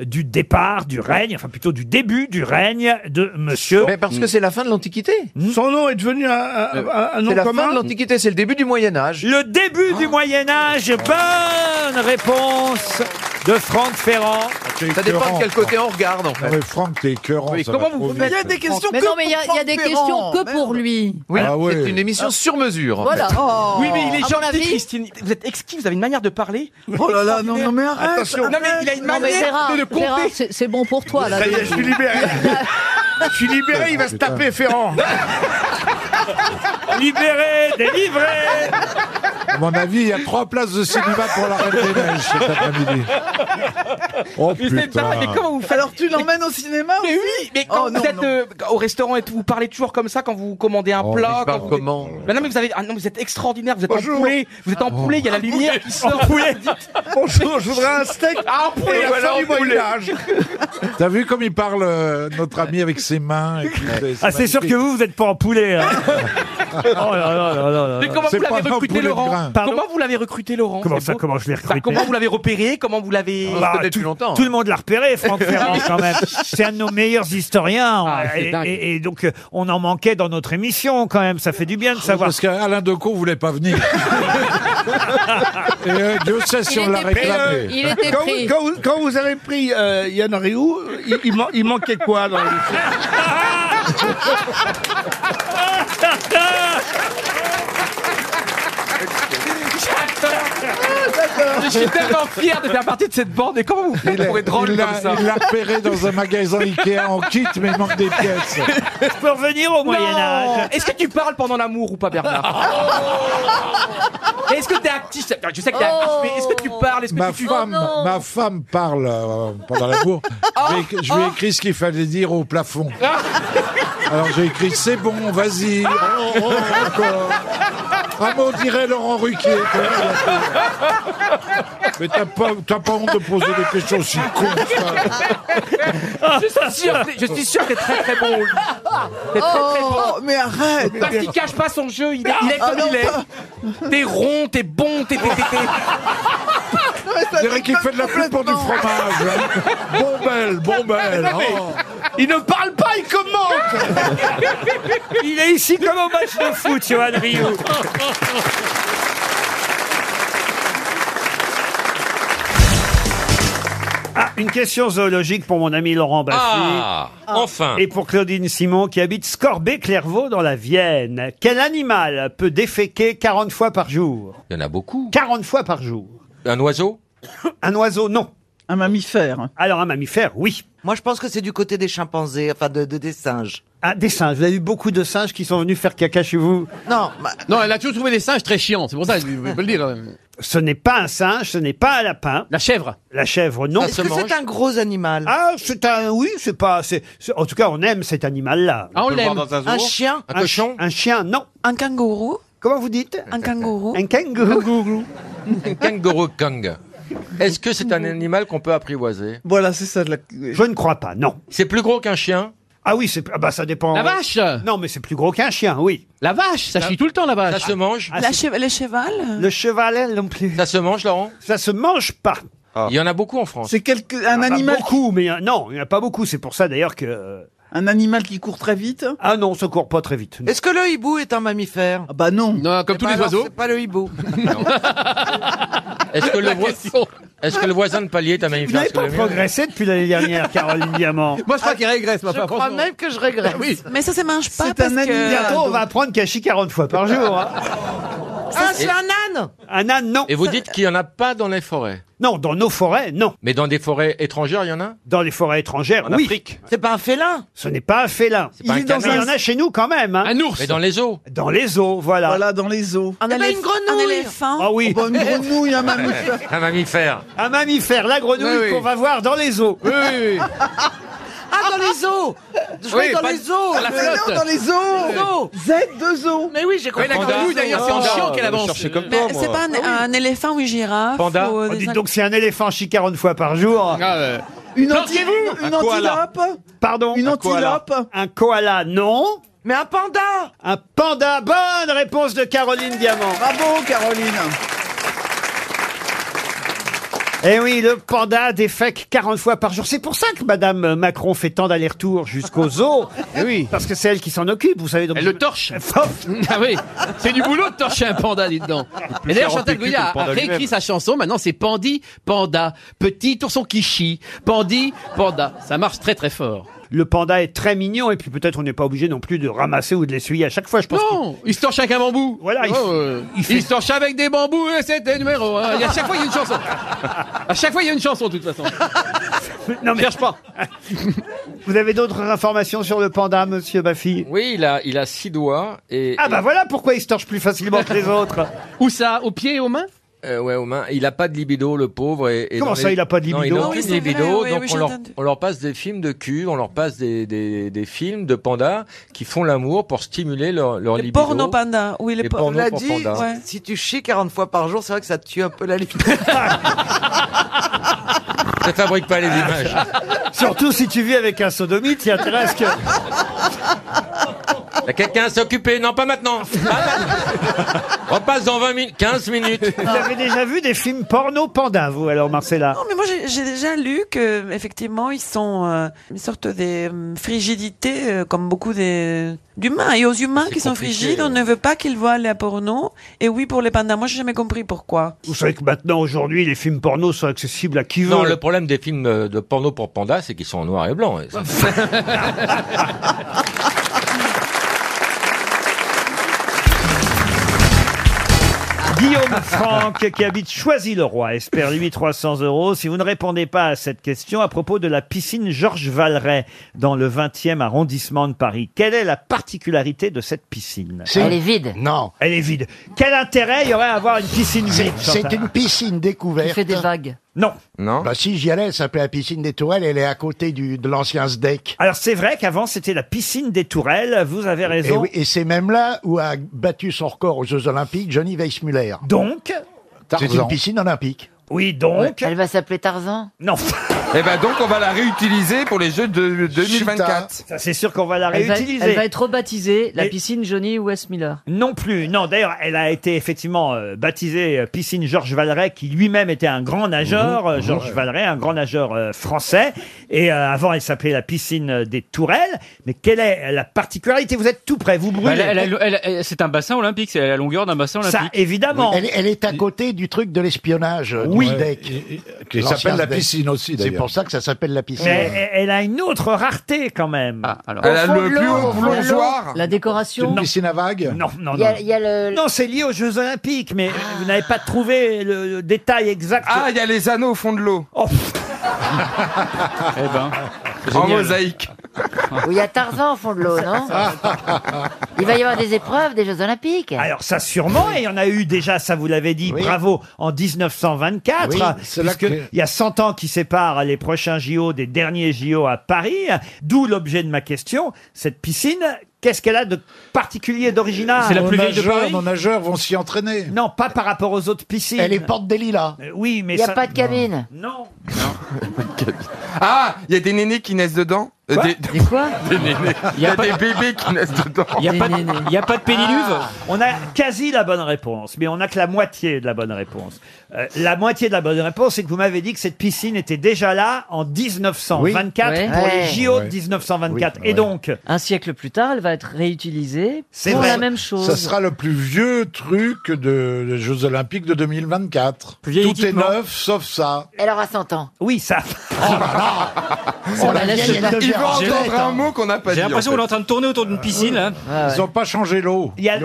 [SPEAKER 1] du départ du règne, enfin plutôt du début du règne de monsieur.
[SPEAKER 5] Mais parce que c'est la fin de l'Antiquité. Euh,
[SPEAKER 1] Son nom est devenu un,
[SPEAKER 5] C'est la fin de l'Antiquité, c'est le début du Moyen Âge.
[SPEAKER 1] Le début du Moyen Âge, bonne réponse de Franck Ferrand.
[SPEAKER 5] Ça dépend de quel côté on regarde en fait.
[SPEAKER 23] Mais Ah Franck, t'es écœurant.
[SPEAKER 5] Oui,
[SPEAKER 23] ça
[SPEAKER 5] comment
[SPEAKER 23] va
[SPEAKER 5] vous
[SPEAKER 23] trop
[SPEAKER 5] pouvez-
[SPEAKER 23] vite.
[SPEAKER 5] Il y a des questions
[SPEAKER 3] Mais non, mais il y a, il y a des questions que pour lui.
[SPEAKER 5] Oui,
[SPEAKER 23] Ah ouais.
[SPEAKER 5] c'est une émission sur mesure.
[SPEAKER 3] Voilà. Oh.
[SPEAKER 10] Oui, mais il est
[SPEAKER 3] À mon
[SPEAKER 10] gentil,
[SPEAKER 3] avis-
[SPEAKER 10] Christine. Vous êtes exquis, vous avez une manière de parler.
[SPEAKER 3] Oh là là, non, non, mais
[SPEAKER 10] arrête. Non, mais il a une
[SPEAKER 3] Non, mais
[SPEAKER 10] manière
[SPEAKER 3] Gérard,
[SPEAKER 10] de le
[SPEAKER 3] Gérard,
[SPEAKER 10] compter. Oh
[SPEAKER 3] c'est- c'est bon pour toi, là.
[SPEAKER 10] Ça y est, je suis libéré.
[SPEAKER 1] Je suis libéré, il va se taper Ferrand. libéré, délivré.
[SPEAKER 23] À mon avis, il y a trois places de cinéma pour la Reine des Neiges cet après-midi. Oh
[SPEAKER 10] Mais c'est
[SPEAKER 23] putain.
[SPEAKER 10] dingue, mais comment vous faites Alors tu l'emmènes au cinéma Mais oui, mais quand
[SPEAKER 3] Oh,
[SPEAKER 10] vous
[SPEAKER 3] non,
[SPEAKER 10] êtes
[SPEAKER 3] non.
[SPEAKER 10] euh, au restaurant et tout, vous parlez toujours comme ça quand vous commandez un
[SPEAKER 5] Oh, mais
[SPEAKER 10] plat.
[SPEAKER 5] je parle
[SPEAKER 10] quand vous-
[SPEAKER 5] comment
[SPEAKER 10] Mais non, mais vous avez, ah non, vous êtes extraordinaire. Vous êtes
[SPEAKER 5] Bonjour.
[SPEAKER 10] en poulet. Vous êtes en poulet. Il y a la lumière qui sort.
[SPEAKER 23] Bonjour, je voudrais un steak.
[SPEAKER 10] Ah, en poulet.
[SPEAKER 23] Et voilà,
[SPEAKER 10] absolument,
[SPEAKER 23] en poulet.
[SPEAKER 10] il nage.
[SPEAKER 23] T'as vu comme il parle, euh, notre ami, avec ses mains et tout,
[SPEAKER 1] Ah, c'est sûr que vous, vous n'êtes pas en poulet. hein. oh là là là là là.
[SPEAKER 10] Mais comment vous l'avez
[SPEAKER 23] un poulet
[SPEAKER 10] recruté,
[SPEAKER 23] de
[SPEAKER 10] Laurent
[SPEAKER 23] grain.
[SPEAKER 10] Comment vous l'avez recruté, Laurent
[SPEAKER 1] Comment
[SPEAKER 10] C'est
[SPEAKER 1] ça,
[SPEAKER 10] beau.
[SPEAKER 1] comment je l'ai
[SPEAKER 10] Enfin,
[SPEAKER 1] recruté
[SPEAKER 10] Comment vous l'avez repéré Comment vous l'avez
[SPEAKER 23] Ah,
[SPEAKER 1] Bah, tout,
[SPEAKER 23] hein.
[SPEAKER 1] tout le monde l'a repéré, Franck Ferrand, quand même. C'est un de nos meilleurs historiens.
[SPEAKER 23] Ah,
[SPEAKER 1] hein.
[SPEAKER 23] c'est
[SPEAKER 1] et,
[SPEAKER 23] dingue.
[SPEAKER 1] et- et donc, euh, on en manquait dans notre émission, quand même. Ça fait du bien de
[SPEAKER 23] Ah
[SPEAKER 1] savoir.
[SPEAKER 23] Parce qu'Alain Decaux voulait pas venir. Et euh, Dieu sait si
[SPEAKER 3] Il
[SPEAKER 23] on l'a
[SPEAKER 3] était pris,
[SPEAKER 23] réclamé.
[SPEAKER 3] euh, il était
[SPEAKER 13] quand,
[SPEAKER 3] pris.
[SPEAKER 13] Vous, quand, vous, quand vous avez pris euh, Yann Rioux, il, il man- il manquait quoi dans
[SPEAKER 10] Je suis tellement fier de faire partie de cette bande. Et comment vous faites pour être drôle
[SPEAKER 23] Il
[SPEAKER 10] comme
[SPEAKER 23] l'a
[SPEAKER 10] ça
[SPEAKER 23] il l'a repéré dans un magasin Ikea en kit, mais il manque des pièces.
[SPEAKER 1] Je peux revenir au Moyen-Âge.
[SPEAKER 10] Est-ce que tu parles pendant l'amour ou pas, Bernard Et Est-ce que t'es actif Je sais que t'es actif, mais est-ce que tu parles Est-ce que
[SPEAKER 23] Ma
[SPEAKER 10] tu
[SPEAKER 23] femme, ma femme parle euh, pendant l'amour.
[SPEAKER 10] Ah.
[SPEAKER 23] Je lui ai- je lui ai écrit ce qu'il fallait dire au plafond. Alors j'ai écrit c'est bon, vas-y.
[SPEAKER 10] Ah.
[SPEAKER 23] Oh, oh, encore. Ah, mais on dirait Laurent Ruquier. Mais t'as pas, t'as pas honte de poser des questions si cons.
[SPEAKER 10] Je suis sûr, que- je suis sûr que t'es très très bon. au lit. T'es très très bon.
[SPEAKER 22] Oh, mais arrête Ah,
[SPEAKER 10] Parce qu'il cache pas son jeu, il est,
[SPEAKER 29] Ah,
[SPEAKER 10] il est comme il est. T'es rond, t'es bon, t'es. t'es- t'es- t'es-
[SPEAKER 23] On dirait qu'il fait de la pub pour du fromage.
[SPEAKER 5] hein.
[SPEAKER 23] Bon belle, bon belle.
[SPEAKER 5] Oh.
[SPEAKER 13] Il ne parle pas, il commente
[SPEAKER 1] Il est ici comme au match de foot, Johan Rioux. Ah, une question zoologique pour mon ami Laurent Baffy.
[SPEAKER 8] Ah, enfin.
[SPEAKER 1] Et pour Claudine Simon qui habite Scorbé-Clairvaux dans la Vienne. Quel animal peut déféquer 40 fois par jour
[SPEAKER 8] Il y en a beaucoup.
[SPEAKER 1] 40 fois par jour.
[SPEAKER 8] Un oiseau
[SPEAKER 1] Un oiseau, non.
[SPEAKER 30] Un mammifère.
[SPEAKER 1] Alors un mammifère, oui.
[SPEAKER 30] Moi, je pense que c'est du côté des chimpanzés, enfin de, de- des singes.
[SPEAKER 1] Ah, des singes. Vous avez eu beaucoup de singes qui sont venus faire caca chez vous
[SPEAKER 30] Non,
[SPEAKER 31] Non, elle a toujours trouvé des singes très chiants, c'est pour ça, je peux le dire.
[SPEAKER 1] Ce n'est pas un singe, ce n'est pas un lapin.
[SPEAKER 31] La chèvre.
[SPEAKER 1] La chèvre, non.
[SPEAKER 30] Est-ce que c'est un gros animal
[SPEAKER 1] Ah, c'est un. Oui, c'est pas. c'est- c'est- en tout cas, on aime cet animal-là.
[SPEAKER 30] Ah, on On peut l'aime. le voir dans un zoo Un chien Un
[SPEAKER 1] cochon Un chien, non.
[SPEAKER 30] Un kangourou
[SPEAKER 1] Comment vous dites
[SPEAKER 30] Un kangourou
[SPEAKER 1] Un kangourou.
[SPEAKER 8] Un kangourou kang. Est-ce que c'est un animal qu'on peut apprivoiser
[SPEAKER 30] Voilà, c'est ça.
[SPEAKER 1] Je ne crois pas, non.
[SPEAKER 8] C'est plus gros qu'un chien
[SPEAKER 1] Ah oui, c'est. ah bah, ça dépend.
[SPEAKER 31] La vache
[SPEAKER 1] Non, mais c'est plus gros qu'un chien, oui.
[SPEAKER 31] La vache, ça chie tout le temps la vache.
[SPEAKER 8] Ça se mange
[SPEAKER 1] Ah, c'est-
[SPEAKER 30] le cheval
[SPEAKER 1] Le cheval, elle, non plus.
[SPEAKER 8] Ça se mange, Laurent
[SPEAKER 1] Ça se mange pas.
[SPEAKER 8] Il y en a beaucoup en France.
[SPEAKER 30] un
[SPEAKER 1] Ah bah,
[SPEAKER 30] animal
[SPEAKER 1] Beaucoup, mais euh, non, il n'y en a pas beaucoup. C'est pour ça d'ailleurs que. euh,
[SPEAKER 30] Un animal qui court très vite
[SPEAKER 1] Ah non, ça court pas très vite.
[SPEAKER 30] Est-ce que le hibou est un mammifère Bah non.
[SPEAKER 31] Non, comme
[SPEAKER 30] Eh
[SPEAKER 31] tous
[SPEAKER 30] ben
[SPEAKER 31] les
[SPEAKER 30] alors,
[SPEAKER 31] oiseaux.
[SPEAKER 30] C'est pas le hibou.
[SPEAKER 8] Est-ce que, le voi- Est-ce que le voisin de palier est un
[SPEAKER 1] Vous
[SPEAKER 8] mammifère
[SPEAKER 1] n'avez pas progressé depuis l'année dernière, Caroline Diamant.
[SPEAKER 31] Moi, je crois qu'il régresse, ma
[SPEAKER 30] Je crois même que je regrette.
[SPEAKER 3] Mais ça, ça mange pas.
[SPEAKER 30] C'est un
[SPEAKER 3] parce que-
[SPEAKER 30] animal.
[SPEAKER 1] Bientôt, on va apprendre qu'elle chie 40 fois par jour. hein.
[SPEAKER 3] Ah, c'est
[SPEAKER 1] Et-
[SPEAKER 3] un âne
[SPEAKER 32] âne
[SPEAKER 1] Un âne, non.
[SPEAKER 8] Et vous dites qu'il n'y en a pas dans les forêts
[SPEAKER 1] Non, dans nos forêts, non.
[SPEAKER 8] Mais dans des forêts étrangères, il y en a
[SPEAKER 1] Dans les forêts étrangères,
[SPEAKER 8] En
[SPEAKER 1] oui.
[SPEAKER 8] Afrique.
[SPEAKER 1] C'est pas un félin Ce n'est pas un félin.
[SPEAKER 8] pas un
[SPEAKER 1] Mais
[SPEAKER 8] canard.
[SPEAKER 1] il y en a chez nous quand même. Un
[SPEAKER 8] Mais dans les eaux.
[SPEAKER 1] Dans les eaux, voilà. Voilà,
[SPEAKER 33] dans les eaux.
[SPEAKER 15] Un
[SPEAKER 1] éléph-
[SPEAKER 15] Un éléphant.
[SPEAKER 1] Ah oui.
[SPEAKER 33] une grenouille, un
[SPEAKER 8] Un mammifère.
[SPEAKER 1] Un mammifère, la grenouille
[SPEAKER 8] Oui, oui.
[SPEAKER 1] qu'on va voir dans les eaux.
[SPEAKER 8] Oui, oui, oui.
[SPEAKER 34] Ah, dans les eaux Je
[SPEAKER 8] Oui,
[SPEAKER 34] vais dans
[SPEAKER 8] pas-
[SPEAKER 34] les eaux
[SPEAKER 8] à la
[SPEAKER 34] Mais non,
[SPEAKER 8] flotte.
[SPEAKER 34] dans les eaux Z2O Mais oui, j'ai
[SPEAKER 8] Mais la grenouille, d'ailleurs,
[SPEAKER 1] Oh.
[SPEAKER 8] c'est en chiant qu'elle avance.
[SPEAKER 1] comme
[SPEAKER 3] Mais c'est pas un,
[SPEAKER 34] Ah
[SPEAKER 3] un éléphant ou une girafe
[SPEAKER 1] Panda.
[SPEAKER 3] ou, euh,
[SPEAKER 1] Oh,
[SPEAKER 3] des
[SPEAKER 1] dites
[SPEAKER 3] in-
[SPEAKER 1] donc, c'est un éléphant chie 40 fois par jour.
[SPEAKER 3] Une anti- Planquez-vous
[SPEAKER 34] une Un koala. antilope
[SPEAKER 1] Pardon Une antilope Un koala, non. Mais un panda Un panda, bonne réponse de Caroline Diamant. Bravo, Caroline eh oui, le panda défèque 40 fois par jour. C'est pour ça que Madame Macron fait tant d'allers-retours jusqu'aux zoo. Eh oui. Parce que c'est elle qui s'en occupe, vous savez. Donc elle le torche.
[SPEAKER 5] Ah oui, c'est du boulot de torcher un panda, dites donc.
[SPEAKER 1] plus
[SPEAKER 5] Et d'ailleurs,
[SPEAKER 1] charentais
[SPEAKER 5] Chantal
[SPEAKER 1] que le
[SPEAKER 5] Goya a
[SPEAKER 1] panda
[SPEAKER 5] réécrit
[SPEAKER 1] lui-même.
[SPEAKER 5] sa chanson. Maintenant, c'est Pandi, Panda, petit ourson qui chie, Pandi, Panda. Ça marche très très fort.
[SPEAKER 1] Le panda est très mignon et puis peut-être on n'est pas obligé non plus de ramasser ou de l'essuyer à chaque fois. Je pense
[SPEAKER 5] non, il se torche avec un bambou.
[SPEAKER 1] Voilà, il-
[SPEAKER 5] il, se torche avec des bambous et c'était numéro. un. Il y a- à chaque fois, il y a une chanson. À chaque fois, il y a une chanson, de toute façon.
[SPEAKER 1] Non, mais... Cherche pas. Vous avez d'autres informations sur le panda, monsieur Baffy
[SPEAKER 8] Oui, il a, il a six doigts et.
[SPEAKER 1] Ah bah voilà pourquoi il se torche plus facilement que les autres.
[SPEAKER 5] Où ça Aux pieds et aux mains
[SPEAKER 8] Euh, ouais, aux mains. Il a pas de libido, le pauvre. Et, et
[SPEAKER 1] Comment
[SPEAKER 8] dans
[SPEAKER 1] ça, il a pas de
[SPEAKER 8] Non, il
[SPEAKER 1] libido
[SPEAKER 8] a
[SPEAKER 1] Ah
[SPEAKER 8] aucune
[SPEAKER 1] oui, c'est vrai,
[SPEAKER 8] libido,
[SPEAKER 1] oui,
[SPEAKER 8] donc
[SPEAKER 1] oui,
[SPEAKER 8] on,
[SPEAKER 1] j'ai
[SPEAKER 8] leur,
[SPEAKER 1] entendu.
[SPEAKER 8] on leur passe des films de cul, on leur passe des, des, des films de pandas qui font l'amour pour stimuler leur, leur
[SPEAKER 3] Les
[SPEAKER 8] libido.
[SPEAKER 3] porno pandas. Oui, les,
[SPEAKER 8] Les
[SPEAKER 3] por-
[SPEAKER 8] pornos
[SPEAKER 3] l'a
[SPEAKER 8] pour
[SPEAKER 3] dit,
[SPEAKER 8] pandas.
[SPEAKER 3] ouais.
[SPEAKER 32] hein. Si tu chies 40 fois par jour, c'est vrai que ça te tue un peu la libido.
[SPEAKER 8] Ne fabrique pas les images.
[SPEAKER 1] Surtout si tu vis avec un sodomite, il intéresse que...
[SPEAKER 8] Il y a quelqu'un à s'occuper. Non, pas maintenant. Pas maintenant. Repasse dans 20 minutes, 15 minutes.
[SPEAKER 1] Vous avez déjà vu des films porno panda, vous alors, Marcella
[SPEAKER 3] Non, mais moi j'ai j'ai déjà lu que effectivement ils sont euh, une sorte des euh, frigidités euh, comme beaucoup des d'humains et aux humains qui sont
[SPEAKER 1] compliqué,
[SPEAKER 3] frigides, on ne veut pas qu'ils voient la porno et oui pour les pandas. Moi j'ai jamais compris pourquoi.
[SPEAKER 1] Vous savez que maintenant, aujourd'hui, les films porno sont accessibles à qui veut.
[SPEAKER 8] Non, le problème des films euh, de porno pour pandas, c'est qu'ils sont en noir et blanc. Et ça-
[SPEAKER 1] Guillaume Franck, qui habite Choisy-le-Roi, espère lui 300 euros. Si vous ne répondez pas à cette question à propos de la piscine Georges Valeret dans le 20e arrondissement de Paris, quelle est la particularité de cette piscine
[SPEAKER 12] C'est- Elle est
[SPEAKER 1] vide. Non. Elle est vide. Quel intérêt il y aurait à avoir une piscine vide
[SPEAKER 12] C'est
[SPEAKER 1] Chantal
[SPEAKER 12] une piscine découverte.
[SPEAKER 1] Qui fait des
[SPEAKER 12] vagues.
[SPEAKER 1] Non.
[SPEAKER 8] Non.
[SPEAKER 12] Bah si j'y allais, elle s'appelait la piscine des Tourelles, elle est à côté du, de l'ancien SDEC.
[SPEAKER 1] Alors c'est vrai qu'avant c'était la piscine des Tourelles, vous avez
[SPEAKER 12] Et,
[SPEAKER 1] raison.
[SPEAKER 12] Eh oui, et c'est même là où a battu son record aux Jeux Olympiques Johnny Weissmuller.
[SPEAKER 1] Donc
[SPEAKER 12] C'est
[SPEAKER 1] Tarzan.
[SPEAKER 12] une piscine olympique.
[SPEAKER 1] Oui, donc.
[SPEAKER 12] Elle va s'appeler Tarzan
[SPEAKER 1] Non.
[SPEAKER 19] Et ben donc on va la réutiliser pour les jeux de 2024.
[SPEAKER 1] Ça c'est sûr qu'on va la
[SPEAKER 35] Elle va,
[SPEAKER 1] réutiliser.
[SPEAKER 35] elle va être rebaptisée la
[SPEAKER 1] Mais-
[SPEAKER 35] piscine Johnny Westmiller.
[SPEAKER 1] Non plus. Non, d'ailleurs, elle a été effectivement euh, baptisée euh, piscine Georges Valeret, qui lui-même était un grand nageur, euh, Georges Valeret, un grand nageur euh, français. Et euh, avant, elle s'appelait la piscine euh, des Tourelles. Mais quelle est la particularité Vous êtes tout près, vous brûlez.
[SPEAKER 9] Bah, Elle- elle- elle- elle- elle- c'est un bassin olympique, c'est la longueur d'un bassin olympique.
[SPEAKER 1] Ça, évidemment.
[SPEAKER 12] Elle, elle est à côté du truc de l'espionnage euh,
[SPEAKER 1] Oui.
[SPEAKER 12] du SDEC.
[SPEAKER 23] qui
[SPEAKER 12] L'ancien
[SPEAKER 23] s'appelle la
[SPEAKER 12] SDEC.
[SPEAKER 23] piscine aussi,
[SPEAKER 12] C'est
[SPEAKER 23] d'ailleurs.
[SPEAKER 12] pour ça que ça s'appelle la piscine.
[SPEAKER 1] Mais elle- elle a une autre rareté quand même.
[SPEAKER 12] Elle a Au fond le de plus l'eau, haut au fond de
[SPEAKER 1] plongeoir.
[SPEAKER 12] plongeoir.
[SPEAKER 35] La décoration.
[SPEAKER 1] Une piscine à vagues Non, non,
[SPEAKER 12] Il y
[SPEAKER 1] non.
[SPEAKER 12] a-
[SPEAKER 1] Non, c'est lié aux Jeux Olympiques, mais vous n'avez pas trouvé le, le détail exact.
[SPEAKER 19] Ah, il y a les anneaux au fond de l'eau.
[SPEAKER 1] Oh.
[SPEAKER 19] eh ben. En
[SPEAKER 9] génial.
[SPEAKER 19] mosaïque.
[SPEAKER 12] Où il y a Tarzan au fond de l'eau, non Il va y avoir des épreuves des Jeux Olympiques.
[SPEAKER 1] Alors ça sûrement, et il y en a eu déjà, ça vous l'avez dit, bravo, en 1924,
[SPEAKER 12] Oui, c'est là
[SPEAKER 1] puisque
[SPEAKER 12] que-
[SPEAKER 1] il y a 100 ans qui séparent les prochains JO des derniers JO à Paris, d'où l'objet de ma question, cette piscine, qu'est-ce qu'elle a de particulier, d'original
[SPEAKER 23] Nos nageurs, Nos nageurs vont s'y entraîner.
[SPEAKER 1] Non, pas par rapport aux autres piscines.
[SPEAKER 12] Elle est porte des lilas.
[SPEAKER 1] Euh, oui, mais
[SPEAKER 12] Il y a
[SPEAKER 1] ça-
[SPEAKER 12] pas de cabine.
[SPEAKER 1] Non.
[SPEAKER 19] Ah, il y a des nénés qui naissent dedans. Euh,
[SPEAKER 1] Quoi
[SPEAKER 19] des...
[SPEAKER 12] quoi
[SPEAKER 19] Des nénés. Il y a, des bébés qui naissent dedans.
[SPEAKER 1] Il n'y a, pas de- y a pas de pédiluve
[SPEAKER 12] Ah.
[SPEAKER 1] On a quasi la bonne réponse, mais on n'a que la moitié de la bonne réponse. Euh, la moitié de la bonne réponse, c'est que vous m'avez dit que cette piscine était déjà là en 1924
[SPEAKER 35] Oui.
[SPEAKER 1] pour les
[SPEAKER 35] Ouais.
[SPEAKER 1] JO de
[SPEAKER 35] Ouais.
[SPEAKER 1] 1924.
[SPEAKER 35] Oui,
[SPEAKER 1] Et donc
[SPEAKER 35] Un siècle plus tard, elle va être réutilisée
[SPEAKER 1] C'est
[SPEAKER 35] pour
[SPEAKER 1] vrai.
[SPEAKER 35] la même chose.
[SPEAKER 23] Ça sera le plus vieux truc de, des Jeux Olympiques de 2024. Tout est neuf, sauf ça.
[SPEAKER 12] Elle aura 100 ans.
[SPEAKER 1] Oui, ça.
[SPEAKER 12] Oh, la vieille, elle a
[SPEAKER 19] Il
[SPEAKER 12] bien
[SPEAKER 19] veut
[SPEAKER 12] en tête,
[SPEAKER 19] entendre un
[SPEAKER 12] hein.
[SPEAKER 19] mot qu'on n'a pas dit.
[SPEAKER 9] J'ai l'impression
[SPEAKER 19] en
[SPEAKER 9] qu'on est en train de tourner autour
[SPEAKER 36] Ah,
[SPEAKER 9] d'une hein. piscine. là.
[SPEAKER 23] Ils n'ont pas changé l'eau.
[SPEAKER 1] Il y a-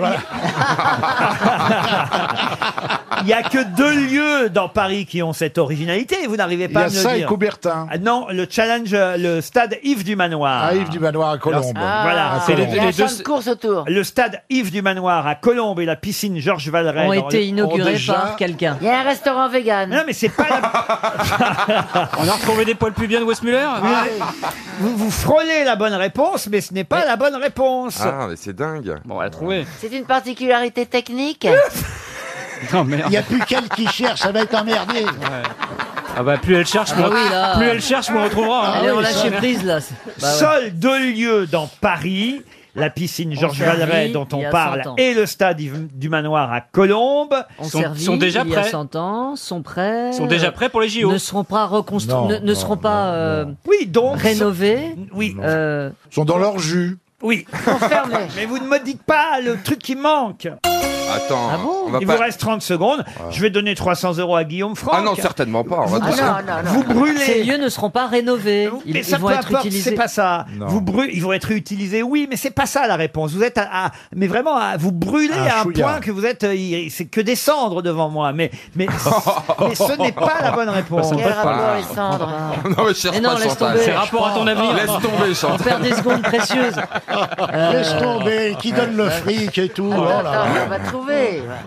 [SPEAKER 1] Il n'y a que deux lieux dans Paris qui ont cette originalité et vous n'arrivez pas
[SPEAKER 23] Il y a
[SPEAKER 1] à me le
[SPEAKER 23] ça et
[SPEAKER 1] dire.
[SPEAKER 23] Coubertin.
[SPEAKER 1] Ah Non, le challenge, euh, le stade Yves du Manoir.
[SPEAKER 23] Ah, Yves du Manoir à Colombes.
[SPEAKER 1] Alors, voilà,
[SPEAKER 23] Ah,
[SPEAKER 1] c'est les,
[SPEAKER 23] Il y a un
[SPEAKER 1] les
[SPEAKER 23] champ
[SPEAKER 1] deux.
[SPEAKER 23] de
[SPEAKER 6] course autour.
[SPEAKER 1] Le stade Yves du Manoir à Colombes et la piscine Georges Valeret
[SPEAKER 6] Ont
[SPEAKER 1] dans
[SPEAKER 6] été
[SPEAKER 1] le-
[SPEAKER 6] inaugurés
[SPEAKER 1] ont déjà-
[SPEAKER 6] par Il y a un restaurant vegan. Non,
[SPEAKER 1] mais c'est pas
[SPEAKER 9] On a retrouvé des poils pubiens de Westmuller
[SPEAKER 1] Vous, vous frôlez la bonne réponse, mais ce n'est pas la bonne réponse.
[SPEAKER 19] Ah, mais c'est dingue.
[SPEAKER 9] Bon, on l'a trouvé.
[SPEAKER 6] C'est une particularité technique.
[SPEAKER 9] Non, merde.
[SPEAKER 12] Il n'y a plus qu'elle qui cherche, ça va être emmerdé.
[SPEAKER 9] Ah bah plus elle cherche,
[SPEAKER 12] Ah
[SPEAKER 9] moins-
[SPEAKER 12] bah oui, là.
[SPEAKER 9] plus elle cherche, moins on trouvera. hein.
[SPEAKER 12] Allez, on lâche
[SPEAKER 5] prise, là. Bah ouais.
[SPEAKER 1] Seuls deux lieux dans Paris, la piscine Georges
[SPEAKER 5] servit
[SPEAKER 1] Valeret dont
[SPEAKER 5] il y
[SPEAKER 1] on
[SPEAKER 5] a
[SPEAKER 1] parle
[SPEAKER 5] 100 ans.
[SPEAKER 1] et le stade Yves- du Manoir à Colombes
[SPEAKER 5] Ont servi il y a 100 ans, sont prêts.
[SPEAKER 1] Sont déjà
[SPEAKER 5] euh,
[SPEAKER 1] prêts pour les JO.
[SPEAKER 5] Ne seront pas
[SPEAKER 1] Non,
[SPEAKER 5] reconstruits, ne, ne
[SPEAKER 1] non,
[SPEAKER 5] seront pas euh,
[SPEAKER 1] oui, donc,
[SPEAKER 5] rénovés.
[SPEAKER 1] Oui.
[SPEAKER 23] sont dans leur jus.
[SPEAKER 1] Euh, Oui. Mais vous ne me dites pas le truc qui manque.
[SPEAKER 19] Attends,
[SPEAKER 5] Ah
[SPEAKER 19] on va
[SPEAKER 1] Il
[SPEAKER 19] pas-
[SPEAKER 1] vous reste 30 secondes. Je vais donner 300 euros à Guillaume Franck.
[SPEAKER 19] Ah non, certainement pas. on va
[SPEAKER 1] Vous-
[SPEAKER 19] pas-
[SPEAKER 1] Ah non, non, non. Vous brûlez.
[SPEAKER 5] Ces lieux ne seront pas rénovés. Ils,
[SPEAKER 1] mais
[SPEAKER 5] ils
[SPEAKER 1] ça
[SPEAKER 5] vont
[SPEAKER 1] peu
[SPEAKER 5] être
[SPEAKER 1] importe,
[SPEAKER 5] utilisés.
[SPEAKER 1] c'est pas ça. Vous brûlez, ils vont être utilisés, oui, mais c'est pas ça la réponse. Vous êtes à, à- mais vraiment, à, vous brûlez
[SPEAKER 23] Un
[SPEAKER 1] à un
[SPEAKER 23] chouïa.
[SPEAKER 1] point que vous êtes, euh, il- c'est que des cendres devant moi. Mais, mais, mais ce n'est pas la
[SPEAKER 5] Bah,
[SPEAKER 1] bonne réponse.
[SPEAKER 6] Quel rapport les cendres
[SPEAKER 19] non, mais cherche
[SPEAKER 5] Mais non,
[SPEAKER 19] pas,
[SPEAKER 5] laisse
[SPEAKER 19] Chantal.
[SPEAKER 5] tomber, C'est je rapport à crois. ton avenir.
[SPEAKER 19] Laisse tomber,
[SPEAKER 5] On
[SPEAKER 19] Chantal.
[SPEAKER 5] perd des secondes précieuses.
[SPEAKER 12] Laisse tomber, qui donne le fric et tout. oh là là.
[SPEAKER 6] On va trouver.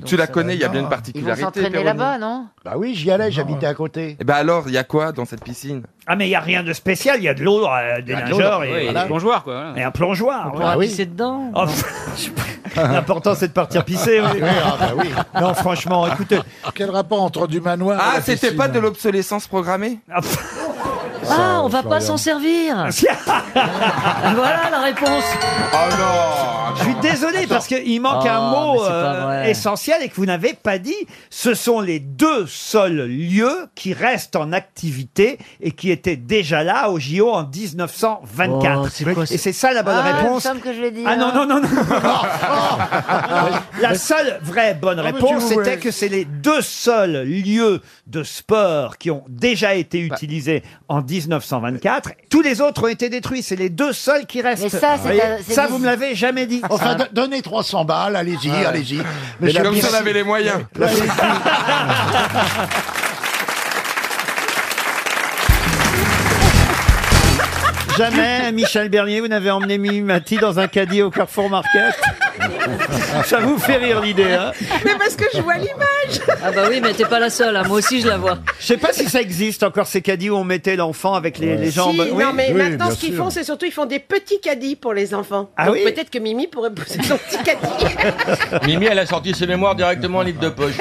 [SPEAKER 19] Tu la connais, il y a bien une
[SPEAKER 6] Ils vont
[SPEAKER 19] particularité.
[SPEAKER 6] s'entraîner
[SPEAKER 19] Péroni.
[SPEAKER 6] là-bas, non
[SPEAKER 12] Bah oui, j'y allais, j'habitais à côté.
[SPEAKER 19] Eh ben alors, il y a quoi dans cette piscine
[SPEAKER 1] Ah mais il y a rien de spécial. Il y a de l'eau, euh, des
[SPEAKER 19] Il y a de l'eau,
[SPEAKER 1] nageurs
[SPEAKER 19] oui,
[SPEAKER 1] et,
[SPEAKER 19] et des
[SPEAKER 9] plongeoirs, quoi.
[SPEAKER 1] Et un plongeoir.
[SPEAKER 5] On
[SPEAKER 1] voilà.
[SPEAKER 5] pourra pisser dedans.
[SPEAKER 1] Oh, L'important c'est de partir pisser. oui.
[SPEAKER 23] Oui, ah bah oui. Ah.
[SPEAKER 1] Non franchement, écoutez.
[SPEAKER 23] Quel rapport entre du manoir
[SPEAKER 19] Ah, c'était pas de l'obsolescence programmée
[SPEAKER 5] Ah, on va pas s'en servir. voilà la réponse. Ah
[SPEAKER 19] Oh non
[SPEAKER 1] Je suis désolé parce qu'il manque
[SPEAKER 5] Oh,
[SPEAKER 1] un
[SPEAKER 5] mais
[SPEAKER 1] mot
[SPEAKER 5] c'est pas
[SPEAKER 1] euh,
[SPEAKER 5] vrai.
[SPEAKER 1] essentiel et que vous n'avez pas dit. Ce sont les deux seuls lieux qui restent en activité et qui étaient déjà là au JO en 1924.
[SPEAKER 5] Oh, c'est quoi,
[SPEAKER 1] et c'est ça la bonne
[SPEAKER 6] Ah, il me
[SPEAKER 1] réponse.
[SPEAKER 6] semble que je l'ai dit,
[SPEAKER 1] Ah non,
[SPEAKER 6] hein.
[SPEAKER 1] non, non, non. la seule vraie
[SPEAKER 5] Ah,
[SPEAKER 1] bonne
[SPEAKER 6] mais tu
[SPEAKER 1] réponse,
[SPEAKER 6] voulais.
[SPEAKER 1] c'était que c'est les deux seuls lieux de sport qui ont déjà été
[SPEAKER 5] Bah.
[SPEAKER 1] utilisés en 1924. Tous les autres ont été détruits. C'est les deux seuls qui restent.
[SPEAKER 6] Mais ça, c'est
[SPEAKER 1] Vous voyez,
[SPEAKER 6] un- c'est
[SPEAKER 1] ça,
[SPEAKER 6] des-
[SPEAKER 1] vous me l'avez jamais dit.
[SPEAKER 12] Enfin, do- donnez 300 balles, allez-y,
[SPEAKER 1] Ouais.
[SPEAKER 12] allez-y.
[SPEAKER 1] Mais
[SPEAKER 12] Monsieur
[SPEAKER 1] comme si on
[SPEAKER 12] Piercy-
[SPEAKER 19] avait les moyens.
[SPEAKER 12] La-
[SPEAKER 1] Jamais, Michel Bernier, vous n'avez emmené Mimati dans un caddie au Carrefour Market Ça vous fait rire l'idée, hein
[SPEAKER 5] Mais parce que je vois l'image. Ah bah oui, mais t'es pas la seule. hein. Moi aussi, je la vois.
[SPEAKER 1] Je sais pas si ça existe encore ces caddies où on mettait l'enfant avec les, les jambes.
[SPEAKER 3] Si,
[SPEAKER 1] Oui.
[SPEAKER 3] non, mais maintenant, ce qu'ils font, c'est surtout, ils font des petits caddies pour les enfants.
[SPEAKER 1] Ah
[SPEAKER 3] Donc
[SPEAKER 1] oui
[SPEAKER 3] peut-être que Mimi pourrait poser son petit caddie.
[SPEAKER 8] Mimi, elle a sorti ses mémoires directement en livre de poche.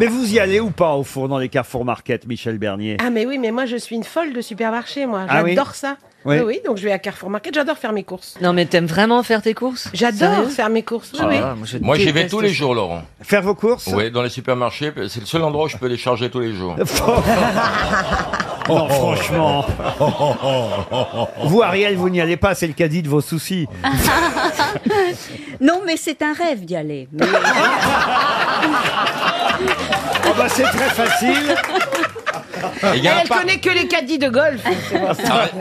[SPEAKER 1] Mais vous y allez ou pas au four dans les Carrefour Market, Michel Bernier
[SPEAKER 3] Ah, mais oui, mais moi, je suis une folle de supermarché, moi.
[SPEAKER 1] Ah oui
[SPEAKER 3] J'adore ça.
[SPEAKER 1] Oui.
[SPEAKER 3] Oui. oui, donc je vais à Carrefour Market, j'adore faire mes courses.
[SPEAKER 5] Non, mais t'aimes vraiment faire tes courses
[SPEAKER 3] J'adore
[SPEAKER 5] Sérieux
[SPEAKER 3] faire mes courses. oui,
[SPEAKER 8] Ah,
[SPEAKER 3] oui.
[SPEAKER 8] Moi, j'y vais
[SPEAKER 5] déteste
[SPEAKER 8] tous les
[SPEAKER 5] ça.
[SPEAKER 8] jours, Laurent.
[SPEAKER 1] Faire vos courses
[SPEAKER 8] Oui, dans les supermarchés, c'est le seul endroit où je peux les charger tous les jours.
[SPEAKER 1] Non, franchement. Vous, Ariel, vous n'y allez pas, c'est le caddie de vos soucis.
[SPEAKER 7] non, mais c'est un rêve d'y aller. Mais-
[SPEAKER 1] Oh bah, c'est très facile.
[SPEAKER 8] Et il y a un
[SPEAKER 3] Elle
[SPEAKER 8] parc-
[SPEAKER 3] connaît que les caddies de golf.
[SPEAKER 8] Ar-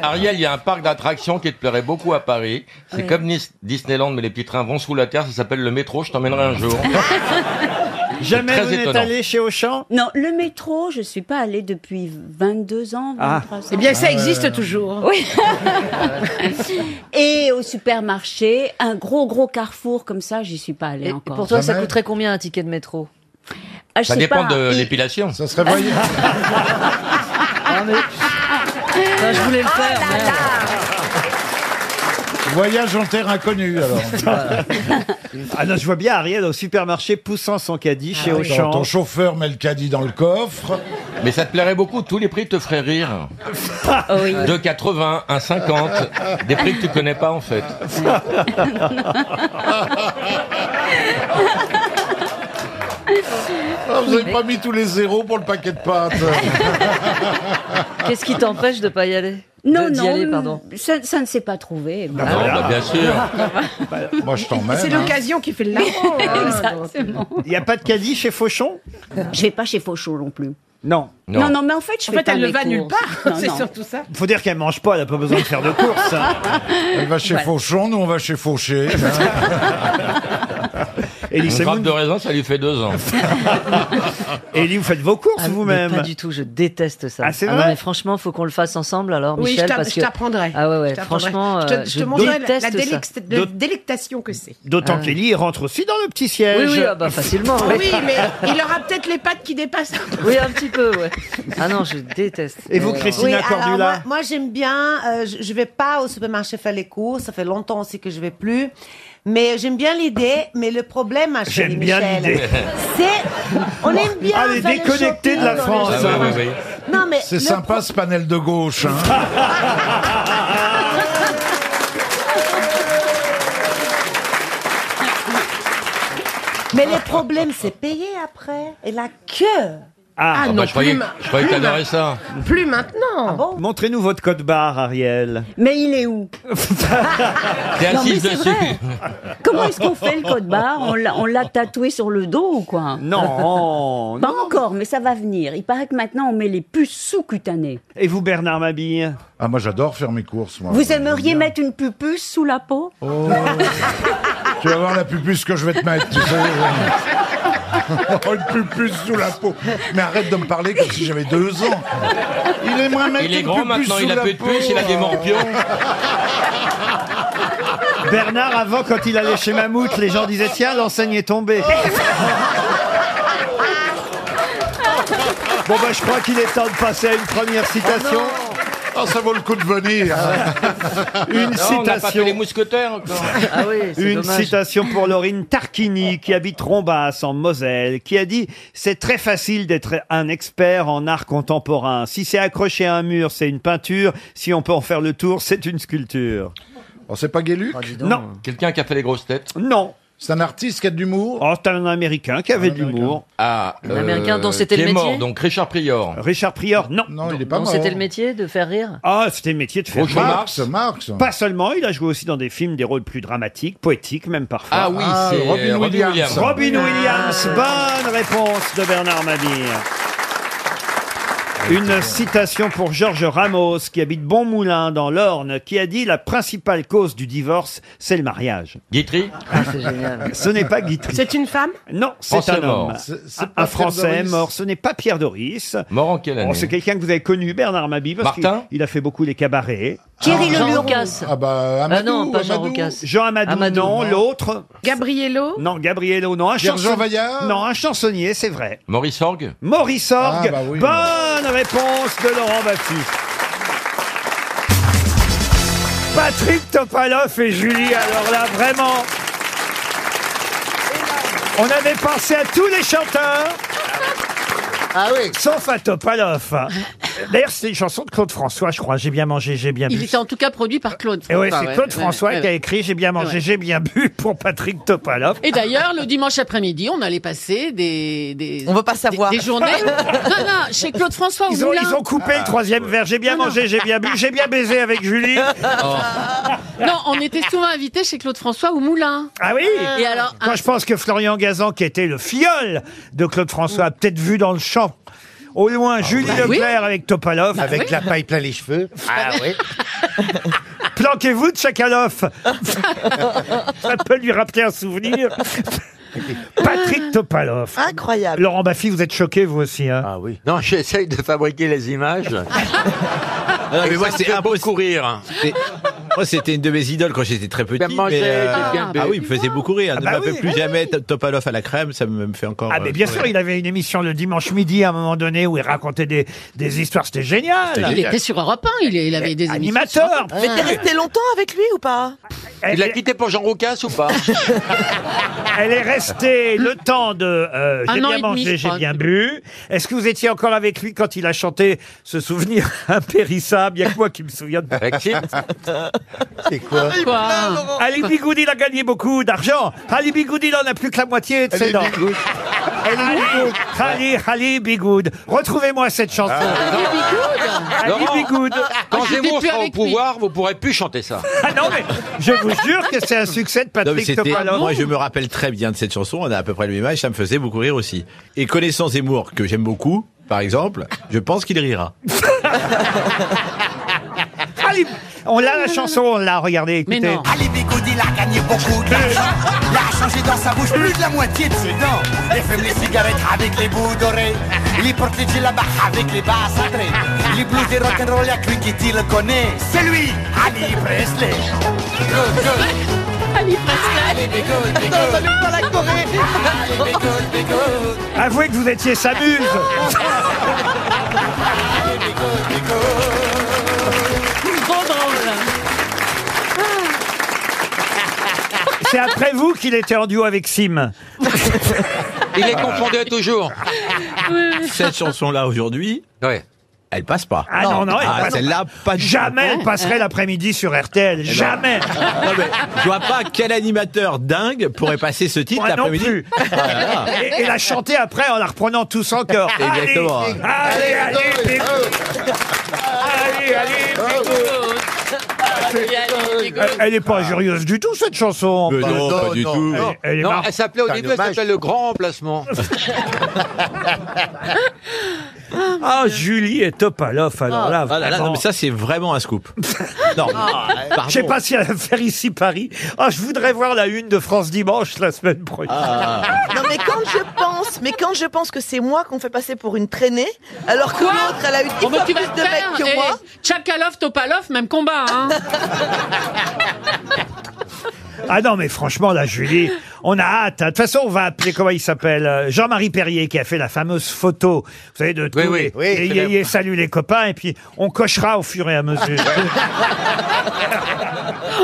[SPEAKER 8] Ariel, il y a un parc d'attractions qui te plairait beaucoup à Paris. C'est
[SPEAKER 3] Ouais.
[SPEAKER 8] comme Nis- Disneyland, mais les petits trains vont sous la terre. Ça s'appelle le métro. Je t'emmènerai un jour.
[SPEAKER 1] Jamais
[SPEAKER 8] Très
[SPEAKER 1] vous n'êtes
[SPEAKER 8] étonnant.
[SPEAKER 1] allé chez Auchan
[SPEAKER 7] Non, le métro, je suis pas allée depuis 22 ans, 23
[SPEAKER 1] Ah.
[SPEAKER 7] ans.
[SPEAKER 1] Eh bien, ça Ah ouais. existe
[SPEAKER 3] toujours.
[SPEAKER 7] Oui. Et au supermarché, un gros, gros carrefour comme ça, j'y suis pas allée
[SPEAKER 5] Et
[SPEAKER 7] encore.
[SPEAKER 5] pour toi, ça coûterait combien un ticket de métro
[SPEAKER 7] Ah, je
[SPEAKER 8] Ça
[SPEAKER 7] sais
[SPEAKER 8] dépend
[SPEAKER 7] pas.
[SPEAKER 8] de l'épilation. Ça
[SPEAKER 23] serait
[SPEAKER 5] Ah, mais- Putain, je voulais le
[SPEAKER 6] Oh
[SPEAKER 5] faire. merde.
[SPEAKER 23] Voyage en terre inconnue, alors.
[SPEAKER 1] Ah non, je vois bien Ariel au supermarché poussant son caddie chez
[SPEAKER 23] Ah Quand
[SPEAKER 1] Auchan.
[SPEAKER 23] ton chauffeur met le caddie dans le coffre.
[SPEAKER 8] Mais ça te plairait beaucoup. Tous les prix te feraient rire.
[SPEAKER 7] Ah oui.
[SPEAKER 8] De 80 à 50. Des prix que tu connais pas, en fait.
[SPEAKER 1] Oh,
[SPEAKER 23] Ah, vous n'avez pas mis tous les zéros pour le paquet de pâtes.
[SPEAKER 5] Qu'est-ce qui t'empêche de pas y aller
[SPEAKER 7] Non,
[SPEAKER 5] De- d'y
[SPEAKER 7] non, mm,
[SPEAKER 5] aller, pardon.
[SPEAKER 7] Ça, ça ne s'est pas trouvé.
[SPEAKER 23] Ah,
[SPEAKER 8] Non, bah, bien sûr.
[SPEAKER 23] bah, Moi, je t'emmène.
[SPEAKER 3] C'est
[SPEAKER 23] hein.
[SPEAKER 3] l'occasion qui fait le larron. hein.
[SPEAKER 7] Exactement.
[SPEAKER 1] Il n'y a pas de caddie chez Fauchon
[SPEAKER 7] Je vais pas chez Fauchon non plus.
[SPEAKER 1] Non.
[SPEAKER 7] Non, non, mais en fait, je
[SPEAKER 3] En
[SPEAKER 7] fais
[SPEAKER 3] fait,
[SPEAKER 7] pas
[SPEAKER 3] elle ne
[SPEAKER 7] mes
[SPEAKER 3] va nulle
[SPEAKER 7] courses.
[SPEAKER 3] part.
[SPEAKER 7] Non,
[SPEAKER 3] C'est
[SPEAKER 7] non.
[SPEAKER 3] surtout ça.
[SPEAKER 1] Faut dire qu'elle mange pas, elle n'a pas besoin de faire de course. hein.
[SPEAKER 23] Elle va chez
[SPEAKER 7] Voilà.
[SPEAKER 23] Fauchon, nous on va chez Fauché.
[SPEAKER 1] Elie
[SPEAKER 8] Un gramme
[SPEAKER 1] Semoun,
[SPEAKER 8] de raisin, ça lui fait deux ans.
[SPEAKER 1] Elie, vous faites vos courses
[SPEAKER 7] Ah, mais
[SPEAKER 1] vous-même.
[SPEAKER 7] Pas du tout, je déteste ça.
[SPEAKER 1] Ah, c'est
[SPEAKER 7] non,
[SPEAKER 1] vrai
[SPEAKER 7] mais franchement, faut qu'on le fasse ensemble alors,
[SPEAKER 37] Oui, je
[SPEAKER 7] Michel.
[SPEAKER 37] t'a-
[SPEAKER 7] parce
[SPEAKER 37] je
[SPEAKER 7] que-
[SPEAKER 37] t'apprendrai.
[SPEAKER 7] Ah ouais, ouais,
[SPEAKER 37] Je t'apprendrai.
[SPEAKER 7] franchement,
[SPEAKER 37] je
[SPEAKER 7] euh,
[SPEAKER 37] te, je
[SPEAKER 7] je,
[SPEAKER 37] te montrerai la, la
[SPEAKER 7] déteste ça.
[SPEAKER 37] délect- la
[SPEAKER 1] D'autant-
[SPEAKER 37] délectation que c'est.
[SPEAKER 1] D'autant
[SPEAKER 7] Ah.
[SPEAKER 1] qu'Elie rentre aussi dans le petit siège.
[SPEAKER 7] Oui, oui, ah bah, facilement,
[SPEAKER 37] Ah Oui, mais il aura peut-être les pattes qui dépassent.
[SPEAKER 7] Oui, un petit peu, ouais. Ah non, je déteste.
[SPEAKER 1] Et vous,
[SPEAKER 7] Euh,
[SPEAKER 1] Christina
[SPEAKER 6] alors
[SPEAKER 1] Cordula
[SPEAKER 6] moi, moi, j'aime bien, euh, je, je vais pas au supermarché faire les courses, ça fait longtemps aussi que je vais plus. Mais j'aime bien l'idée, mais le problème, ma chérie
[SPEAKER 1] J'aime bien
[SPEAKER 6] Michel,
[SPEAKER 1] l'idée.
[SPEAKER 6] c'est on aime bien
[SPEAKER 1] Ah, elle est
[SPEAKER 6] faire le
[SPEAKER 1] déconnectée de la
[SPEAKER 6] shopping.
[SPEAKER 1] France. hein.
[SPEAKER 6] Ah, ouais, ouais, ouais. Non mais
[SPEAKER 23] C'est
[SPEAKER 6] le
[SPEAKER 23] sympa ce panel de gauche. hein.
[SPEAKER 6] Mais le problème, c'est payer après. Et la queue.
[SPEAKER 1] Ah,
[SPEAKER 8] bah, je croyais, je croyais que t'adorais ça.
[SPEAKER 6] Plus maintenant.
[SPEAKER 1] Montrez-nous votre code barre, Ariel.
[SPEAKER 6] Mais il est où
[SPEAKER 8] T'es
[SPEAKER 7] Non, mais
[SPEAKER 8] assise
[SPEAKER 7] c'est
[SPEAKER 8] dessus.
[SPEAKER 7] vrai. Comment est-ce qu'on fait le code barre On l'a- On l'a tatoué sur le dos ou quoi
[SPEAKER 1] Non,
[SPEAKER 7] Pas encore, mais ça va venir. Il paraît que maintenant on met les puces sous-cutanées.
[SPEAKER 1] Et vous, Bernard Mabille
[SPEAKER 23] Ah, moi, j'adore faire mes courses. Moi.
[SPEAKER 7] Vous aimeriez mettre une pupuce sous la peau
[SPEAKER 23] Oh. tu vas voir la pupuce que je vais te mettre, tu sais. Oh, une pupuce sous la peau. Mais arrête de me parler comme si j'avais deux ans. Il aimerait mettre
[SPEAKER 8] Il est
[SPEAKER 23] une
[SPEAKER 8] grand
[SPEAKER 23] pupuce
[SPEAKER 8] maintenant,
[SPEAKER 23] sous
[SPEAKER 8] il a
[SPEAKER 23] la
[SPEAKER 8] plus de
[SPEAKER 23] peau.
[SPEAKER 8] puce, il a des morpions.
[SPEAKER 1] Bernard, avant, quand il allait chez Mammouth, les gens disaient Tiens, l'enseigne est tombée. bon, bah, je crois qu'il est temps de passer à une première citation.
[SPEAKER 37] Ah
[SPEAKER 23] Oh, ça vaut le coup de venir.
[SPEAKER 1] Une
[SPEAKER 8] Non, on n'a pas fait
[SPEAKER 1] citation.
[SPEAKER 8] les mousquetaires encore.
[SPEAKER 7] Ah oui, c'est
[SPEAKER 1] Une
[SPEAKER 7] dommage.
[SPEAKER 1] citation pour Laurine Tarquini, qui habite Rombas, en Moselle, qui a dit « C'est très facile d'être un expert en art contemporain. Si c'est accroché à un mur, c'est une peinture. Si on peut en faire le tour, c'est une sculpture.
[SPEAKER 23] Oh, c'est pas Guéluc
[SPEAKER 1] Non.
[SPEAKER 8] Quelqu'un qui a fait les grosses têtes. »
[SPEAKER 1] Non.
[SPEAKER 23] C'est un artiste qui a de l'humour
[SPEAKER 1] Oh, c'est un Américain qui avait de l'humour.
[SPEAKER 8] Ah,
[SPEAKER 7] Un Américain dont c'était
[SPEAKER 8] qui
[SPEAKER 7] le
[SPEAKER 8] est
[SPEAKER 7] métier
[SPEAKER 8] mort, donc Richard Prior.
[SPEAKER 1] Richard Prior, non.
[SPEAKER 23] Non, il est pas
[SPEAKER 7] Donc
[SPEAKER 23] mort.
[SPEAKER 7] c'était le métier de faire rire
[SPEAKER 1] Ah, c'était le métier de faire
[SPEAKER 8] Groucho
[SPEAKER 1] rire.
[SPEAKER 23] Marx, Marx.
[SPEAKER 1] Pas seulement, il a joué aussi dans des films, des rôles plus dramatiques, poétiques même parfois.
[SPEAKER 8] Ah oui,
[SPEAKER 23] Ah,
[SPEAKER 8] c'est
[SPEAKER 23] Robin Williams. Ah.
[SPEAKER 1] Robin Williams, bah, bonne réponse de Bernard Mabir. Une citation pour Georges Ramos, qui habite Bonmoulin dans l'Orne, qui a dit La principale cause du divorce, c'est le mariage.
[SPEAKER 8] Guitry
[SPEAKER 7] Ah, c'est génial.
[SPEAKER 1] Ce n'est pas Guitry.
[SPEAKER 37] C'est une femme
[SPEAKER 1] Non, c'est
[SPEAKER 8] Français
[SPEAKER 1] un
[SPEAKER 8] mort.
[SPEAKER 1] homme.
[SPEAKER 23] C'est- c'est
[SPEAKER 1] Un-
[SPEAKER 23] pas
[SPEAKER 1] Un
[SPEAKER 23] Pierre
[SPEAKER 1] Français
[SPEAKER 23] Doris.
[SPEAKER 1] mort. Ce n'est pas Pierre Doris.
[SPEAKER 8] Mort en quelle année
[SPEAKER 1] Bon, c'est quelqu'un que vous avez connu, Bernard Mabi, parce qu'il
[SPEAKER 8] Martin Ah,
[SPEAKER 1] il a fait beaucoup les cabarets.
[SPEAKER 7] Thierry
[SPEAKER 23] Jean
[SPEAKER 7] Le
[SPEAKER 23] Roucas.
[SPEAKER 7] Lucas.
[SPEAKER 23] Ah bah,
[SPEAKER 7] Ah
[SPEAKER 23] Amadou,
[SPEAKER 7] non, pas Jean
[SPEAKER 23] Amadou.
[SPEAKER 7] Roucas.
[SPEAKER 1] Jean Amadou,
[SPEAKER 7] Amadou,
[SPEAKER 1] non.
[SPEAKER 7] non.
[SPEAKER 1] L'autre,
[SPEAKER 37] Gabriello
[SPEAKER 1] non, Gabriello, non. Un
[SPEAKER 23] Pierre-Jean
[SPEAKER 1] chanson-
[SPEAKER 23] Vaillard
[SPEAKER 1] Non, un chansonnier, c'est vrai.
[SPEAKER 8] Maurice Orgue
[SPEAKER 1] Maurice Orgue.
[SPEAKER 23] Ah, bah oui.
[SPEAKER 1] Bonne réponse de Laurent Baffi. Patrick Topalov et Julie, alors là, vraiment. On avait pensé à tous les chanteurs,
[SPEAKER 12] Ah oui.
[SPEAKER 1] sauf à Topalov. D'ailleurs, c'est une chanson de Claude François, je crois. J'ai bien mangé, j'ai bien
[SPEAKER 3] Il
[SPEAKER 1] bu.
[SPEAKER 3] était en tout cas produit par Claude.
[SPEAKER 1] Et Eh ouais,
[SPEAKER 12] Ah
[SPEAKER 3] François,
[SPEAKER 1] c'est Claude
[SPEAKER 3] Eh ouais,
[SPEAKER 1] François
[SPEAKER 3] ouais,
[SPEAKER 1] qui a
[SPEAKER 3] ouais.
[SPEAKER 1] écrit J'ai bien mangé,
[SPEAKER 3] Ouais.
[SPEAKER 1] j'ai bien bu pour Patrick Topalov.
[SPEAKER 3] Et d'ailleurs, le dimanche après-midi, on allait passer des, des
[SPEAKER 38] On veut pas savoir.
[SPEAKER 3] des journées. non, non, chez Claude François au
[SPEAKER 1] Ils ont,
[SPEAKER 3] Moulin.
[SPEAKER 1] ils ont coupé
[SPEAKER 12] Ah.
[SPEAKER 1] le troisième verre. J'ai bien mangé, j'ai bien bu, j'ai bien baisé avec Julie.
[SPEAKER 12] Oh.
[SPEAKER 3] Non, on était souvent invités chez Claude François au Moulin.
[SPEAKER 1] Ah oui
[SPEAKER 3] Et alors,
[SPEAKER 1] Quand
[SPEAKER 3] un-
[SPEAKER 1] je pense que Florian Gazan, qui était le fiole de Claude François, a peut-être vu dans le champ. Au loin, Julie
[SPEAKER 3] oui.
[SPEAKER 1] Leclerc avec Topalov.
[SPEAKER 12] Ah Avec
[SPEAKER 1] avec
[SPEAKER 12] la paille plein les cheveux. Ah oui.
[SPEAKER 1] Planquez-vous de Chakalov. Ça peut lui rappeler un souvenir. Patrick Topalov.
[SPEAKER 38] Incroyable.
[SPEAKER 1] Laurent Baffy, vous êtes choqué, vous aussi. hein
[SPEAKER 12] Ah oui.
[SPEAKER 10] Non, j'essaye de fabriquer les images.
[SPEAKER 5] Ah non, mais moi, c'est impossible.
[SPEAKER 10] Beaucoup rire.
[SPEAKER 5] C'est- Moi, c'était une de mes idoles quand j'étais très petit.
[SPEAKER 10] Bien mangé,
[SPEAKER 5] mais,
[SPEAKER 10] j'ai bien bu.
[SPEAKER 5] ah oui, il me faisait beaucoup rire. ne
[SPEAKER 1] bah
[SPEAKER 5] m'appelle
[SPEAKER 1] oui,
[SPEAKER 5] plus
[SPEAKER 1] bah
[SPEAKER 5] jamais Top- Topalov à la crème, ça me me fait encore.
[SPEAKER 1] Ah, mais bien
[SPEAKER 5] euh,
[SPEAKER 1] sûr, il avait une émission le dimanche midi à un moment donné où il racontait des, des histoires. C'était génial.
[SPEAKER 5] C'était
[SPEAKER 3] il était sur Europe 1, il, est- il avait des émissions sur Ah. Europe
[SPEAKER 38] Mais
[SPEAKER 1] Animateur.
[SPEAKER 38] t'es resté longtemps avec lui ou pas
[SPEAKER 1] Elle,
[SPEAKER 10] Il a quitté pour Jean Roucas ou pas
[SPEAKER 1] elle est restée le temps de euh,
[SPEAKER 3] Un an
[SPEAKER 1] J'ai bien
[SPEAKER 3] et demi,
[SPEAKER 1] mangé,
[SPEAKER 3] je
[SPEAKER 1] j'ai
[SPEAKER 3] crois.
[SPEAKER 1] bien bu. Est-ce que vous étiez encore avec lui quand il a chanté ce souvenir impérissable Il n'y a que moi qui me souviens de
[SPEAKER 10] Maxime
[SPEAKER 12] C'est quoi
[SPEAKER 3] un. Quoi
[SPEAKER 1] Ali Bigoudi, il a gagné beaucoup d'argent. Ali Bigoudi, il en a plus que la moitié de ses dents. Ali, Ali, Ali Bigoud. Retrouvez-moi cette chanson.
[SPEAKER 12] Ah.
[SPEAKER 3] Il est bigoud.
[SPEAKER 1] Ali
[SPEAKER 10] Laurent.
[SPEAKER 1] Bigoud.
[SPEAKER 10] Quand
[SPEAKER 3] j'étais
[SPEAKER 10] Zemmour
[SPEAKER 3] plus
[SPEAKER 10] sera au
[SPEAKER 3] avec lui.
[SPEAKER 10] pouvoir, vous pourrez plus chanter ça.
[SPEAKER 1] Ah non, mais je vous jure que c'est un succès de
[SPEAKER 5] Non, mais
[SPEAKER 1] Patrick
[SPEAKER 5] c'était,
[SPEAKER 1] Topalov.
[SPEAKER 5] moi, je me rappelle très bien de cette chanson. On a à peu près le même âge. Ça me faisait beaucoup rire aussi. Et connaissant Zemmour, que j'aime beaucoup, par exemple, je pense qu'il rira.
[SPEAKER 1] Ali, On l'a la chanson, on l'a, regardez, écoutez.
[SPEAKER 12] Ali Bigoudi l'a gagné beaucoup d'argent. L'a changé dans sa bouche plus de la moitié de ses dents. Il fume les cigarettes avec les bouts dorés. Il porte les là-bas avec les bas cintrés. Il blues des rock'n'roll, y'a que lui qui t'y le connaît. C'est lui, Ali Presley. Good, good. Ali Presley. Ali Bigoudi. Non, ça n'est pas la Corée. Ali Bigoudi, Bigoudi.
[SPEAKER 1] Avouez que vous étiez Samuse.
[SPEAKER 6] Trop drôle.
[SPEAKER 1] C'est après vous qu'il était en duo avec
[SPEAKER 10] Eh ben.
[SPEAKER 1] Sim.
[SPEAKER 5] Il est confondu toujours. Cette chanson-là aujourd'hui, elle passe pas.
[SPEAKER 1] Ah non, non, elle
[SPEAKER 5] Ah,
[SPEAKER 1] passe-
[SPEAKER 5] celle-là, pas du
[SPEAKER 1] Jamais
[SPEAKER 5] tout. Ah.
[SPEAKER 1] elle passerait l'après-midi sur RTL.
[SPEAKER 5] Eh ben.
[SPEAKER 1] Jamais.
[SPEAKER 5] Non, mais je vois pas quel animateur dingue pourrait passer ce titre
[SPEAKER 1] Moi non
[SPEAKER 5] l'après-midi.
[SPEAKER 1] plus.
[SPEAKER 5] Voilà.
[SPEAKER 1] Et, et la chanter après en la reprenant tous encore.
[SPEAKER 5] Exactement.
[SPEAKER 1] Allez, allez, allez, allez, allez, Elle- Elle n'est pas injurieuse du tout, cette chanson.
[SPEAKER 5] Mais non, pas du tout.
[SPEAKER 1] Elle- Elle, est
[SPEAKER 8] Non,
[SPEAKER 1] marrante.
[SPEAKER 8] elle s'appelait au
[SPEAKER 1] Putain,
[SPEAKER 8] début, elle
[SPEAKER 1] dommage.
[SPEAKER 8] s'appelait le grand emplacement.
[SPEAKER 1] Ah, Julie et Topalov, alors là.
[SPEAKER 5] Ah là là, non,
[SPEAKER 1] vraiment. Ah,
[SPEAKER 5] mais ça, c'est vraiment un scoop. Non, Ah,
[SPEAKER 1] Je sais pas si elle va faire ici Paris. Ah, je voudrais voir la une de France Dimanche la semaine prochaine.
[SPEAKER 5] Ah.
[SPEAKER 3] Non mais quand je pense, mais quand je pense que c'est moi qu'on fait passer pour une traînée, alors que
[SPEAKER 39] Quoi
[SPEAKER 3] l'autre elle a eu dix
[SPEAKER 39] Oh, mais
[SPEAKER 3] fois
[SPEAKER 39] tu
[SPEAKER 3] plus
[SPEAKER 39] vas
[SPEAKER 3] de
[SPEAKER 39] te faire,
[SPEAKER 3] mecs que
[SPEAKER 39] eh,
[SPEAKER 3] moi.
[SPEAKER 39] Tchakalov, Topalov, même combat. Hein.
[SPEAKER 1] Ah non, mais franchement, là, Julie, on a hâte. hein. De toute façon, on va appeler, comment il s'appelle euh, Jean-Marie Perrier, qui a fait la fameuse photo, vous savez, de tous
[SPEAKER 8] oui,
[SPEAKER 1] les-
[SPEAKER 8] oui,
[SPEAKER 1] les
[SPEAKER 8] célèbre.
[SPEAKER 1] yéyés, salut les copains, et puis on cochera au fur et à mesure.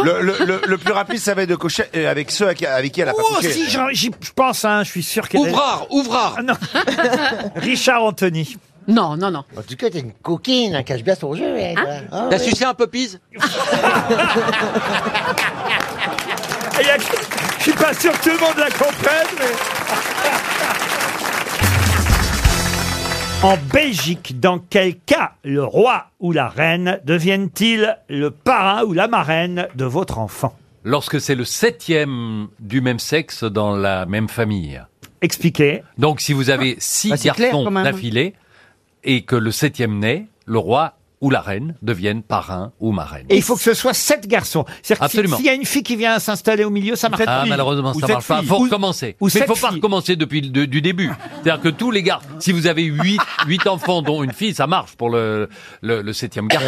[SPEAKER 40] Le, le- le- le plus rapide, ça va être de cocher euh, avec ceux à qui- avec qui elle a pas
[SPEAKER 1] Oh,
[SPEAKER 40] couché.
[SPEAKER 1] si, j'en- j'y- je pense, hein, je suis sûr qu'elle est-
[SPEAKER 40] Ouvrard,
[SPEAKER 8] Ouvrard
[SPEAKER 1] Ah, non. Richard Anthony.
[SPEAKER 39] Non, non, non.
[SPEAKER 41] En tout cas, t'es une coquine, hein, cache bien son jeu. hein, toi. Ah
[SPEAKER 8] T'as
[SPEAKER 41] ouais.
[SPEAKER 8] sucé un poppies
[SPEAKER 1] Et y a- Je suis pas sûr que tout le monde la comprenne, mais... En Belgique, dans quel cas le roi ou la reine deviennent-ils le parrain ou la marraine de votre enfant
[SPEAKER 16] Lorsque c'est le septième du même sexe dans la même famille.
[SPEAKER 1] Expliquez.
[SPEAKER 16] Donc si vous avez six
[SPEAKER 1] Bah, c'est clair,
[SPEAKER 16] garçons
[SPEAKER 1] quand même.
[SPEAKER 16] d'affilée et que le septième naît, le roi ou la reine deviennent parrain ou marraine.
[SPEAKER 1] Et il faut que ce soit sept garçons. C'est-à-dire que si-
[SPEAKER 16] Absolument.
[SPEAKER 1] s'il y a une fille qui vient s'installer au milieu, ça marche
[SPEAKER 16] ah, malheureusement, ça marche pas. Faut recommencer.
[SPEAKER 1] ou
[SPEAKER 16] Mais
[SPEAKER 1] sept
[SPEAKER 16] faut pas
[SPEAKER 1] filles.
[SPEAKER 16] recommencer depuis le de- du début. C'est-à-dire que tous les gars, si vous avez huit, huit enfants, dont une fille, ça marche pour le, le, le septième garçon.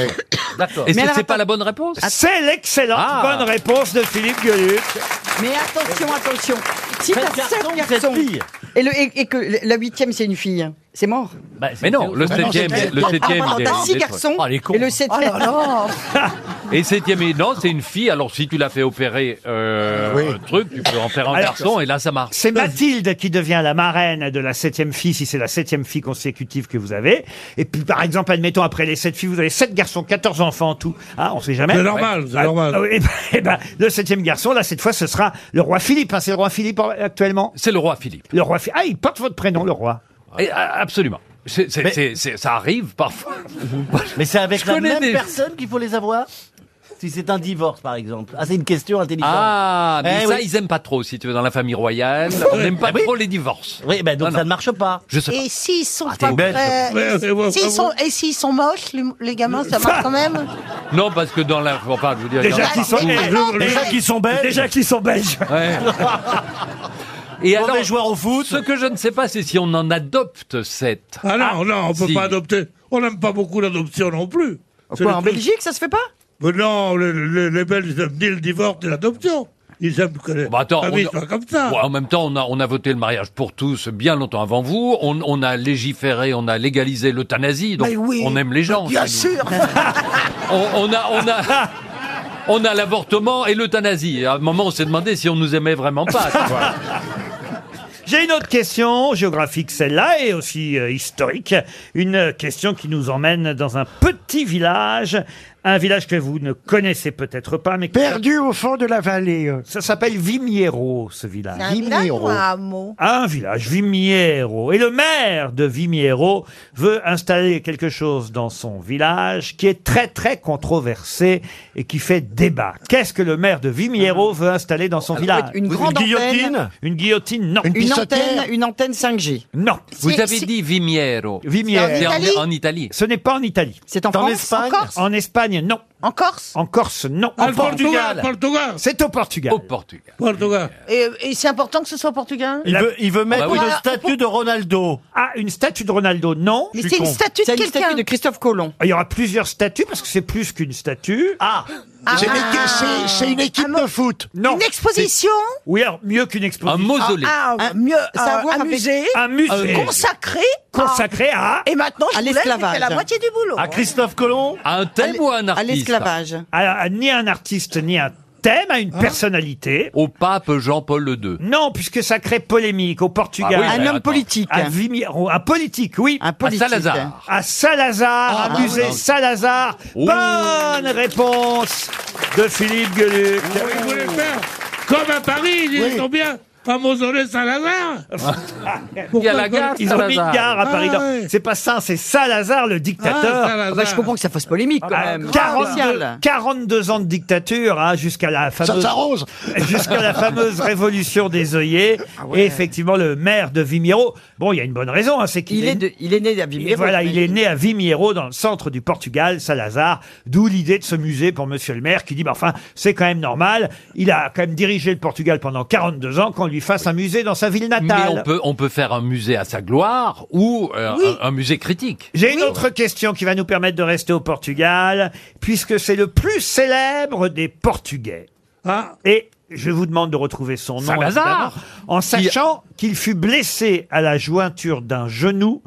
[SPEAKER 3] D'accord.
[SPEAKER 16] Et c'est
[SPEAKER 3] Mais alors,
[SPEAKER 16] c'est pas la bonne réponse?
[SPEAKER 1] C'est l'excellente
[SPEAKER 16] Ah.
[SPEAKER 1] bonne réponse de Philippe Gueluc.
[SPEAKER 3] Mais attention, attention. Si
[SPEAKER 21] Sept
[SPEAKER 3] t'as
[SPEAKER 21] garçons,
[SPEAKER 3] sept
[SPEAKER 21] sept
[SPEAKER 3] garçons
[SPEAKER 21] filles.
[SPEAKER 3] et, le, et, et que le- la huitième c'est une fille, c'est mort.
[SPEAKER 16] Mais non, le
[SPEAKER 3] Ah non,
[SPEAKER 16] septième,
[SPEAKER 3] c'est-
[SPEAKER 16] le
[SPEAKER 3] Ah,
[SPEAKER 16] septième,
[SPEAKER 3] pardon,
[SPEAKER 16] il est-
[SPEAKER 3] T'as
[SPEAKER 16] il
[SPEAKER 3] six
[SPEAKER 16] est-
[SPEAKER 3] garçons
[SPEAKER 16] Oh, les cons.
[SPEAKER 3] et le septième.
[SPEAKER 16] Et septième et non, c'est une fille. Alors si tu l'as fait opérer euh, un truc, tu peux en faire un
[SPEAKER 1] Alors,
[SPEAKER 16] garçon et là ça marche.
[SPEAKER 1] C'est Mathilde qui devient la marraine de la septième fille, si c'est la septième fille consécutive que vous avez. Et puis, par exemple, admettons, après les sept filles, vous avez sept garçons, 14 enfants, en tout. Ah, on sait jamais.
[SPEAKER 42] C'est normal, c'est normal.
[SPEAKER 1] et ben, eh ben, le septième garçon, là, cette fois, ce sera le roi Philippe. hein. c'est le roi Philippe en- actuellement
[SPEAKER 16] C'est le roi Philippe.
[SPEAKER 1] Le roi Phi- Ah, il porte votre prénom, le roi.
[SPEAKER 16] Et, a- absolument. C'est- c'est- c'est- c'est- ça arrive parfois.
[SPEAKER 21] Mais c'est avec
[SPEAKER 16] Je
[SPEAKER 21] la
[SPEAKER 16] connais
[SPEAKER 21] même
[SPEAKER 16] des-
[SPEAKER 21] personne qu'il faut les avoir Si c'est un divorce, par exemple. Ah, c'est une question intelligente.
[SPEAKER 16] Ah, mais
[SPEAKER 21] Eh
[SPEAKER 16] ça,
[SPEAKER 21] oui. Eh
[SPEAKER 16] ils aiment pas trop, si tu veux, dans la famille royale. On n'aime pas trop les divorces.
[SPEAKER 21] Oui, ben donc
[SPEAKER 16] Non,
[SPEAKER 21] ça
[SPEAKER 16] non.
[SPEAKER 21] ne marche pas.
[SPEAKER 16] Je sais
[SPEAKER 21] pas. Et s'ils sont
[SPEAKER 16] Ah, t'es
[SPEAKER 21] pas
[SPEAKER 16] belle,
[SPEAKER 21] prêts-
[SPEAKER 16] toi. Ouais, ouais, ouais,
[SPEAKER 21] s'ils
[SPEAKER 16] ouais,
[SPEAKER 21] sont-
[SPEAKER 16] ouais.
[SPEAKER 21] et s'ils sont moches, les, les gamins, ça marche quand même.
[SPEAKER 16] Non, parce que dans la. Enfin, je veux dire,
[SPEAKER 21] Déjà
[SPEAKER 16] dans-
[SPEAKER 21] qu'ils sont-
[SPEAKER 16] Ouh.
[SPEAKER 21] eh, déjà qu'ils sont belges.
[SPEAKER 1] Déjà qu'ils sont belges.
[SPEAKER 16] Ouais. Et alors, joueur au foot. Ce que je ne sais pas, c'est si on en adopte sept.
[SPEAKER 13] Ah non, non, on peut
[SPEAKER 16] si.
[SPEAKER 13] pas adopter. On n'aime pas beaucoup l'adoption non plus. C'est
[SPEAKER 3] Quoi,
[SPEAKER 13] le
[SPEAKER 3] en
[SPEAKER 13] truc-
[SPEAKER 3] Belgique, ça se fait pas
[SPEAKER 13] Mais non, le- le- les Belges n'aiment ni le divorce ni l'adoption. Ils aiment que les
[SPEAKER 16] Bah attends,
[SPEAKER 13] familles
[SPEAKER 16] on-
[SPEAKER 13] soient comme ça.
[SPEAKER 16] Ouais, en même temps, on a, on a voté le mariage pour tous bien longtemps avant vous. On, on a légiféré, on a légalisé l'euthanasie. Donc,
[SPEAKER 3] Mais oui.
[SPEAKER 16] on aime les gens.
[SPEAKER 3] Bien
[SPEAKER 16] chez nous.
[SPEAKER 3] sûr.
[SPEAKER 16] On, on a, on a, on a l'avortement et l'euthanasie. Et À un moment, on s'est demandé si on nous aimait vraiment pas. tu vois.
[SPEAKER 1] J'ai une autre question, géographique celle-là, et aussi euh, historique. Une euh, question qui nous emmène dans un petit village. Un village que vous ne connaissez peut-être pas, mais... Perdu au fond de la vallée. Ça s'appelle Vimiero, ce village.
[SPEAKER 21] C'est un village ou un hameau
[SPEAKER 1] Un village, Vimiero. Et le maire de Vimiero veut installer quelque chose dans son village qui est très très controversé et qui fait débat. Qu'est-ce que le maire de Vimiero veut installer dans son village
[SPEAKER 3] Ah. Une grande antenne.
[SPEAKER 1] Une guillotine, non.
[SPEAKER 3] Une, antenne, une antenne 5G.
[SPEAKER 1] Non.
[SPEAKER 16] Vous avez dit Vimiero.
[SPEAKER 1] Vimiero.
[SPEAKER 16] C'est en- en Italie.
[SPEAKER 1] Ce n'est pas en Italie.
[SPEAKER 3] C'est en
[SPEAKER 1] En
[SPEAKER 3] France, en
[SPEAKER 1] Espagne.
[SPEAKER 3] Corse
[SPEAKER 1] En Espagne, Espagne, non. En Corse En Corse, non.
[SPEAKER 36] Au Au Portugal. Portugal. Portugal.
[SPEAKER 1] C'est au Portugal. Au Portugal.
[SPEAKER 36] Portugal.
[SPEAKER 3] Et, et c'est important que ce soit au Portugal
[SPEAKER 1] Ah bah
[SPEAKER 3] Voilà.
[SPEAKER 1] de Ronaldo. Ah, une statue de Ronaldo, non.
[SPEAKER 3] Mais Je suis c'est une con. statue de C'est une quelqu'un. Ah, statue de
[SPEAKER 1] Christophe Colomb. Il y aura plusieurs statues parce que c'est plus qu'une statue. Ah
[SPEAKER 3] C'est Ah. une équipe- c'est- c'est une
[SPEAKER 1] équipe de foot. Non.
[SPEAKER 3] Une exposition
[SPEAKER 1] C'est- Oui, alors, mieux qu'une exposition. Un
[SPEAKER 3] Ah, ah, mieux,
[SPEAKER 1] savoir
[SPEAKER 3] euh,
[SPEAKER 1] avec-
[SPEAKER 3] amusé,
[SPEAKER 1] Un musée.
[SPEAKER 3] Euh, consacré,
[SPEAKER 1] Consacré à-
[SPEAKER 3] Et maintenant, je
[SPEAKER 1] À
[SPEAKER 3] vous laisse, j'ai fait la
[SPEAKER 1] l'esclavage.
[SPEAKER 3] moitié du boulot. hein.
[SPEAKER 1] Christophe Colomb À un thème ou à un
[SPEAKER 3] à artiste l'esclavage. Ah.
[SPEAKER 1] Ni à un artiste, ni à un thème, à une personnalité. Au pape Jean-Paul II. Non, puisque ça crée polémique au Portugal.
[SPEAKER 3] Ah oui, Un mais homme attends. politique.
[SPEAKER 1] À Vimiro- un politique, oui. Un
[SPEAKER 3] politique. À Salazar.
[SPEAKER 1] À Salazar,
[SPEAKER 3] Ah,
[SPEAKER 1] un musée
[SPEAKER 3] bah oui.
[SPEAKER 1] Salazar. Bonne réponse de Philippe Gueluc.
[SPEAKER 36] Il voulait faire comme à Paris, ils sont bien. Un mausolée Saint-Lazare
[SPEAKER 1] Pourquoi Ils ont mis une gare à Paris. Non,
[SPEAKER 13] Ah
[SPEAKER 1] C'est pas ça, c'est Salazar, le dictateur.
[SPEAKER 36] Ah, Salazar. Ah bah, je comprends
[SPEAKER 1] que ça fasse polémique
[SPEAKER 36] quand même.
[SPEAKER 1] 42,
[SPEAKER 36] Spécial.
[SPEAKER 1] 42 ans de dictature, hein, jusqu'à la fameuse.
[SPEAKER 36] s'arrose.
[SPEAKER 1] Jusqu'à la fameuse révolution des œillets. Et effectivement, le maire de Vimiro. Bon, il y a une bonne raison, hein, c'est qu'il
[SPEAKER 2] Il est, de- il est né à
[SPEAKER 1] Et
[SPEAKER 2] Vimeo.
[SPEAKER 1] voilà, il est né à Vimiero, dans le centre du Portugal, Salazar, d'où l'idée de ce musée pour Monsieur le maire, qui dit, bah, enfin, c'est quand même normal, il a quand même dirigé le Portugal pendant 42 ans, qu'on lui fasse un musée dans sa ville
[SPEAKER 16] Mais
[SPEAKER 1] natale.
[SPEAKER 16] on peut, on peut faire un musée à sa gloire ou euh, un, un musée critique.
[SPEAKER 1] J'ai une autre question qui va nous permettre de rester au Portugal, puisque c'est le plus célèbre des Portugais. Et je vous demande de retrouver son nom,
[SPEAKER 16] Salazar.
[SPEAKER 1] évidemment, en sachant qu'il fut blessé à la jointure d'un genou,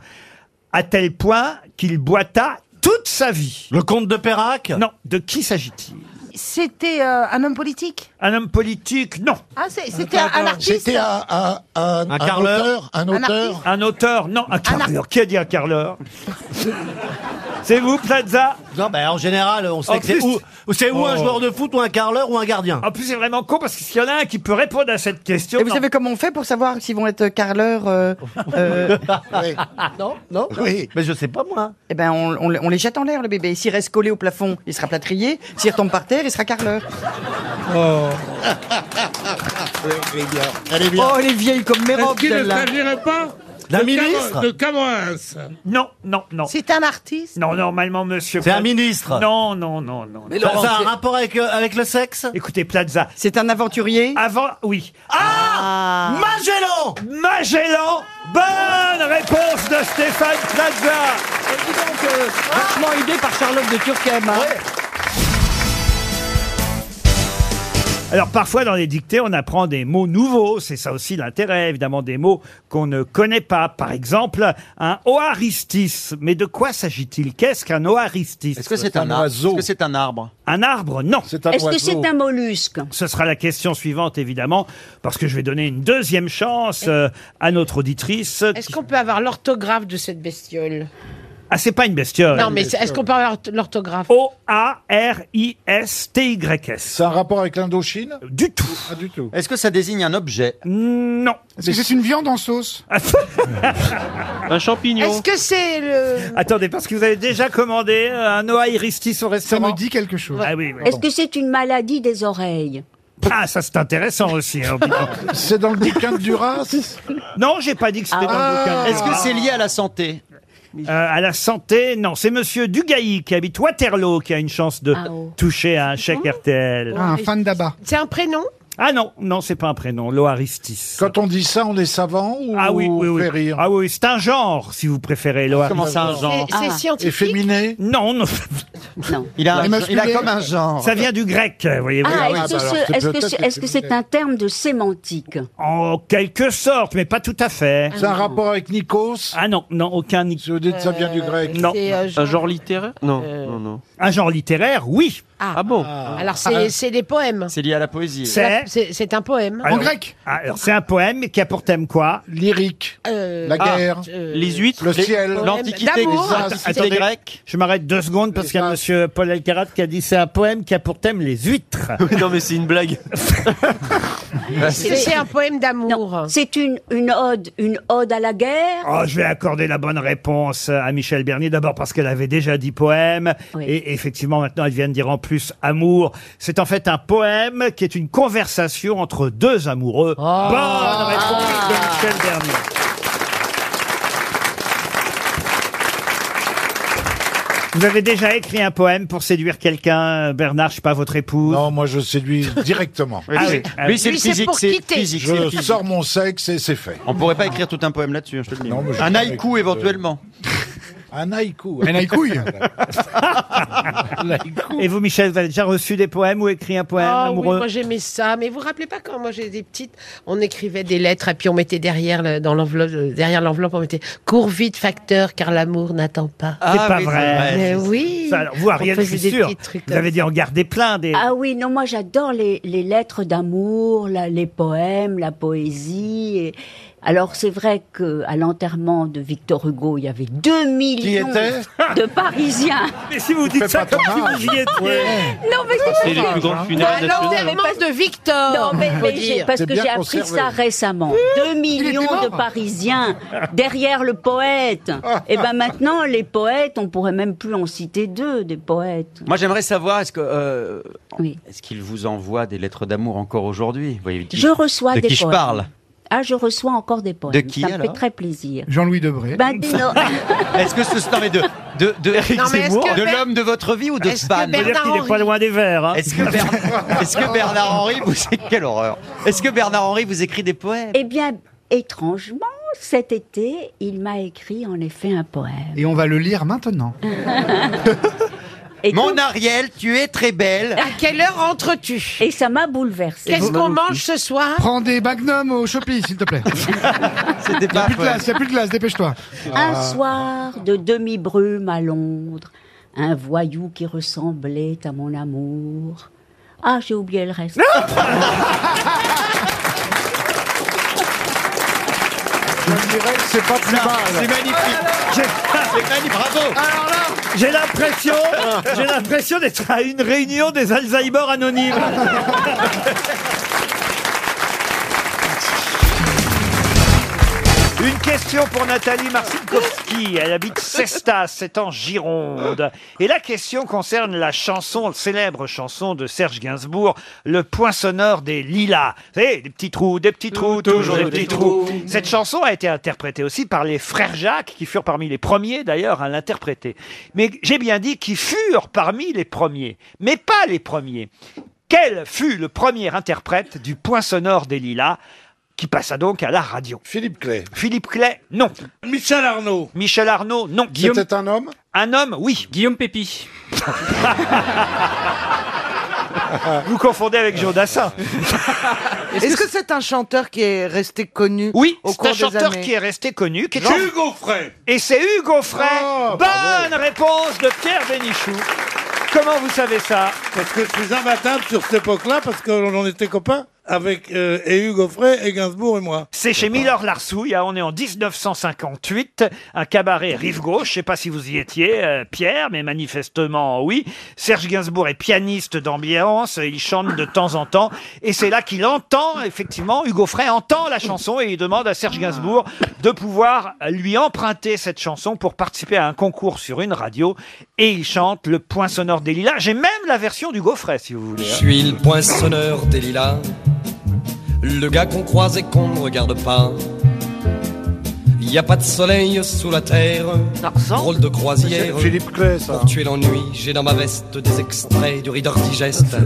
[SPEAKER 1] à tel point qu'il boita toute sa vie. Le comte de Perrac Non. De qui s'agit-il
[SPEAKER 3] C'était euh, un homme politique
[SPEAKER 1] Un homme politique Non.
[SPEAKER 3] Ah, c'est- c'était un, un artiste
[SPEAKER 14] C'était un, un, un, un auteur, un auteur.
[SPEAKER 1] Un auteur, non, un carleur. Qui a dit un carleur C'est vous, Plaza
[SPEAKER 2] Non, ben, en général, on
[SPEAKER 1] En
[SPEAKER 2] sait que c'est
[SPEAKER 1] plus-
[SPEAKER 2] où, où c'est où un
[SPEAKER 1] Oh.
[SPEAKER 2] joueur de foot ou un carleur ou un gardien.
[SPEAKER 1] En plus, c'est vraiment con parce qu'il y en a un qui peut répondre à cette question.
[SPEAKER 11] Et vous
[SPEAKER 1] Non.
[SPEAKER 11] savez comment on fait pour savoir s'ils vont être carleurs euh, euh,
[SPEAKER 9] Ah.
[SPEAKER 2] Non, non.
[SPEAKER 11] Oui.
[SPEAKER 2] Mais je sais pas moi.
[SPEAKER 11] Eh ben, on, on les- on les jette en l'air, le bébé. S'il reste collé au plafond, il sera plâtrier. S'il retombe par terre, il sera carleur.
[SPEAKER 36] Oh.
[SPEAKER 11] Elle est bien. Oh, elle est vieille comme mes robes,
[SPEAKER 36] Est-ce qu'il ne
[SPEAKER 11] celle-là.
[SPEAKER 36] s'agirait pas
[SPEAKER 1] D'un
[SPEAKER 36] de
[SPEAKER 1] ministre
[SPEAKER 36] Camo- De Camoens
[SPEAKER 1] Non, non, non.
[SPEAKER 11] C'est un artiste
[SPEAKER 1] Non, normalement, monsieur.
[SPEAKER 2] C'est un
[SPEAKER 1] Plaza-
[SPEAKER 2] ministre.
[SPEAKER 1] Non, non, non, non.
[SPEAKER 2] Mais Laurent, Ça a un c'est- rapport avec, avec le sexe
[SPEAKER 1] Écoutez, Plaza.
[SPEAKER 11] C'est un aventurier
[SPEAKER 1] Avant, oui.
[SPEAKER 2] Ah, Magellan
[SPEAKER 1] Magellan Bonne réponse de Stéphane Plaza
[SPEAKER 2] donc vachement aidé par Charlotte de Turckheim.
[SPEAKER 36] hein.
[SPEAKER 1] Alors parfois dans les dictées, on apprend des mots nouveaux, c'est ça aussi l'intérêt, évidemment des mots qu'on ne connaît pas. Par exemple, un oaristis. Mais de quoi s'agit-il Qu'est-ce qu'un oaristis Est-ce
[SPEAKER 2] que c'est un Un arbre oiseau. Est-ce que c'est un arbre
[SPEAKER 1] Un arbre Non.
[SPEAKER 2] Est-ce que c'est un
[SPEAKER 7] mollusque
[SPEAKER 1] Ce sera la question suivante évidemment, parce que je vais donner une deuxième chance euh, à notre auditrice.
[SPEAKER 20] Est-ce qu'on peut avoir l'orthographe de cette bestiole
[SPEAKER 1] Ah c'est pas une bestiole.
[SPEAKER 20] Non, mais c'est- est-ce qu'on peut avoir l'orthographe
[SPEAKER 1] O-A-R-I-S-T-Y-S. C'est un rapport avec l'Indochine Du tout.
[SPEAKER 2] du tout. Est-ce que ça désigne un objet
[SPEAKER 1] Non.
[SPEAKER 2] Est-ce que c'est une viande en sauce
[SPEAKER 1] Un champignon.
[SPEAKER 20] Est-ce que c'est le...
[SPEAKER 1] Attendez, parce que vous avez déjà commandé euh, un oaïristis au restaurant. Ça me dit quelque chose. Ah oui, oui.
[SPEAKER 7] Est-ce que c'est une maladie des oreilles
[SPEAKER 1] Ah, ça c'est intéressant aussi. hein,
[SPEAKER 7] C'est dans le bouquin de
[SPEAKER 1] Duras Non, j'ai pas dit que c'était dans
[SPEAKER 2] Ah.
[SPEAKER 1] le bouquin. de
[SPEAKER 2] Est-ce que
[SPEAKER 1] Duras.
[SPEAKER 2] c'est lié à la santé
[SPEAKER 1] Euh, à la santé, non. C'est Monsieur Dugaï qui habite Waterloo qui a une chance de
[SPEAKER 20] Ah, oh.
[SPEAKER 1] toucher à un chèque RTL.
[SPEAKER 5] Ah,
[SPEAKER 2] Ah,
[SPEAKER 20] fan d'abat. C'est un prénom
[SPEAKER 1] Ah non, non, c'est pas un prénom, l'oaristis. Quand on dit ça, on est savant ou ah oui, oui, oui. Ah oui, c'est un genre, si vous préférez, l'oaristis.
[SPEAKER 2] Comment ça, un genre C'est- c'est Ah. scientifique
[SPEAKER 1] Efféminé Non, non.
[SPEAKER 2] Il a un- Masculin il a comme un genre.
[SPEAKER 1] Ça vient du grec, vous voyez.
[SPEAKER 7] Ah, est-ce
[SPEAKER 1] bah
[SPEAKER 7] que ce- est-ce que c'est est-ce que c'est un terme de sémantique
[SPEAKER 1] En quelque sorte, mais pas tout à fait.
[SPEAKER 7] C'est un
[SPEAKER 1] rapport avec Nikos Ah non, non, aucun Nikos. Je
[SPEAKER 2] que ça vient du grec.
[SPEAKER 1] Non.
[SPEAKER 20] c'est, euh, genre- Un genre littéraire
[SPEAKER 1] Non,
[SPEAKER 7] Euh,
[SPEAKER 1] non, non. Un genre littéraire, Ah, oui.
[SPEAKER 20] Ah,
[SPEAKER 1] bon
[SPEAKER 20] Alors, c'est c'est des poèmes.
[SPEAKER 2] C'est lié à la poésie.
[SPEAKER 1] Ah. C'est- Ah
[SPEAKER 20] C'est c'est un poème.
[SPEAKER 1] Alors, c'est un poème qui a pour thème quoi Lyrique.
[SPEAKER 20] Euh,
[SPEAKER 1] Ah,
[SPEAKER 20] La guerre. euh, Les huîtres.
[SPEAKER 1] Le
[SPEAKER 2] Les-
[SPEAKER 1] ciel.
[SPEAKER 2] L'Antiquité, D'amour. les antiquités
[SPEAKER 1] Attendez,
[SPEAKER 2] grecques.
[SPEAKER 1] Je m'arrête deux secondes parce qu'il y a monsieur Paul Alcarat qui a dit c'est un poème qui a pour thème les huîtres. non, mais c'est une blague.
[SPEAKER 7] Ah,
[SPEAKER 20] C'est c'est un poème d'amour.
[SPEAKER 7] C'est une, une ode, une ode à la guerre
[SPEAKER 1] Oh, je vais accorder la bonne réponse à Michel Bernier, d'abord parce qu'elle avait déjà dit poème,
[SPEAKER 7] Oui.
[SPEAKER 1] et effectivement maintenant elle vient de dire en plus amour. C'est en fait un poème qui est une conversation entre deux amoureux.
[SPEAKER 16] Oh.
[SPEAKER 1] Bonne réponse de Michel Bernier. Vous avez déjà écrit un poème pour séduire quelqu'un, Bernard, je sais pas, votre épouse Non,
[SPEAKER 23] moi je séduis directement.
[SPEAKER 1] Ah oui.
[SPEAKER 23] Lui, c'est
[SPEAKER 18] Lui, c'est physique, pour c'est quitter. physique, c'est le
[SPEAKER 23] Je
[SPEAKER 18] physique.
[SPEAKER 23] sors mon sexe et c'est fait.
[SPEAKER 18] On pourrait pas écrire tout un poème là-dessus, hein, je te le dis.
[SPEAKER 23] mais je euh,
[SPEAKER 18] un
[SPEAKER 23] sais
[SPEAKER 18] haïku
[SPEAKER 23] que-
[SPEAKER 18] éventuellement.
[SPEAKER 3] Ah,
[SPEAKER 23] Un haïku.
[SPEAKER 18] Un haïkouille.
[SPEAKER 1] Et vous, Michel, vous avez déjà reçu des poèmes ou écrit un poème
[SPEAKER 20] Ah oui,
[SPEAKER 1] amoureux
[SPEAKER 20] moi j'aimais ça. Mais vous vous rappelez pas quand moi j'ai des petites, on écrivait des lettres et puis on mettait derrière le- dans l'enveloppe, euh, derrière l'enveloppe on mettait cours vite facteur car l'amour n'attend pas.
[SPEAKER 1] Ah C'est
[SPEAKER 3] Ah
[SPEAKER 1] pas vrai.
[SPEAKER 20] Mais oui.
[SPEAKER 1] Ça, alors, vous,
[SPEAKER 20] On
[SPEAKER 1] Ariel, je
[SPEAKER 20] faisait
[SPEAKER 1] suis
[SPEAKER 20] des
[SPEAKER 1] sûr,
[SPEAKER 20] petits trucs
[SPEAKER 1] vous
[SPEAKER 20] comme
[SPEAKER 1] avez dû en garder plein des...
[SPEAKER 7] Ah oui, non, moi j'adore les, les lettres d'amour, la- les poèmes, la poésie. et- Alors c'est vrai que à l'enterrement de Victor Hugo, il y avait 2 millions
[SPEAKER 23] était
[SPEAKER 7] de Parisiens.
[SPEAKER 1] Mais si vous dites ça comme si vous y étiez.
[SPEAKER 7] Non, mais
[SPEAKER 18] C'est les plus grandes funérailles
[SPEAKER 7] Bah non,
[SPEAKER 18] nationales.
[SPEAKER 7] mais parce-
[SPEAKER 20] de Victor.
[SPEAKER 7] Non, mais,
[SPEAKER 20] faut
[SPEAKER 7] mais
[SPEAKER 20] dire.
[SPEAKER 7] j'ai- parce
[SPEAKER 20] C'est
[SPEAKER 7] que
[SPEAKER 20] bien
[SPEAKER 7] j'ai appris
[SPEAKER 20] conservé.
[SPEAKER 7] ça récemment. 2 millions de Parisiens derrière le poète. Et ben maintenant, les poètes, on pourrait même plus en citer deux, des poètes.
[SPEAKER 18] Moi, j'aimerais savoir, est-ce que euh, est-ce qu'il vous envoie des lettres d'amour encore aujourd'hui Vous voyez, de qui-
[SPEAKER 7] Je reçois
[SPEAKER 18] de
[SPEAKER 7] des
[SPEAKER 18] qui je
[SPEAKER 7] poèmes.
[SPEAKER 18] parle.
[SPEAKER 7] Ah, je reçois encore des poèmes.
[SPEAKER 18] De qui,
[SPEAKER 7] Ça me fait
[SPEAKER 18] alors
[SPEAKER 7] très plaisir.
[SPEAKER 18] Jean-Louis Debré.
[SPEAKER 7] Ben, dis donc.
[SPEAKER 18] Est-ce que ce non, mais de de de Eric
[SPEAKER 7] Non, mais est-ce
[SPEAKER 18] Zemmour,
[SPEAKER 7] que
[SPEAKER 18] de
[SPEAKER 7] Ber-
[SPEAKER 18] l'homme de votre vie ou de
[SPEAKER 7] Est-ce que
[SPEAKER 18] Span
[SPEAKER 7] Bernard Faut dire qu'il est Henry- pas
[SPEAKER 1] loin des verts.
[SPEAKER 18] Est-ce que, Bern- est-ce que Bernard Henry vous quelle horreur Est-ce que Bernard Henry vous écrit des poèmes
[SPEAKER 7] Eh bien, étrangement, cet été, il m'a écrit en effet un poème.
[SPEAKER 18] Et on va le lire maintenant. Mon Ariel, tu es très belle.
[SPEAKER 20] À quelle heure entres-tu
[SPEAKER 7] Et ça m'a bouleversée.
[SPEAKER 20] Qu'est-ce qu'on mange ce soir
[SPEAKER 9] Prends des magnums au Shopee, s'il te plaît.
[SPEAKER 18] C'était
[SPEAKER 9] Il n'y a
[SPEAKER 18] pas
[SPEAKER 9] plus de
[SPEAKER 18] un
[SPEAKER 9] glace, il y a plus de glace, dépêche-toi.
[SPEAKER 7] Un soir de demi-brume à Londres, un voyou qui ressemblait à mon amour. Ah, j'ai oublié le reste.
[SPEAKER 23] Je dirais que c'est pas plus
[SPEAKER 5] Ah,
[SPEAKER 23] mal.
[SPEAKER 18] C'est magnifique. C'est magnifique. Bravo.
[SPEAKER 23] Alors là,
[SPEAKER 1] J'ai l'impression, j'ai l'impression d'être à une réunion des Alzheimer anonymes. Une question pour Nathalie Marcinkowski. Elle habite Cestas, c'est en Gironde. Et la question concerne la chanson, la célèbre chanson de Serge Gainsbourg, Le point sonore des lilas. Vous savez, des petits trous, des petits trous, toujours des petits trous. Cette chanson a été interprétée aussi par les frères Jacques, qui furent parmi les premiers d'ailleurs à l'interpréter. Mais j'ai bien dit qui furent parmi les premiers, mais pas les premiers. Quel fut le premier interprète du point sonore des lilas qui passa donc à la radio. Philippe Clay. Philippe Clay, non. Michel Arnaud. Michel Arnaud, non.
[SPEAKER 23] Guillaume- C'était
[SPEAKER 1] un homme Un homme, oui. Guillaume Pépi. Vous confondez avec Jodassin.
[SPEAKER 3] Est-ce que c'est un chanteur qui est resté connu
[SPEAKER 1] Oui,
[SPEAKER 3] au
[SPEAKER 1] c'est un
[SPEAKER 3] cours
[SPEAKER 1] chanteur
[SPEAKER 3] des années
[SPEAKER 1] qui est resté connu. Qui est
[SPEAKER 3] Hugo
[SPEAKER 1] Frey. Et c'est Hugo Frey.
[SPEAKER 3] Oh,
[SPEAKER 1] Bonne réponse de Pierre Bénichou. Comment vous savez ça
[SPEAKER 36] Parce que je suis imbattable sur cette époque-là, parce qu'on était copains avec euh, et Hugo Frey et Gainsbourg et moi.
[SPEAKER 1] C'est chez Miller Larsouille, hein, on est en 1958, un cabaret rive gauche, je sais pas si vous y étiez, euh, Pierre, mais manifestement oui. Serge Gainsbourg est pianiste d'ambiance, il chante de temps en temps, et c'est là qu'il entend, effectivement, Hugo Frey entend la chanson et il demande à Serge Gainsbourg de pouvoir lui emprunter cette chanson pour participer à un concours sur une radio, et il chante le point sonore des lilas. J'ai même la version d'Hugo Frey, si vous voulez.
[SPEAKER 15] Je suis le poinçonneur des lilas, le gars qu'on croise et qu'on ne regarde pas. Il n'y a pas de soleil sous la terre, drôle de croisière.
[SPEAKER 23] Philippe Clay, ça.
[SPEAKER 15] Pour tuer l'ennui, j'ai dans ma veste des extraits du Reader Digest.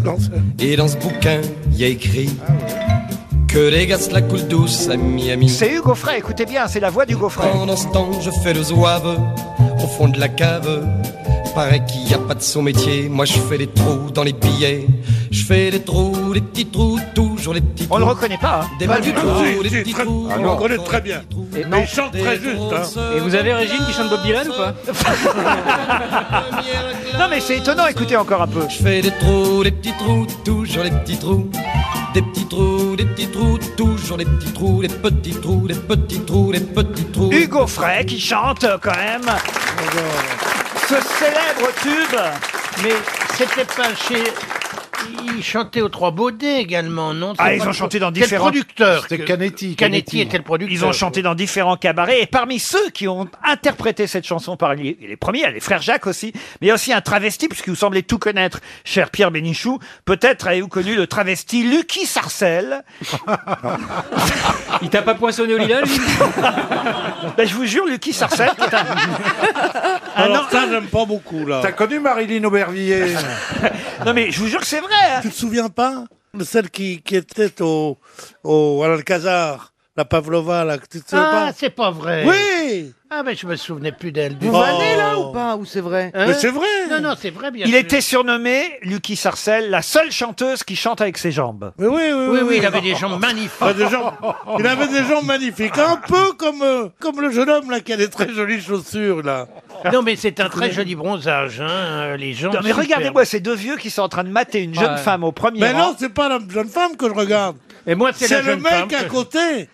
[SPEAKER 15] Et dans ce bouquin, il y a écrit
[SPEAKER 1] Ah
[SPEAKER 15] que les gars se la coulent douce à Miami.
[SPEAKER 1] C'est Hugo Frey, écoutez bien, c'est la voix d'Hugo Frey.
[SPEAKER 15] Pendant ce temps, je fais le zouave au fond de la cave. Paraît qu'il n'y a pas de son métier. Moi, je fais des trous dans les billets. Je fais des trous, des petits trous, toujours les petits trous. On
[SPEAKER 1] le reconnaît pas. hein.
[SPEAKER 15] Des balles du
[SPEAKER 36] Ah,
[SPEAKER 15] trou,
[SPEAKER 36] si,
[SPEAKER 15] des
[SPEAKER 36] si,
[SPEAKER 15] petits
[SPEAKER 36] très-
[SPEAKER 15] trous.
[SPEAKER 36] on le connaît très bien.
[SPEAKER 15] Et
[SPEAKER 36] Mais il chante très juste. hein.
[SPEAKER 15] Et vous avez Régine qui chante Bob Dylan ou pas
[SPEAKER 1] Non mais c'est étonnant, écoutez encore un peu.
[SPEAKER 15] Je fais des trous, des petits trous, toujours les petits trous. Des petits trous, des petits trous, toujours les petits trous, les petits trous, les petits trous, les petits trous.
[SPEAKER 1] Hugo Frey qui chante euh, quand même ce célèbre tube.
[SPEAKER 19] Mais c'était pas chez
[SPEAKER 23] Ils chantaient aux Trois Baudets également, non
[SPEAKER 1] Ah,
[SPEAKER 23] C'est
[SPEAKER 1] ils
[SPEAKER 23] pas-
[SPEAKER 1] ont chanté dans
[SPEAKER 23] Quel
[SPEAKER 1] différents.
[SPEAKER 23] producteur
[SPEAKER 1] C'était
[SPEAKER 23] que-
[SPEAKER 1] Canetti.
[SPEAKER 23] Canetti était le producteur.
[SPEAKER 1] Ils ont chanté dans différents cabarets. Et parmi ceux qui ont interprété cette chanson par les, les premiers, il y a les frères Jacques aussi. Mais il y a aussi un travesti, puisque vous semblez tout connaître, cher Pierre Bénichou. Peut-être avez-vous connu le travesti Lucky Sarcel. il t'a pas poinçonné au Lidl, Ben, Je vous jure, Lucky Sarcel, qui est un-
[SPEAKER 23] Ah
[SPEAKER 13] Alors ça, j'aime pas beaucoup, là.
[SPEAKER 43] Ah, euh, T'as connu Marilyn Aubervilliers
[SPEAKER 1] Non, mais je vous jure que c'est vrai. hein.
[SPEAKER 13] Tu te souviens pas de celle qui, qui était au, au à l'Alcazar, la Pavlova, là, tu te souviens
[SPEAKER 23] Ah,
[SPEAKER 13] pas Oh.
[SPEAKER 23] c'est pas vrai.
[SPEAKER 13] Oui
[SPEAKER 23] Ah, mais je me souvenais plus d'elle.
[SPEAKER 13] Vous vannez,
[SPEAKER 3] Ah
[SPEAKER 13] là,
[SPEAKER 23] ou pas Ou c'est vrai
[SPEAKER 1] Mais Euh, c'est vrai.
[SPEAKER 23] Hein Non, non, c'est vrai, bien
[SPEAKER 1] Il
[SPEAKER 23] sûr.
[SPEAKER 1] était surnommé Lucky Sarcel, la seule chanteuse qui chante avec ses jambes.
[SPEAKER 13] Mais oui,
[SPEAKER 23] Oui, oui, il avait des jambes magnifiques.
[SPEAKER 13] Il avait des jambes, il avait des jambes magnifiques, un peu comme, euh, comme le jeune homme là qui a des très jolies chaussures là.
[SPEAKER 23] Non, mais c'est un très joli bronzage, hein, euh, les gens.
[SPEAKER 1] Non, mais
[SPEAKER 23] superbes.
[SPEAKER 1] regardez-moi ces deux vieux qui sont en train de mater une jeune
[SPEAKER 23] Ouais.
[SPEAKER 1] femme au premier
[SPEAKER 13] Mais
[SPEAKER 1] rang.
[SPEAKER 13] non, c'est pas la jeune femme que je regarde.
[SPEAKER 23] Et moi, c'est la
[SPEAKER 13] le
[SPEAKER 23] jeune femme
[SPEAKER 13] mec
[SPEAKER 23] que
[SPEAKER 13] à
[SPEAKER 23] je-
[SPEAKER 13] côté.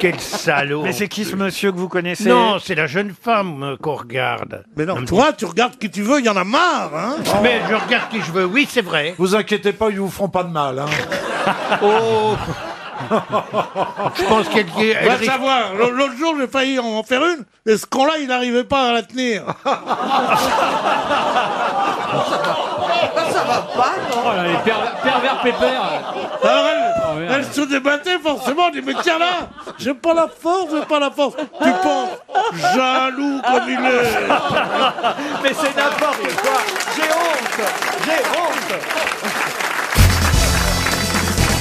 [SPEAKER 23] Quel salaud
[SPEAKER 1] Mais c'est qui ce monsieur que vous connaissez
[SPEAKER 23] Non, c'est la jeune femme euh, qu'on regarde.
[SPEAKER 13] Mais non, toi, tu regardes qui tu veux, il y en a marre, hein
[SPEAKER 23] Mais je regarde qui je veux, oui, c'est vrai.
[SPEAKER 43] Vous inquiétez pas, ils vous feront pas de mal. Hein.
[SPEAKER 23] Oh Je pense qu'elle elle
[SPEAKER 13] Va
[SPEAKER 23] risque-
[SPEAKER 13] savoir, l- l'autre jour j'ai failli en faire une, et ce con-là il n'arrivait pas à la tenir.
[SPEAKER 29] Ça va pas,
[SPEAKER 23] Oh,
[SPEAKER 29] non
[SPEAKER 23] pervers pépère
[SPEAKER 13] Alors elle, elle se débattait forcément, elle dit mais tiens là, j'ai pas la force, j'ai pas la force. Tu penses, jaloux comme il est.
[SPEAKER 1] Mais c'est n'importe quoi J'ai honte J'ai honte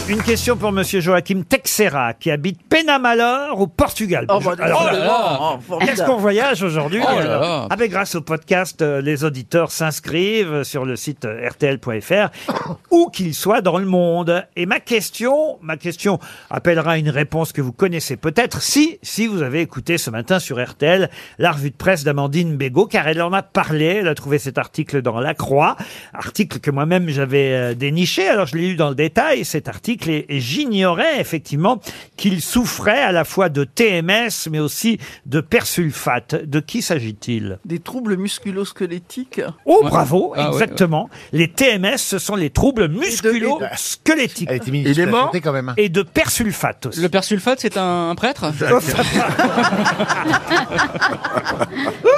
[SPEAKER 1] Une question pour Monsieur Joachim Texera, qui habite Penamalor au Portugal. Bonjour.
[SPEAKER 5] bah,
[SPEAKER 1] Alors
[SPEAKER 5] oh
[SPEAKER 1] là,
[SPEAKER 5] là là, oh,
[SPEAKER 1] Qu'est-ce
[SPEAKER 5] formidable.
[SPEAKER 1] qu'on voyage aujourd'hui
[SPEAKER 5] Oh là
[SPEAKER 1] Alors,
[SPEAKER 5] là.
[SPEAKER 1] Avec grâce au podcast, euh, les auditeurs s'inscrivent sur le site euh, rtl.fr, où qu'ils soient dans le monde. Et ma question, ma question appellera une réponse que vous connaissez peut-être, si si vous avez écouté ce matin sur RTL la revue de presse d'Amandine Bégaud, car elle en a parlé. Elle a trouvé cet article dans La Croix, article que moi-même j'avais euh, déniché. Alors je l'ai lu dans le détail cet article et, et j'ignorais effectivement qu'il souffrait à la fois de TMS mais aussi de persulfate. De qui s'agit-il
[SPEAKER 22] Des troubles musculo-squelettiques.
[SPEAKER 1] Oh bravo,
[SPEAKER 22] Ah ouais,
[SPEAKER 1] exactement. Les TMS, ce sont les troubles musculo-squelettiques.
[SPEAKER 22] ministre Il est de la mort Santé, quand même. hein.
[SPEAKER 1] Et de persulfate aussi.
[SPEAKER 22] Le persulfate, c'est un, un prêtre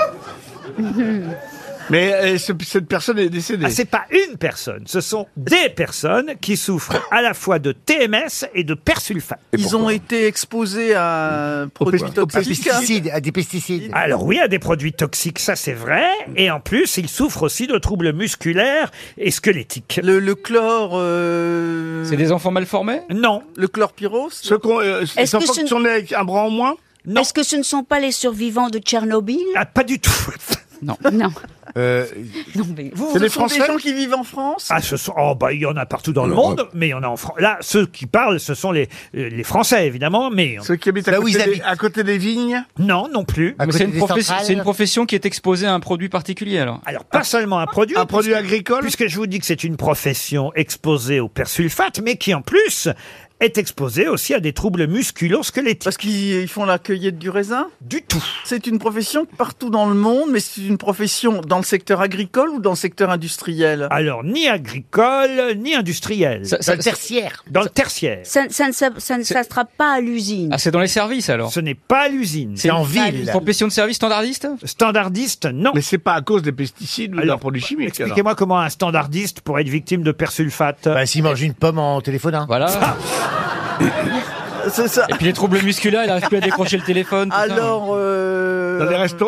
[SPEAKER 1] Mais euh, cette personne est décédée. Ah, c'est pas une personne, ce sont des personnes qui souffrent à la fois de TMS et de persulfate.
[SPEAKER 22] Ils ont été exposés à produits toxiques.
[SPEAKER 1] à des pesticides. Alors oui, à des produits toxiques, ça c'est vrai. Et en plus, ils souffrent aussi de troubles musculaires et squelettiques.
[SPEAKER 22] Le, le chlore. euh, C'est des enfants mal formés
[SPEAKER 1] Non.
[SPEAKER 22] Le chlorpyrose
[SPEAKER 1] Euh,
[SPEAKER 12] Est-ce que ce
[SPEAKER 22] sont
[SPEAKER 12] avec un bras en moins
[SPEAKER 7] Est-ce que ce ne sont pas les survivants de Tchernobyl
[SPEAKER 1] Ah, Pas du tout.
[SPEAKER 22] Non.
[SPEAKER 7] Non.
[SPEAKER 1] Vous,
[SPEAKER 22] C'est
[SPEAKER 1] vous
[SPEAKER 22] des
[SPEAKER 1] sont des
[SPEAKER 22] Français
[SPEAKER 1] gens
[SPEAKER 22] qui vivent en France
[SPEAKER 1] Ah, ce sont, oh, bah, il y en a partout dans le
[SPEAKER 22] L'Europe.
[SPEAKER 1] monde, mais il y en a en France. Là, ceux qui parlent, ce sont les, euh, les Français, évidemment, mais. Ceux qui habitent
[SPEAKER 12] à Là où côté ils des- habitent.
[SPEAKER 1] à côté des vignes? Non, non plus.
[SPEAKER 22] Mais C'est une, professe- c'est une profession qui est exposée à un produit particulier alors.
[SPEAKER 1] Alors, pas seulement un produit. Un produit agricole Puisque je vous dis que c'est une profession exposée au persulfate, mais qui en plus est exposée aussi à des troubles musculo-squelettiques.
[SPEAKER 22] Parce qu'ils font la cueillette du raisin
[SPEAKER 1] Du tout.
[SPEAKER 22] C'est une profession partout dans le monde, mais c'est une profession dans le secteur agricole ou dans le secteur industriel
[SPEAKER 1] Alors, ni agricole, ni industriel.
[SPEAKER 22] Ça- ça- Dans le
[SPEAKER 7] tertiaire.
[SPEAKER 1] Dans le tertiaire.
[SPEAKER 7] Ça, ça ne s'a- ça ne s'attrape pas à l'usine.
[SPEAKER 22] Ah, c'est dans les services alors
[SPEAKER 1] Ce n'est pas à l'usine.
[SPEAKER 22] C'est en
[SPEAKER 7] ville.
[SPEAKER 22] Une profession de service standardiste
[SPEAKER 1] Standardiste, non.
[SPEAKER 12] Mais c'est pas à cause des pesticides ou d'un
[SPEAKER 1] Alors,
[SPEAKER 12] produit chimique.
[SPEAKER 1] Expliquez-moi comment un standardiste pourrait être victime de persulfate.
[SPEAKER 12] Bah, s'il mange une pomme en téléphonant.
[SPEAKER 22] Voilà. C'est ça. Et puis les troubles musculaires, il arrive plus à décrocher le téléphone. Alors. euh,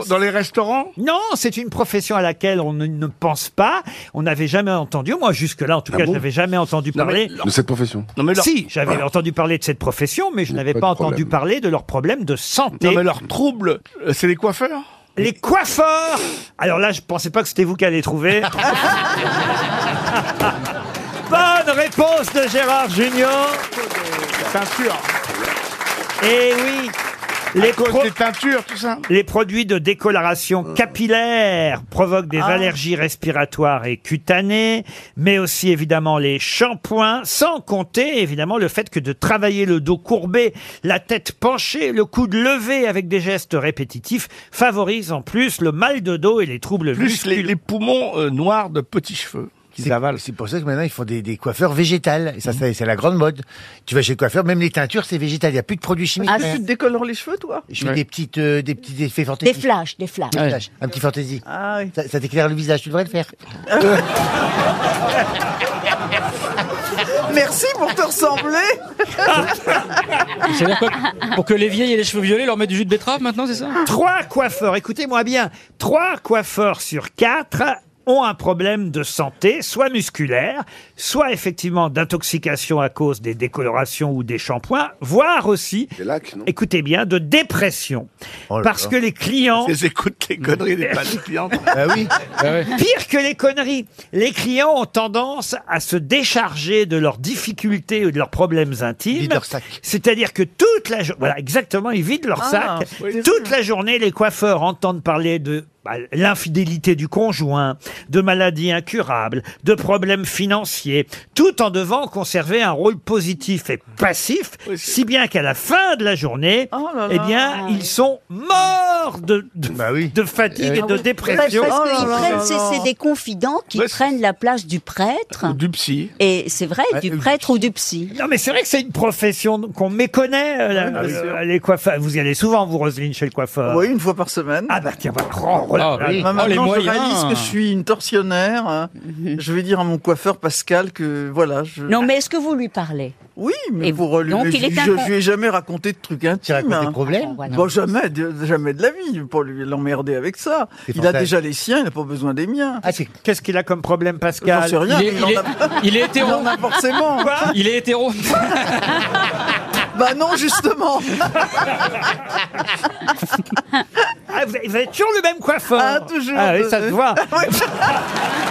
[SPEAKER 1] Dans les, restaurants Non, c'est une profession à laquelle on ne, ne pense pas. On n'avait jamais entendu, moi jusque-là en tout
[SPEAKER 8] Ah
[SPEAKER 1] cas,
[SPEAKER 8] bon
[SPEAKER 1] je n'avais jamais entendu
[SPEAKER 8] Non,
[SPEAKER 1] parler.
[SPEAKER 8] mais- De cette profession.
[SPEAKER 1] Si, j'avais entendu parler de cette profession, mais je n'avais
[SPEAKER 8] pas
[SPEAKER 1] pas
[SPEAKER 8] de
[SPEAKER 1] entendu
[SPEAKER 8] problème.
[SPEAKER 1] parler de leurs problèmes de santé.
[SPEAKER 8] Non, mais leurs troubles, euh, c'est les coiffeurs
[SPEAKER 1] Les coiffeurs Alors là, je pensais pas que c'était vous qui allez trouver. Bonne réponse de Gérard Junior. Teinture. Eh oui. Les teintures, tout ça. Les produits de décoloration capillaire provoquent
[SPEAKER 12] Ah.
[SPEAKER 1] des allergies respiratoires et cutanées, mais aussi évidemment les shampoings, sans compter évidemment le fait que de travailler le dos courbé, la tête penchée, le coude levé avec des gestes répétitifs favorise en plus le mal de dos et les troubles
[SPEAKER 12] Plus les,
[SPEAKER 1] musculaires.
[SPEAKER 12] les poumons euh, noirs de petits cheveux.
[SPEAKER 5] qu'ils avalent.
[SPEAKER 9] C'est pour ça que maintenant ils font des, des coiffeurs végétales. Et
[SPEAKER 12] Mmh.
[SPEAKER 9] ça, ça, c'est la grande mode. Tu vas chez le coiffeur, même les teintures, c'est végétal. Il n'y a plus de produits chimiques.
[SPEAKER 22] Ah,
[SPEAKER 9] rien.
[SPEAKER 22] tu te décolores les cheveux, toi
[SPEAKER 9] Je fais des petites, euh, des petits effets
[SPEAKER 7] Des
[SPEAKER 9] fantaisies.
[SPEAKER 7] flashs, des flashs.
[SPEAKER 9] Des flashs. Un petit fantaisie.
[SPEAKER 22] Ah
[SPEAKER 9] Ça, ça t'éclaire le visage. Tu devrais le faire.
[SPEAKER 22] Merci pour te ressembler.
[SPEAKER 2] C'est-à-dire quoi Pour que les vieilles aient les cheveux violets, leur mettre du jus de betterave maintenant, c'est ça
[SPEAKER 1] Trois coiffeurs, écoutez-moi bien, trois coiffeurs sur quatre ont un problème de santé, soit musculaire, soit effectivement d'intoxication à cause des décolorations ou des shampoings, voire aussi, écoutez bien, de dépression.
[SPEAKER 19] Oh là
[SPEAKER 1] parce
[SPEAKER 19] là.
[SPEAKER 1] que les clients...
[SPEAKER 19] Ils écoutent les conneries des pas des clients.
[SPEAKER 1] Ah Pire que les conneries, les clients ont tendance à se décharger de leurs difficultés ou de leurs problèmes intimes. C'est-à-dire que toute la journée, voilà, exactement, ils vident leur
[SPEAKER 2] Ah,
[SPEAKER 1] sac. toute la journée, les coiffeurs entendent parler de bah, l'infidélité du conjoint, de maladies incurables, de problèmes financiers, tout en devant conserver un rôle positif et passif, si bien qu'à la fin de la journée,
[SPEAKER 2] Oh là
[SPEAKER 1] eh
[SPEAKER 2] là.
[SPEAKER 1] bien, ils sont morts de, de,
[SPEAKER 7] Bah
[SPEAKER 1] de fatigue et de dépression.
[SPEAKER 7] Eh Ah
[SPEAKER 1] Oh
[SPEAKER 2] Oh
[SPEAKER 7] Parce qu'ils prennent, c'est- c'est des confidents qui prennent la place du prêtre.
[SPEAKER 1] Du psy.
[SPEAKER 7] Et c'est vrai,
[SPEAKER 1] Ouais,
[SPEAKER 7] du
[SPEAKER 1] ou du
[SPEAKER 7] prêtre ou du psy.
[SPEAKER 1] Non, mais c'est vrai que c'est une profession qu'on méconnaît, euh, la-
[SPEAKER 22] Ah, bien sûr.
[SPEAKER 1] euh, les coiffeurs. Vous y allez souvent, vous, Roselyne, chez le coiffeur
[SPEAKER 22] Oui, une fois par semaine.
[SPEAKER 1] Ah, bah tiens, bah, oh, oh là là.
[SPEAKER 22] Moi, Ah, maintenant, je réalise que je suis une torsionnaire. hein. Je vais dire à mon coiffeur Pascal que voilà. Je...
[SPEAKER 7] Non, mais est-ce que vous lui parlez
[SPEAKER 22] Oui, mais
[SPEAKER 7] Et
[SPEAKER 22] pour euh, lui,
[SPEAKER 7] donc
[SPEAKER 22] je,
[SPEAKER 7] il est
[SPEAKER 22] je,
[SPEAKER 7] incon-
[SPEAKER 22] je lui ai jamais raconté de trucs intimes.
[SPEAKER 7] raconté
[SPEAKER 22] hein.
[SPEAKER 7] des problèmes Voilà.
[SPEAKER 22] Bon, jamais, de, jamais de la vie. Je vais pas lui l'emmerder avec ça.
[SPEAKER 2] C'est
[SPEAKER 22] Il a
[SPEAKER 2] fantastique.
[SPEAKER 22] déjà les siens, il n'a pas besoin des miens.
[SPEAKER 1] Qu'est-ce qu'il a comme problème, Pascal
[SPEAKER 22] J'en sais rien.
[SPEAKER 2] Il est-
[SPEAKER 22] mais en
[SPEAKER 2] il est-
[SPEAKER 22] a-
[SPEAKER 2] il est hétéro.
[SPEAKER 22] Il en a forcément.
[SPEAKER 2] Quoi Il est hétéro.
[SPEAKER 22] Bah non, justement.
[SPEAKER 1] Ah, vous, avez, vous avez toujours le même coiffeur.
[SPEAKER 22] Ah, toujours.
[SPEAKER 1] Ah oui, ça se voit.
[SPEAKER 22] Oui.